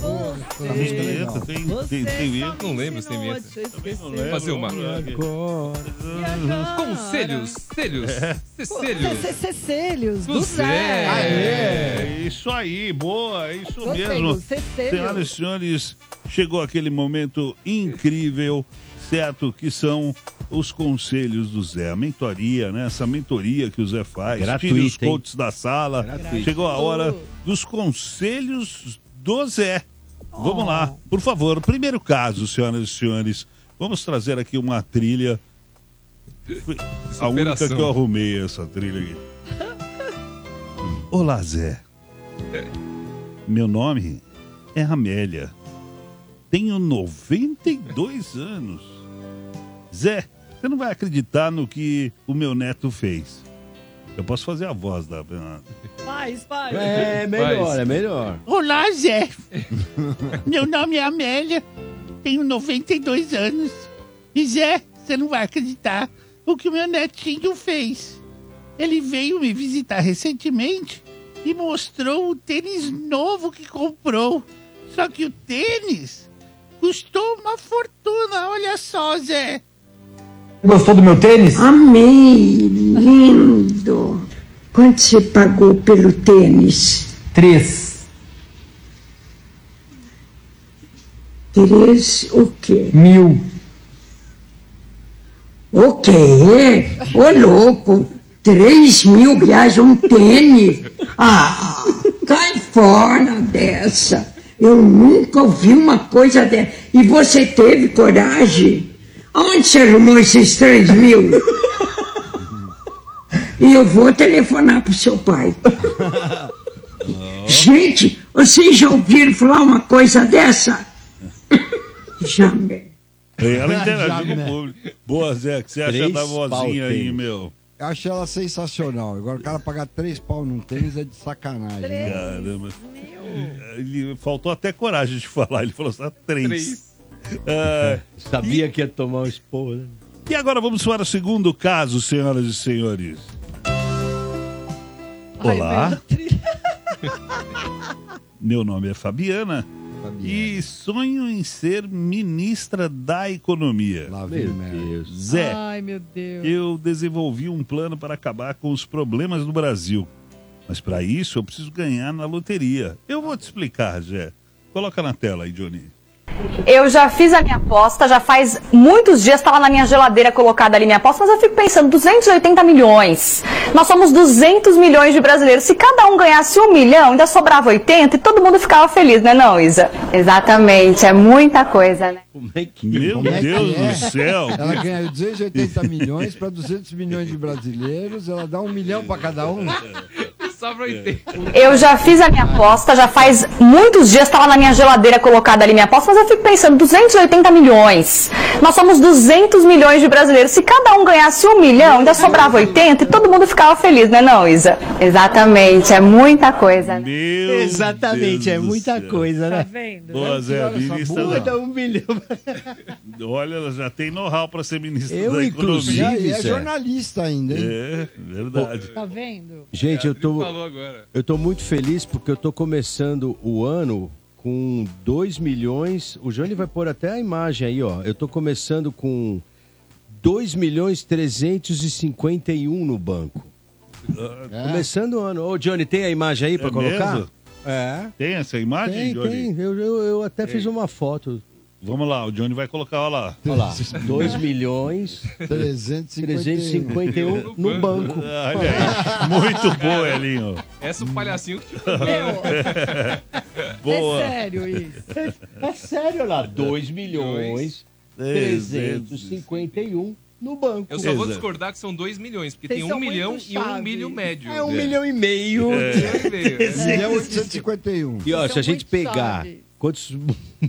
S3: você.
S1: vinheta? Tem, tem, tem vinheta?
S3: Não lembro se tem vinheta. Vamos fazer uma. Conselhos, selhos,
S1: É.
S3: cecílios.
S2: Cecílios, do
S1: Do
S2: Zé.
S1: Zé. É Isso aí, boa, é isso
S2: Conselhos,
S1: mesmo.
S2: cecílios.
S1: Senhoras e senhores, chegou aquele momento incrível, certo? Que são os conselhos do Zé, a mentoria, né? Essa mentoria que o Zé faz,
S23: Gratuito,
S1: tira os
S23: hein?
S1: coaches da sala.
S23: Gratuito.
S1: Chegou a hora dos conselhos do Zé. Vamos lá, por favor. Primeiro caso, senhoras e senhores, vamos trazer aqui uma trilha. Foi a única que
S3: Superação.
S1: eu arrumei essa trilha aqui. Olá, Zé. Meu nome é Amélia. Tenho 92 anos. Zé, você não vai acreditar no que o meu neto fez. Eu posso fazer a voz da.
S2: Faz, faz.
S1: é melhor.
S24: Olá, Zé. Meu nome é Amélia, tenho 92 anos. E Zé, você não vai acreditar o que o meu netinho fez. Ele veio me visitar recentemente e mostrou o tênis novo que comprou. Só que o tênis custou uma fortuna, olha só, Zé.
S16: Gostou do meu tênis?
S22: Amei, lindo. Quanto você pagou pelo tênis?
S16: Três.
S22: Três o quê?
S16: Mil.
S22: O quê? Ô louco, três mil reais um tênis? Ah, cai fora dessa. Eu nunca ouvi uma coisa dessa. E você teve coragem? Onde você arrumou esses três mil? E eu vou telefonar pro seu pai. Gente, vocês já ouviram falar uma coisa dessa? Jamais.
S1: Ela
S13: Já,
S1: interagiu com
S13: né?
S1: o público. Boa, Zé, o que você acha
S13: Três
S1: da
S13: pau
S1: vozinha aí,
S13: tênis.
S1: meu?
S13: Eu achei ela sensacional. Agora o cara pagar três pau num tênis é de sacanagem. né?
S1: Caramba. Ele faltou até coragem de falar. Ele falou só três. Ah,
S23: É, Sabia que ia tomar um esporro, né?
S1: e agora vamos para o segundo caso, senhoras e senhores. Olá. Meu nome é Fabiana, e sonho em ser ministra da Economia.
S13: vem
S1: Zé,
S2: Ai, meu Deus.
S1: eu desenvolvi um plano para acabar com os problemas do Brasil. Mas para isso eu preciso ganhar na loteria. Eu vou te explicar, Zé. Coloca na tela aí, Johnny.
S25: Eu já fiz a minha aposta, já faz muitos dias estava na minha geladeira colocada ali minha aposta, mas eu fico pensando, 280 milhões. Nós somos 200 milhões de brasileiros. Se cada um ganhasse um milhão, ainda sobrava 80 e todo mundo ficava feliz, né não, Isa? Exatamente, é muita coisa, né?
S1: Meu
S13: Como é que
S1: Deus
S13: é?
S1: do céu!
S13: Ela ganha 280 milhões para 200 milhões de brasileiros, ela dá um milhão para cada um.
S3: Sobra
S1: É.
S3: 80.
S25: Eu já fiz a minha aposta, já faz muitos dias estava na minha geladeira colocada ali minha aposta, mas eu fico pensando, 280 milhões. Nós somos 200 milhões de brasileiros. Se cada um ganhasse um milhão, ainda sobrava 80 e todo mundo ficava feliz, né não, Isa? Exatamente, é muita coisa, né?
S23: Exatamente, é muita coisa, né?
S1: Boa, Zé, a ministra da-
S13: É
S23: Muda um bilhão.
S1: Olha, ela já tem know-how para ser ministra
S23: Eu,
S1: da
S23: inclusive,
S1: Economia.
S13: E é jornalista ainda, hein?
S1: É, verdade.
S2: Tá vendo?
S4: Gente, eu tô,
S3: Falou agora.
S4: eu tô muito feliz porque eu tô começando o ano com 2 milhões. O Johnny vai pôr até a imagem aí, ó. Eu tô começando com 2 milhões 351 no banco. Começando o ano. Ô, Johnny, tem a imagem aí pra
S1: É
S4: colocar?
S1: mesmo?
S4: Tá. É.
S1: Tem essa imagem,
S4: tem,
S1: Johnny?
S4: tem. Eu, eu, eu até
S1: Tem.
S4: fiz uma foto.
S1: Vamos lá, o Johnny vai colocar, olha lá.
S4: Olha lá, 2 milhões 351 no banco.
S1: um Ah, Olha aí, muito boa, Elinho.
S3: Essa é o palhacinho que te
S1: Boa.
S4: É
S2: isso.
S23: É sério, olha lá. 2 milhões 351 no banco.
S3: Eu só vou discordar que são 2 milhões, porque
S23: Vocês
S3: tem 1 um
S23: são muito
S3: milhão e 1 um
S23: chave.
S3: milho médio.
S23: É um milhão e meio.
S3: um
S1: É.
S3: né?
S23: É.
S3: É.
S13: Milhão 851.
S4: E um. ó, se a gente
S3: Então,
S4: pegar quantos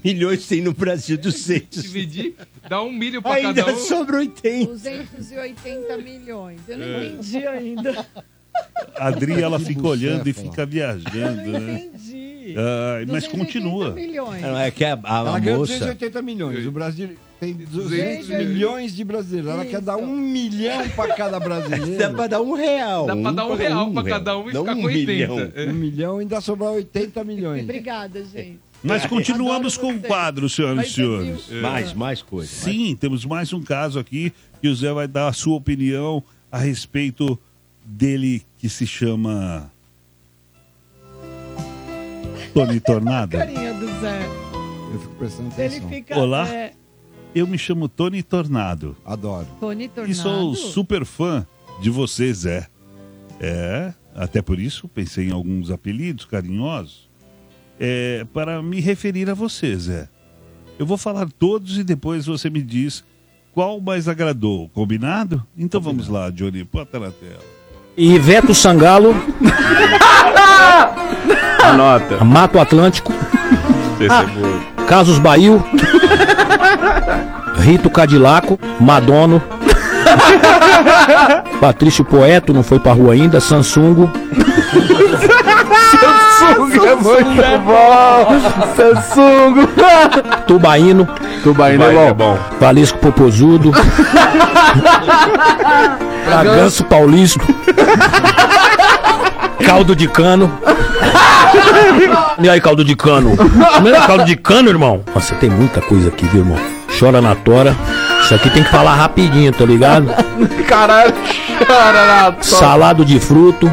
S4: milhões tem no Brasil, 200.
S3: Dividir, dá um milho pra
S4: Ainda
S3: cada um.
S4: sobra 80.
S2: 280 milhões. Eu não
S1: É.
S2: entendi ainda.
S1: A Adri, ela
S2: Que
S1: fica
S2: bucefa,
S1: olhando e
S2: ó.
S1: fica viajando, né?
S2: Entendi.
S1: Ah, mas continua.
S2: Tá milhões.
S26: Não, é que a, a-
S13: ela
S26: a
S13: ganhou
S26: moça.
S13: 280 milhões. O Brasil tem 200
S1: 200
S13: milhões de brasileiros. Ela quer dar um milhão para cada brasileiro.
S26: Dá pra dar um real.
S13: Dá pra dar um real pra cada
S27: um
S13: e ficar com 80. Um milhão e ainda sobrar 80 milhões.
S2: Obrigada, gente.
S1: Mas continuamos com o quadro, senhoras e
S2: é
S1: senhores. É.
S26: Mais, mais coisas.
S1: Sim, temos mais um caso aqui que o Zé vai dar a sua opinião a respeito dele que se chama. Tony Tornado.
S2: Carinha do Zé.
S13: Eu fico prestando
S2: Ele
S13: atenção.
S2: fica.
S1: Olá,
S2: é,
S1: eu me chamo Tony Tornado.
S13: Adoro.
S2: Tony Tornado.
S1: E sou super fã de você, Zé. É, até por isso pensei em alguns apelidos carinhosos é, para me referir a você, Zé. Eu vou falar todos e depois você me diz qual mais agradou, combinado? Então vamos lá, Johnny, bota na tela.
S5: Iveto Sangalo. Anota. Mato Atlântico. Ah, Casos Bahio. Rito Cadilaco. Madono. Patrício Poeto não foi pra rua ainda. Sansungo.
S11: Samsung é muito bom! Samsung!
S5: Tubaíno. Tubaíno
S11: é
S5: bom. Valisco Popozudo. Braganço Paulista. Caldo de cano. E aí, caldo de cano? Primeiro caldo de cano, irmão. Nossa, tem muita coisa aqui, viu, irmão? Chora na tora. Isso aqui tem que falar rapidinho, tá ligado?
S11: Caralho, caralho!
S5: Salado de fruto.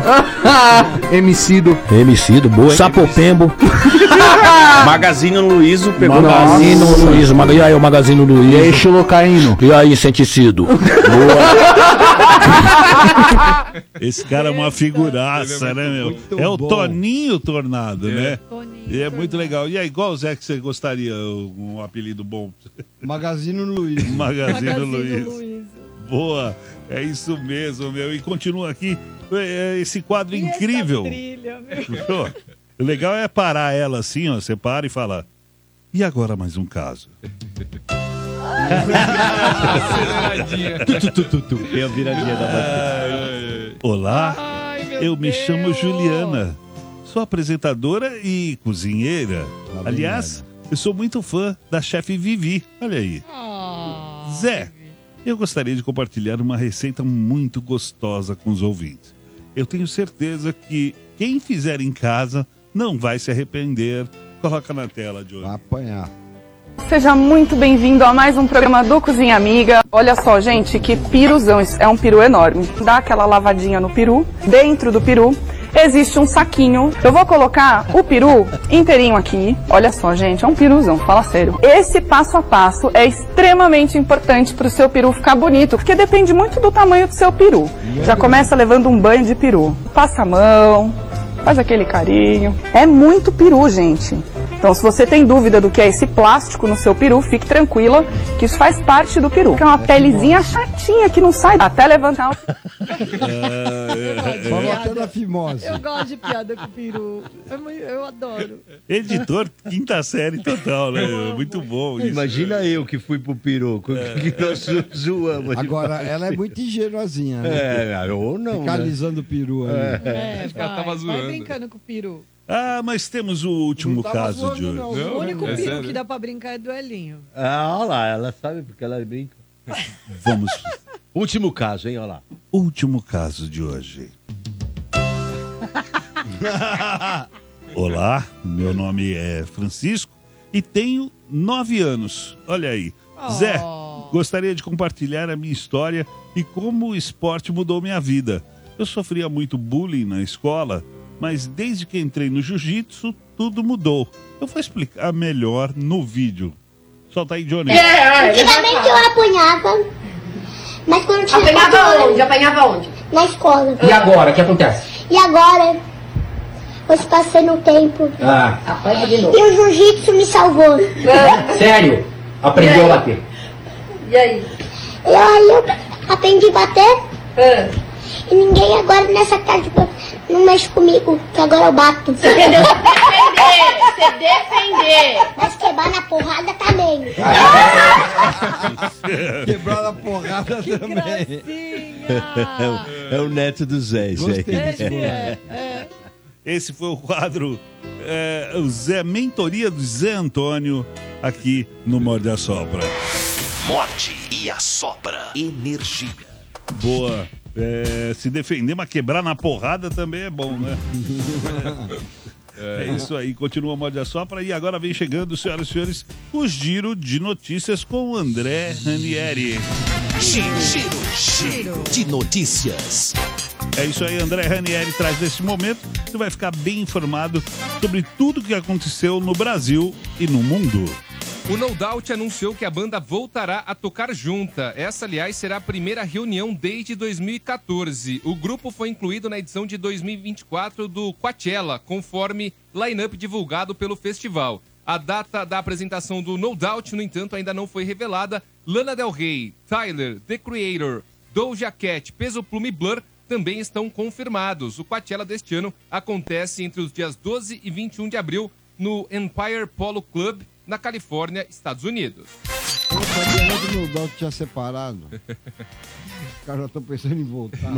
S5: Emicido. Emicido, boa. hein? Sapopembo.
S11: Magazine Luizo
S5: Magazino Luiz. Maga- E aí, o Magazino Luiz? E aí, xilocaíno? E aí, senticido?
S1: Esse cara é uma figuraça, né, meu? É o
S11: bom.
S1: Toninho Tornado, né? E é muito legal. E aí, qual Zé que você gostaria? Um apelido bom?
S13: Magazine Luiz.
S1: Magazine,
S13: Magazine
S1: Luiz. Boa, é isso mesmo, meu. E continua aqui é, é, esse quadro incrível. Pô, O legal é parar ela assim, ó. Você para e fala. E agora mais um caso. Tu, tu, tu, tu, tu.
S4: É a viradinha da
S1: Olá, eu me chamo Juliana. Sou apresentadora e cozinheira. Aliás, eu sou muito fã da chefe Vivi. Olha aí.
S2: Ah,
S1: Zé, eu gostaria de compartilhar uma receita muito gostosa com os ouvintes. Eu tenho certeza que quem fizer em casa não vai se arrepender. Coloca na tela, Johnny. Vai
S13: apanhar.
S12: Seja muito bem-vindo a mais um programa do Cozinha Amiga. Olha só, gente, que piruzão. Isso É um peru enorme. Dá aquela lavadinha no peru. Dentro do peru existe um saquinho. Eu vou colocar o peru inteirinho aqui. Olha só, gente, é um piruzão, fala sério. Esse passo a passo é extremamente importante para o seu peru ficar bonito, porque depende muito do tamanho do seu peru. Já começa levando um banho de peru. Passa a mão, faz aquele carinho. É muito peru, gente. Então, se você tem dúvida do que é esse plástico no seu peru, fique tranquila, que isso faz parte do peru. Que é uma pelezinha chatinha que não sai até levantar. o-
S1: Ah, é,
S13: Falou até da fimose.
S2: Eu gosto de piada com peru. É mui- Eu, adoro.
S1: Editor, quinta série total, né? Muito bom. Isso.
S4: Imagina
S13: É.
S4: eu que fui pro peru, com- que nós zo- zoamos.
S13: Agora, ela é muito ingenuazinha, né?
S4: É, ou não,
S13: Ficar
S4: né?
S13: alisando o peru aí.
S2: É, vai,
S1: tava
S2: vai
S1: zoando.
S2: brincando com o peru.
S1: Ah, mas temos o último caso de hoje.
S2: o
S1: É
S2: único peru que dá pra brincar é do Elinho.
S4: Ah, olha lá, ela sabe porque ela brinca.
S1: Vamos.
S4: Último caso, hein, olha lá.
S1: Último caso de hoje. Olá, meu nome é Francisco e tenho nove anos. Olha aí. Zé, gostaria de compartilhar a minha história e como o esporte mudou minha vida. Eu sofria muito bullying na escola, mas desde que entrei no jiu-jitsu, tudo mudou. Eu vou explicar melhor no vídeo. Solta aí, Johnny.
S28: É, Antigamente eu apanhava, mas quando tinha
S10: Apanhava
S28: quatro anos-
S10: onde? Apanhava onde?
S28: Na escola.
S10: E agora, o que acontece?
S28: E agora, hoje passei no tempo.
S10: Ah, apanha de novo. É.
S28: E o jiu-jitsu me salvou.
S10: Sério? Aprendeu a bater.
S28: E aí? E aí eu aprendi a bater. E ninguém agora nessa casa não mexe comigo, que agora eu bato. Você
S10: entendeu?
S28: Você defender. Mas quebrar na porrada tá também.
S13: Quebrar na porrada também.
S4: É o, é o neto do Zé, isso aí.
S13: Gostei desse moleque.
S1: Esse foi o quadro é, o Zé Mentoria do Zé Antônio aqui no Morde a Sopra.
S7: Morde e assopra energia.
S1: Boa. É, se defender, mas quebrar na porrada também é bom, né? É isso aí, continua o Morde a Sopra e agora vem chegando, senhoras e senhores, o giro de notícias com o André Ranieri.
S7: Giro, giro, giro de notícias.
S1: É isso aí, André Ranieri traz nesse momento. Você vai ficar bem informado sobre tudo o que aconteceu no Brasil e no mundo.
S3: O No Doubt anunciou que a banda voltará a tocar junta. Essa, aliás, será a primeira reunião desde 2014. O grupo foi incluído na edição de 2024 do Coachella, conforme line-up divulgado pelo festival. A data da apresentação do No Doubt, no entanto, ainda não foi revelada. Lana Del Rey, Tyler, The Creator, Doja Cat, Peso Pluma e Blur também estão confirmados. O Coachella deste ano acontece entre os dias 12 e 21 de abril no Empire Polo Club, na Califórnia, Estados Unidos.
S13: Sabia que o Dal tinha separado. Os caras já estão pensando em voltar.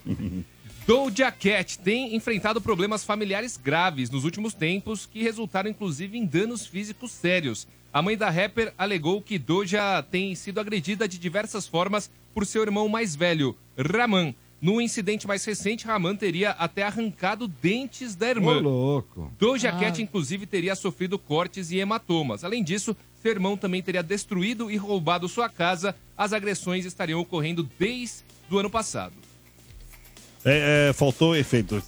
S3: Doja Cat tem enfrentado problemas familiares graves nos últimos tempos que resultaram inclusive em danos físicos sérios. A mãe da rapper alegou que Doja tem sido agredida de diversas formas por seu irmão mais velho, Raman. No incidente mais recente, Raman teria até arrancado dentes da irmã.
S13: Ô, louco.
S3: Doja
S13: Ah.
S3: Cat, inclusive, teria sofrido cortes e hematomas. Além disso, seu irmão também teria destruído e roubado sua casa. As agressões estariam ocorrendo desde o ano passado.
S1: É, é, faltou o efeito.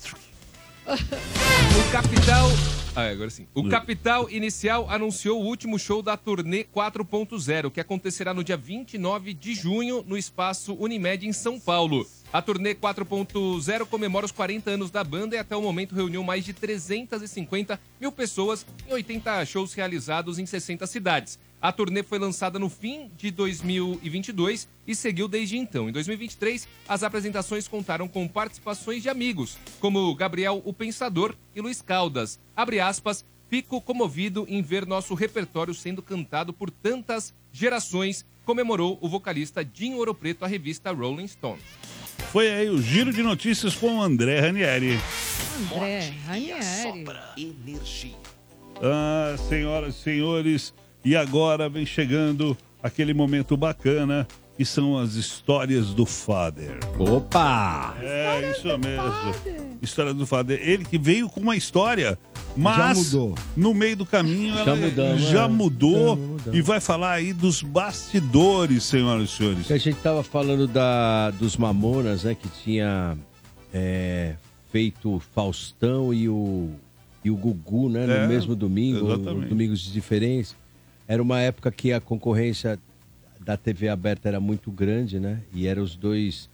S3: O Capital. Ah, é, agora sim. O Capital Inicial anunciou o último show da turnê 4.0, que acontecerá no dia 29 de junho no espaço Unimed em São Paulo. A turnê 4.0 comemora os 40 anos da banda e até o momento reuniu mais de 350 mil pessoas em 80 shows realizados em 60 cidades. A turnê foi lançada no fim de 2022 e seguiu desde então. Em 2023, as apresentações contaram com participações de amigos, como Gabriel o Pensador e Luiz Caldas. Abre aspas, fico comovido em ver nosso repertório sendo cantado por tantas gerações, comemorou o vocalista Dinho Ouro Preto à revista Rolling Stone.
S1: Foi aí o giro de notícias com o André Ranieri.
S2: André Ranieri.
S7: Energia.
S1: Ah, senhoras e senhores, e agora vem chegando aquele momento bacana que são as histórias do Fader.
S23: Opa!
S1: É isso mesmo. História do Fader. Ele que veio com uma história, mas
S23: Já mudou.
S1: no meio do caminho
S23: Já
S1: ela
S23: mudamos,
S1: já
S23: é.
S1: mudou
S23: Mudamos, mudamos.
S1: e vai falar aí dos bastidores, senhoras e senhores.
S4: Que a gente tava falando da, dos Mamonas, né? Que tinha é, feito o Faustão e o, e o Gugu, né? No
S1: É,
S4: mesmo domingo, um
S1: exatamente.
S4: domingos de diferença. Era uma época que a concorrência da TV aberta era muito grande, né? E eram os dois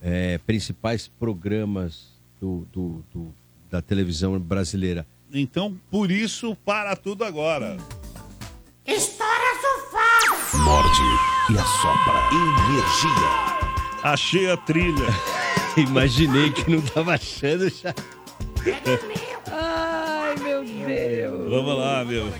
S4: é, principais programas do- do- do, da televisão brasileira.
S1: Então, por isso, para tudo agora.
S7: Estoura sofá. Morde e assopra energia.
S1: Achei a trilha.
S23: Imaginei que não tava achando já.
S2: Ai, meu Deus.
S1: Vamos lá, meu.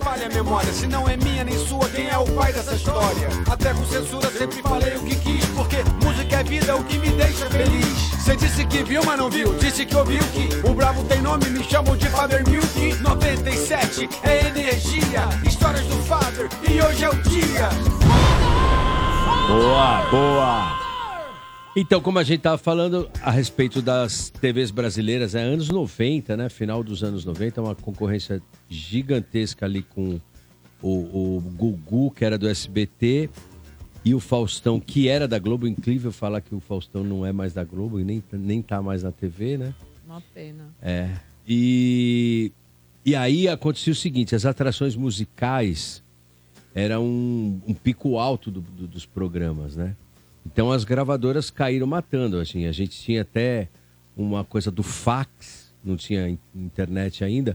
S9: Falha a memória, se não é minha nem sua, quem é o pai dessa história? Até com censura sempre falei o que quis, porque música é vida, é o que me deixa feliz. Você disse que viu, mas não viu, disse que ouviu que o bravo tem nome, me chamam de Father Milk. 97 é energia, histórias do Father, e hoje é o dia.
S4: Boa, boa. Então, como a gente estava falando a respeito das TVs brasileiras, é anos 90, né? Final dos anos 90, uma concorrência gigantesca ali com o, o Gugu, que era do SBT, e o Faustão, que era da Globo. Incrível falar que o Faustão não é mais da Globo e nem, nem tá mais na TV, né?
S2: Uma pena.
S4: É. E, e aí acontecia o seguinte: as atrações musicais eram um, um pico alto do- do- dos programas, né? Então as gravadoras caíram matando. Assim, a gente tinha até uma coisa do fax, não tinha in- internet ainda.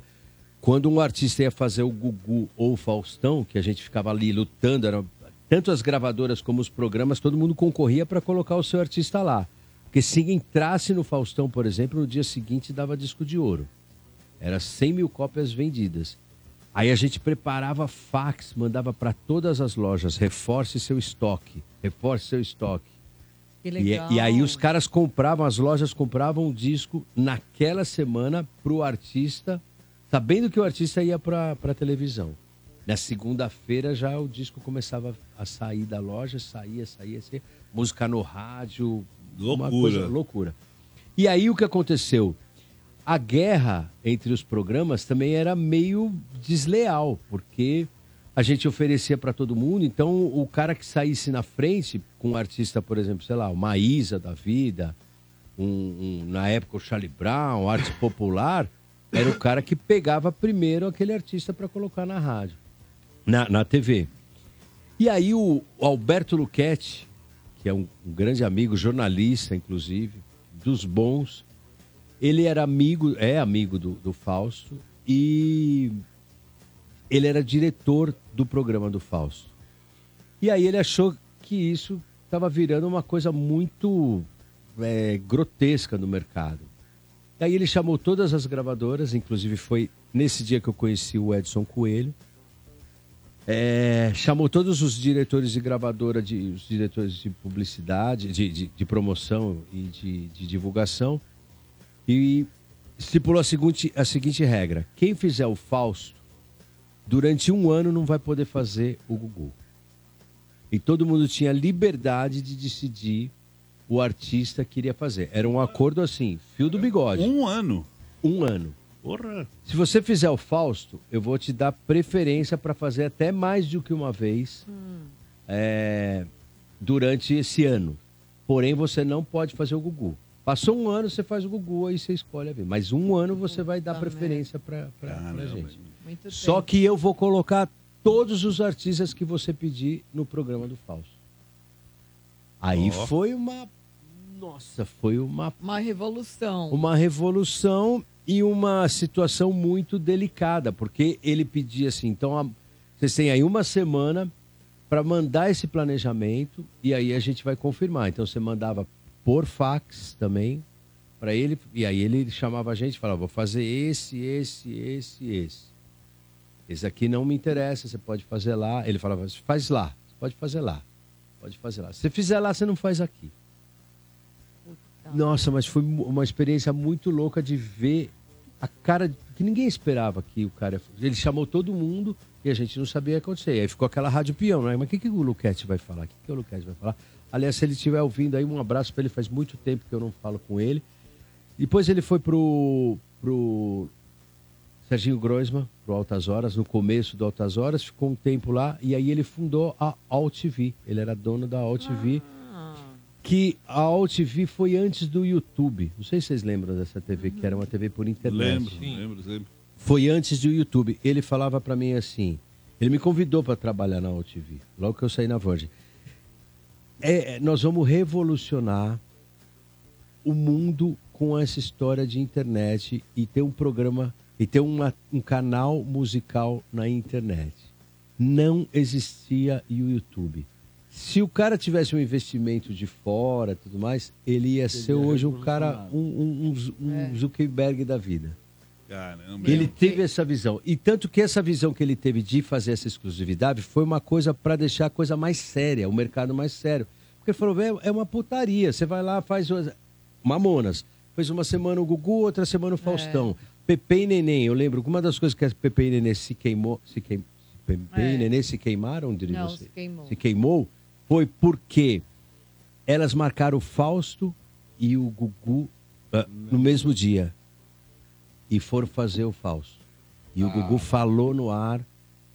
S4: Quando um artista ia fazer o Gugu ou o Faustão, que a gente ficava ali lutando, era, tanto as gravadoras como os programas, todo mundo concorria para colocar o seu artista lá. Porque se entrasse no Faustão, por exemplo, no dia seguinte dava disco de ouro. Era 100 mil cópias vendidas. Aí a gente preparava fax, mandava para todas as lojas, reforce seu estoque, reforce seu estoque.
S2: Que
S4: E, é
S2: legal.
S4: e aí os caras compravam, as lojas compravam o disco naquela semana pro artista, sabendo que o artista ia pra, pra televisão. Na segunda-feira já o disco começava a sair da loja, saía, saía, saía. Música no rádio. Loucura. loucura. E aí o que aconteceu? A guerra entre os programas também era meio desleal, porque a gente oferecia para todo mundo, então o cara que saísse na frente com um artista, por exemplo, sei lá, uma Isa da vida, um, um- na época o Charlie Brown, arte popular, era o cara que pegava primeiro aquele artista para colocar na rádio, na, na TV. E aí o Alberto Luquete, que é um, um grande amigo, jornalista, inclusive, dos bons, ele era amigo, é amigo do, do Fausto, e ele era diretor do programa do Fausto. E aí ele achou que isso estava virando uma coisa muito é, grotesca no mercado. E aí ele chamou todas as gravadoras, inclusive foi nesse dia que eu conheci o Edson Coelho. É, chamou todos os diretores de gravadora, de, os diretores de publicidade, de, de- de promoção e de, de divulgação. E estipulou a seguinte, a seguinte regra: quem fizer o Fausto durante um ano não vai poder fazer o Gugu. E todo mundo tinha liberdade de decidir o artista que iria fazer. Era um acordo assim, fio do bigode. Um ano? Um ano.
S1: Porra.
S4: Se você fizer o Fausto, eu vou te dar preferência para fazer até mais do que uma vez é, durante esse ano. Porém, você não pode fazer o Gugu. Passou um ano, você faz o Gugu, aí você escolhe a ver. Mas um ano você vai dar preferência para a gente.
S2: Muito
S4: Só que eu vou colocar todos os artistas que você pedir no programa do Fausto. Aí
S2: Ó.
S4: foi uma. Nossa, foi uma
S2: Uma revolução.
S4: uma revolução e uma situação muito delicada, porque ele pedia assim, então a- vocês têm aí uma semana para mandar esse planejamento e aí a gente vai confirmar. Então você mandava por fax também para ele e aí ele chamava a gente, e falava, vou fazer esse, esse, esse, esse. Esse aqui não me interessa, você pode fazer lá. Ele falava, faz lá, você pode fazer lá, pode fazer lá. Se você fizer lá, você não faz aqui. Nossa, mas foi mu- uma experiência muito louca de ver a cara de- que ninguém esperava que o cara. Ele chamou todo mundo e a gente não sabia o que ia acontecer. Aí ficou aquela rádio peão, né? Mas o que, que o Luquete vai falar? O que, que o Luquete vai falar? Aliás, se ele estiver ouvindo aí, um abraço para ele. Faz muito tempo que eu não falo com ele. Depois ele foi pro, pro Serginho Groisman, pro Altas Horas, no começo do Altas Horas, ficou um tempo lá e aí ele fundou a AltV. Ele era dono da AltV que a AltV foi antes do YouTube. Não sei se vocês lembram dessa TV, que era uma TV por
S1: Lembro,
S4: internet.
S1: lembro, lembro.
S4: Foi antes do YouTube. Ele falava pra mim assim, ele me convidou pra trabalhar na AltV, logo que eu saí na Virgin. É, é, nós vamos revolucionar o mundo com essa história de internet e ter um programa e ter uma- um canal musical na internet. Não existia o YouTube. Se o cara tivesse um investimento de fora, tudo mais, ele ia ser hoje um cara um, um- um Zu- um Zuckerberg da vida.
S1: Caramba.
S4: Ele teve essa visão. E tanto que essa visão que ele teve de fazer essa exclusividade foi uma coisa para deixar a coisa mais séria, o mercado mais sério. Porque ele falou, "Velho, é uma putaria. Você vai lá, faz o- Mamonas. Fez uma semana o Gugu, outra
S2: É.
S4: semana o Faustão. Pepe e Neném, eu lembro, que uma das coisas que as Pepe e Neném se queimou, se queim... Pepe
S2: É.
S4: e Neném se queimaram, diria
S2: Não,
S4: você
S2: se queimou.
S4: se queimou foi porque elas marcaram o Fausto e o Gugu ah, no mesmo dia e foram fazer o Fausto.
S2: Ah.
S4: E o Gugu falou no ar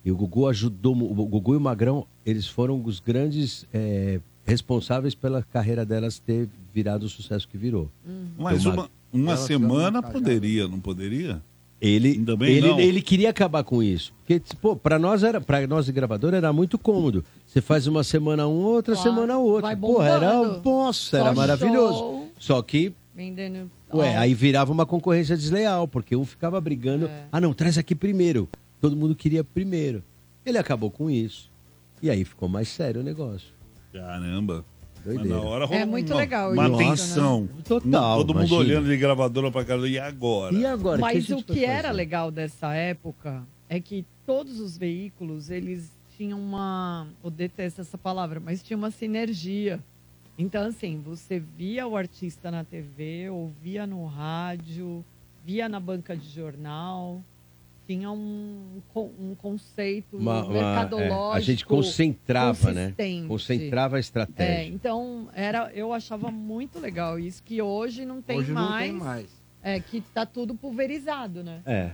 S4: e o Gugu ajudou. mu- O Gugu e o Magrão, eles foram os grandes eh, responsáveis pela carreira delas ter virado o sucesso que virou.
S2: Uhum.
S1: Mas
S4: Do
S1: uma,
S4: Mag-
S1: uma
S2: tá
S4: Elas são
S1: semana
S4: cagadas.
S1: poderia, não poderia?
S4: Ele,
S1: Também
S4: ele,
S1: não.
S4: ele queria acabar com isso. Porque, pô, pra nós era, para nós de gravador era muito cômodo. Você faz uma semana um, outra semana outra. Porra, era,
S2: bombando.
S4: nossa, era
S2: Só
S4: maravilhoso.
S2: show.
S4: Só que,
S2: Vendendo.
S4: ué,
S2: Ó,
S4: aí virava uma concorrência desleal, porque um ficava brigando.
S2: É.
S4: Ah, não, traz aqui primeiro. Todo mundo queria primeiro. Ele acabou com isso. E aí ficou mais sério o negócio.
S1: Caramba.
S4: Doideira.
S1: Mas na hora rolou
S2: É muito
S1: uma,
S2: legal
S1: Uma
S4: isso, né?
S1: atenção.
S4: Total,
S1: Todo mundo
S4: imagina.
S1: olhando de gravadora pra cara. E agora?
S4: E agora?
S2: Mas o que era legal dessa época é que todos os veículos, eles tinham uma. Eu detesto essa palavra, mas tinha uma sinergia. Então, assim, você via o artista na TV, ouvia no rádio, via na banca de jornal, tinha um, co- um conceito
S4: Uma- uma-
S2: mercadológico.
S4: é, a gente concentrava, né?
S2: consistente.
S4: Concentrava a
S2: É,
S4: estratégia.
S2: então era, eu achava muito legal isso, que hoje não tem
S4: Hoje não
S2: mais.
S4: tem mais.
S2: É, que tá tudo pulverizado, né?
S4: É.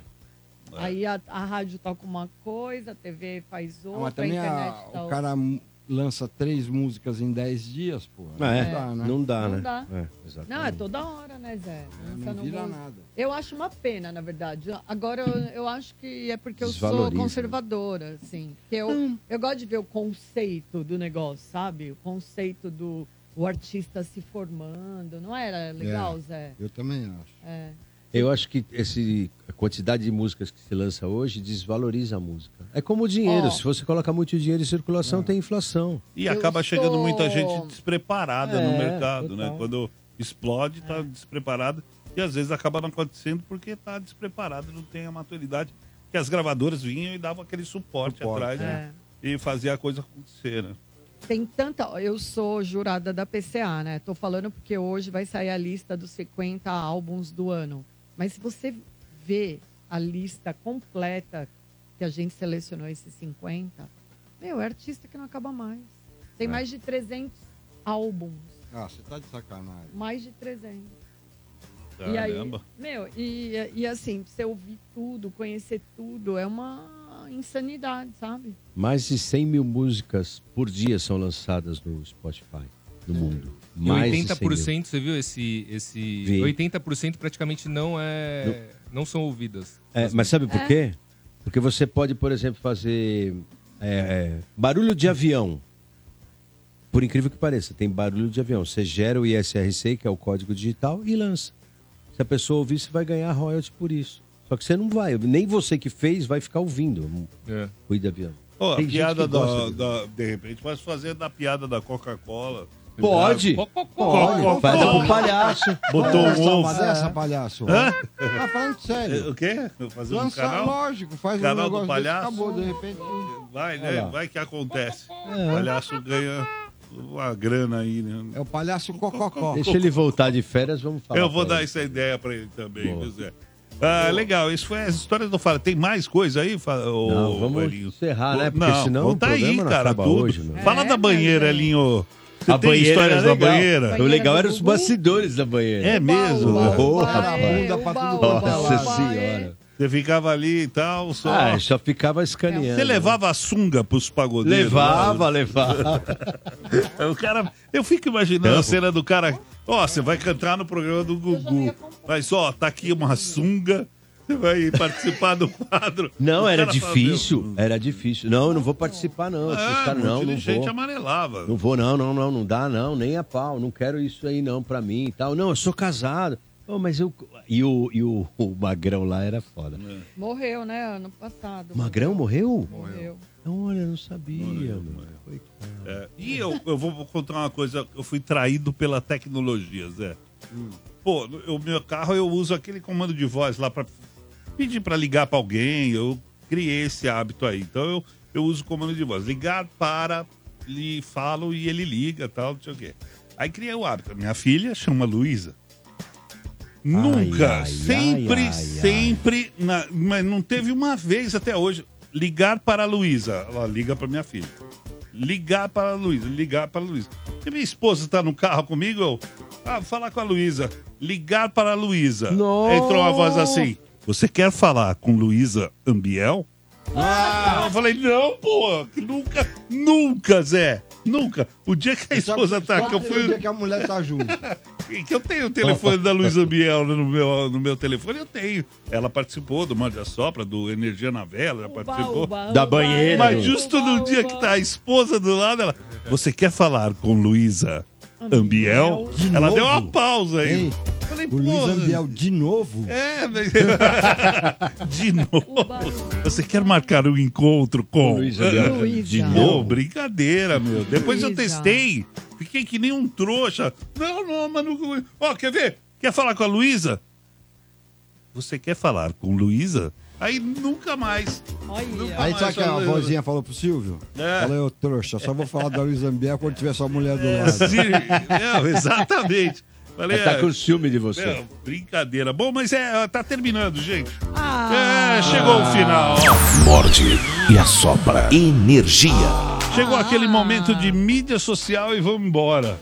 S2: Aí a, a rádio toca uma coisa, a TV faz
S13: Ah, mas
S2: outra, a
S13: também a-
S2: internet tá
S13: o
S2: outra.
S13: cara mu- lança três músicas em dez dias, pô.
S4: É, não dá,
S2: Não
S4: né?
S2: dá.
S4: É, exatamente.
S2: Não, é toda hora, né, Zé? Lança
S13: É, não vira
S2: mu-
S13: nada.
S2: Eu acho uma pena, na verdade. Agora, eu- eu acho que é porque eu sou
S4: Desvaloriza. né?
S2: conservadora, assim. Que eu,
S13: Hum.
S2: eu gosto de ver o conceito do negócio, sabe? O conceito do o artista se formando. Não era legal,
S4: É.
S2: Zé?
S13: Eu também acho.
S2: É.
S4: Eu acho que esse, a quantidade de músicas que se lança hoje desvaloriza a música. É como o dinheiro.
S2: Ó.
S4: Se você coloca muito dinheiro em
S13: É.
S4: circulação, tem inflação.
S1: E acaba chegando muita gente despreparada no
S4: É,
S1: mercado, né?
S4: total. É.
S1: Quando explode, tá despreparado. E às vezes acaba não acontecendo porque tá despreparado, não tem a maturidade. Que as gravadoras vinham e davam aquele suporte, atrás,
S4: é.
S1: né? E fazia a coisa acontecer, né?
S2: Tem tanta. Eu sou jurada da PCA, né? Tô falando porque hoje vai sair a lista dos 50 álbuns do ano. Mas se você vê a lista completa que a gente selecionou esses 50, meu, é artista que não acaba mais. Tem
S13: É.
S2: mais de 300 álbuns.
S13: Ah, você tá de sacanagem.
S2: Mais de 300. E aí,
S13: Caramba.
S2: meu, e, e assim, pra você ouvir tudo, conhecer tudo, é uma insanidade, sabe?
S4: Mais de 100 mil músicas por dia são lançadas no Spotify, no mundo.
S1: É.
S3: E
S4: Mais de 100 mil.
S3: 80%, você viu esse. esse
S4: Vi.
S3: 80% praticamente não é. Não são ouvidas.
S4: É, mas sabe por
S3: É.
S4: quê? Porque você pode, por exemplo, fazer é, é, barulho de avião. Por incrível que pareça, tem barulho de avião. Você gera o ISRC, que é o código digital, e lança. Se a pessoa ouvir, você vai ganhar royalty por isso. Só que você não vai, nem você que fez vai ficar ouvindo.
S3: É.
S4: Cuida avião.
S1: Ó, a
S4: Tem gente
S1: piada
S4: que
S1: da,
S4: gosta de-
S1: da- De repente, pode fazer da piada da Coca-Cola.
S4: Pode,
S1: Co- co- co-
S4: pode,
S1: co- co-
S4: faz
S1: co-
S4: com o palhaço.
S1: Botou
S13: Lança
S1: um
S13: uma
S1: ovo.
S13: dessa, palhaço.
S1: Hã?
S13: Tá falando sério.
S1: O quê? Fazer um
S13: Lança,
S1: canal?
S13: lógico, faz um
S1: canal
S13: negócio
S1: do
S13: desse,
S1: palhaço.
S13: acabou, de repente. hum.
S1: Vai,
S13: Olha
S1: né?
S13: lá. É,
S1: Vai que acontece. O palhaço ganha uma grana aí, né?
S13: É o palhaço cococó.
S4: Deixa ele voltar de férias, vamos falar.
S1: Eu vou
S4: pra
S1: dar
S4: ele.
S1: essa ideia pra ele também, viu, Zé? Ah, legal, isso foi as histórias do Fala. Tem mais coisa aí, Fala? ô,
S4: Não, vamos
S1: Elinho?
S4: encerrar, né? Porque
S1: não,
S4: senão o
S1: conta aí,
S4: programa não
S1: cara,
S4: acaba
S1: tudo.
S4: hoje, meu.
S1: Fala da banheira, Elinho. Você
S4: A
S1: tem
S4: banheira
S1: histórias
S4: era
S1: da
S4: legal.
S1: banheira?
S4: O legal eram os bastidores da banheira.
S1: É mesmo?
S4: bunda pra tudo Nossa senhora.
S1: Você ficava ali e tal, só...
S4: Ah, só ficava escaneando. né?
S1: Você levava a sunga pros pagodeiros?
S4: Levava,
S1: lá?
S4: levava.
S1: É o cara, eu fico imaginando a cena do cara. Ó, você vai cantar no programa do Gugu. Mas ó, tá aqui uma sunga. Você vai participar do quadro.
S4: Não,
S1: O
S4: era
S1: cara fala,
S4: difícil. Era difícil. Não, eu não vou participar, não.
S1: "Meu,
S4: esses
S1: ah,
S4: caras,
S1: um
S4: não,
S1: monte
S4: não
S1: de gente
S4: vou.
S1: amarelava.
S4: Não vou, não, não, não, não dá, não, nem a pau, não quero isso aí, não, pra mim e tal. Não, eu sou casado. Oh, mas eu. E o, e o, o Magrão lá era foda.
S1: É.
S2: Morreu, né? Ano passado.
S4: Magrão morreu?
S2: Morreu.
S4: Olha, eu não sabia, mano.
S1: É, e eu, eu vou contar uma coisa. Eu fui traído pela tecnologia, Zé. Pô, o meu carro eu uso aquele comando de voz lá pra pedir pra ligar pra alguém. Eu criei esse hábito aí. Então eu, eu uso o comando de voz. Ligar para, lhe falo e ele liga tal, não sei o quê. Aí criei o hábito. Minha filha chama Luísa. Nunca,
S7: ai,
S1: sempre,
S7: ai, ai.
S1: sempre, na- mas não teve uma vez até hoje ligar para a Luísa. Ela liga para minha filha. Ligar para a Luísa, ligar para a Luísa. E minha esposa está no carro comigo, eu, ah, vou falar com a Luísa. Ligar para a Luísa. Entrou uma voz assim: "Você quer falar com Luísa Ambiel?" Ah, Eu falei: "Não, pô, que nunca, nunca, Zé. Nunca. O dia que a esposa tá aqui, eu fui
S13: que a mulher tá junto.
S1: que eu tenho o um telefone da Luísa Biel né, no meu, no meu telefone, eu tenho. Ela participou do Mande a Sopra, do Energia na Vela, ela participou.
S7: uba, Da uba, banheira.
S1: Mas justo no dia que tá a esposa do lado, ela. Você quer falar com Luísa Ambiel?
S13: De
S1: Ela
S13: novo?
S1: deu uma pausa aí.
S13: Ei, o Luiz Ambiel de novo?
S1: É, mas... De novo. Você quer marcar um encontro com
S7: Luísa Biel.
S1: De
S7: Luísa.
S1: novo? brincadeira, meu. Depois eu
S7: Luísa.
S1: testei. Fiquei que nem um trouxa. Não, não, mano. Ó, quer ver? Quer falar com a Luísa? Você quer falar com Luísa? Aí nunca mais. Nunca
S13: Aí sabe
S1: mais
S13: que a
S1: eu-
S13: vozinha falou pro Silvio?
S1: É.
S13: Falou, eu trouxa, só vou falar da Luiz Ambiel quando tiver sua mulher do
S1: É,
S13: lado.
S1: sim, não, exatamente. Falei,
S13: Ela tá
S1: é,
S13: com ciúme de você.
S1: não, brincadeira. Bom, mas é, tá terminando, gente.
S3: Ah.
S1: é, chegou o final.
S7: Morde e assopra. Energia.
S1: Chegou aquele momento de mídia social e vamos embora.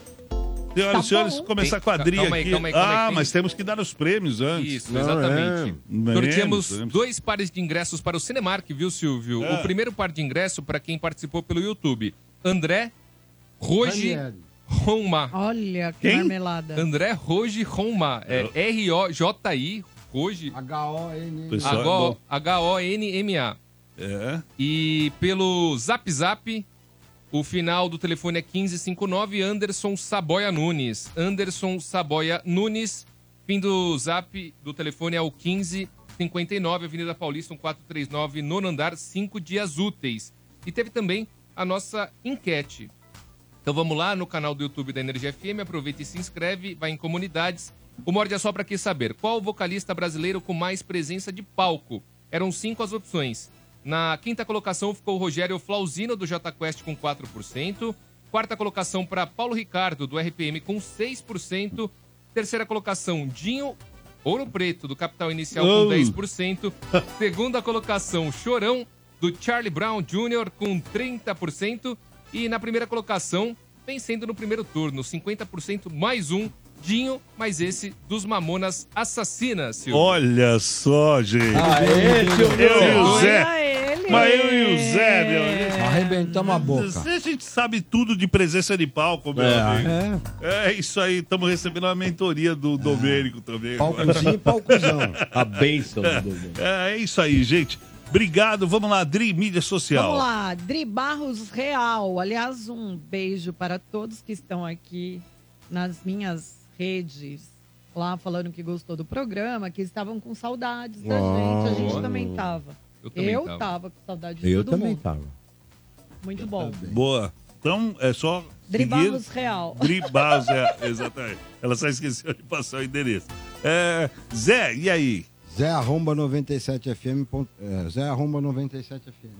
S3: Tá
S1: Senhoras e senhores, começar a quadrilha
S3: Calma aí,
S1: aqui.
S3: calma aí, calma aí,
S1: ah,
S3: tem-
S1: mas temos que dar os prêmios antes.
S3: Isso, exatamente.
S1: Não é?
S3: Sorteamos
S1: Prêmios, prêmios.
S3: dois pares de ingressos para o Cinemark, viu, Silvio?
S1: É.
S3: O primeiro par de ingresso para quem participou pelo YouTube. André Roge
S2: Ranieri.
S3: Roma.
S2: Olha que
S3: Quem?
S2: marmelada.
S3: André Roge Roma. É R-O-J-I Roge.
S2: Pessoal,
S3: H-O-N-M-A.
S1: É.
S3: E pelo Zap Zap, o final do telefone é 1559, Anderson Saboia Nunes. Anderson Saboia Nunes, fim do Zap do telefone é o 1559, Avenida Paulista, 1439, nono andar, cinco dias úteis. E teve também a nossa enquete. Então vamos lá no canal do YouTube da Energia FM, aproveita e se inscreve, vai em comunidades. O Morde é só para quer saber qual o vocalista brasileiro com mais presença de palco. Eram cinco as opções. Na quinta colocação ficou o Rogério Flauzino do J Quest com 4%. Quarta colocação para Paulo Ricardo do RPM com 6%. Terceira colocação Dinho Ouro Preto do Capital Inicial
S1: Oh.
S3: com 10%. Segunda colocação Chorão do Charlie Brown Jr. com 30%. E na primeira colocação, vencendo no primeiro turno, 50% mais um, Dinho, mas esse dos Mamonas Assassinas, Silvio.
S1: Olha só, gente.
S3: Aê,
S1: eu
S3: Silvio.
S1: e o Zé.
S3: Olha ele.
S1: Mas eu e o Zé, É, meu.
S13: Arrebentamos a boca.
S1: A gente sabe tudo de presença de palco, meu
S13: É.
S1: amigo. É. isso aí. Estamos recebendo a mentoria do Domênico também.
S13: Palcozinho e palcozão.
S1: A bênção
S13: do
S1: Domênico. É, é isso aí, gente. Obrigado. Vamos lá, Adri, mídia social.
S2: Vamos lá, Dri Barros Real. Aliás, um beijo para todos que estão aqui nas minhas redes, lá falando que gostou do programa, que estavam com saudades da
S4: Uau.
S2: gente. A gente também tava.
S4: Eu também
S2: eu
S4: tava.
S2: tava com saudade de
S4: Eu
S2: todo
S4: também
S2: mundo.
S4: tava.
S2: Muito bom.
S1: Boa. Então, é só.
S2: Dri
S1: seguir.
S2: Barros Real.
S1: Dribas, é, exatamente. Ela só esqueceu de passar o endereço. É, Zé, e aí?
S13: Zé arromba 97FM. ponto- é, Zé arromba 97FM. acho que é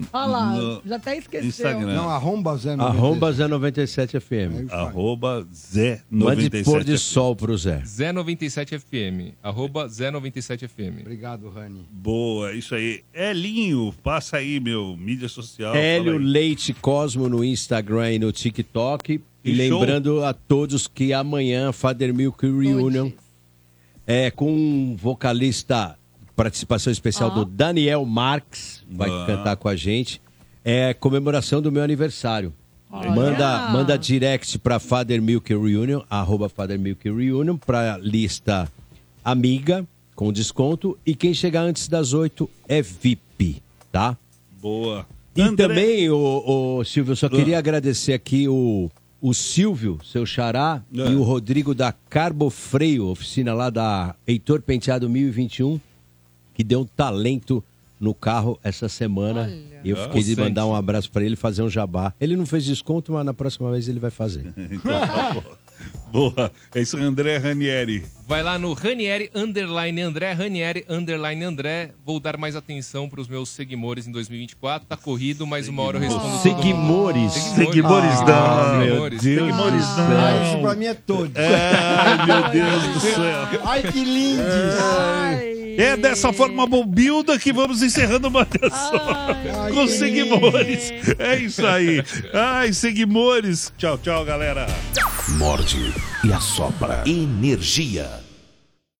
S13: isso.
S2: Olha lá,
S1: No
S2: já até esqueceu.
S13: Não, arromba Zé 97.
S4: Arroba Zé 97 FM.
S1: Arroba Zé
S4: Mande pôr
S3: 97
S4: de sol pro Zé.
S3: Zé 97 FM, arroba Zé 97 FM.
S13: Obrigado, Rani.
S1: Boa, isso aí. Elinho, passa aí, meu, mídia social.
S4: Hélio
S1: fala aí.
S4: Leite Cosmo no Instagram e no TikTok. E,
S1: E show.
S4: lembrando a todos que amanhã, Father Milk Reunion é com um vocalista, participação especial do Daniel Marx, vai
S1: Ah.
S4: cantar com a gente. É comemoração do meu aniversário.
S1: Olha.
S4: Manda, manda direct para Father Milk Reunion, arroba Father Milk Reunion, para lista amiga, com desconto. E quem chegar antes das 8 é VIP, tá?
S1: Boa. Ah.
S4: E também, o, Silvio, eu só queria agradecer aqui o, o Silvio, seu xará,
S1: Ah.
S4: e o Rodrigo da Carbofreio, oficina lá da Heitor Penteado 1021, que deu um talento no carro essa semana. E eu
S1: Ah,
S4: fiquei de
S1: sente.
S4: mandar um abraço pra ele fazer um jabá. Ele não fez desconto, mas na próxima vez ele vai fazer.
S1: Então, Boa. É isso, André Ranieri.
S3: Vai lá no Ranieri, underline André, Ranieri, underline André. Vou dar mais atenção para os meus seguidores em 2024. Tá corrido, mas uma hora eu respondo.
S4: Seguimores.
S1: Seguimores
S3: Ah,
S1: não, meu
S3: seguimores.
S1: Deus. Seguimores
S13: Ah, isso
S1: não.
S13: pra mim é todo.
S1: Ai, meu Deus do céu.
S13: Ai, que lindo.
S1: É dessa forma bobilda que vamos encerrando uma só com seguimores. É isso aí. Ai, seguimores. Tchau, tchau, galera.
S7: Morde e assopra. Energia.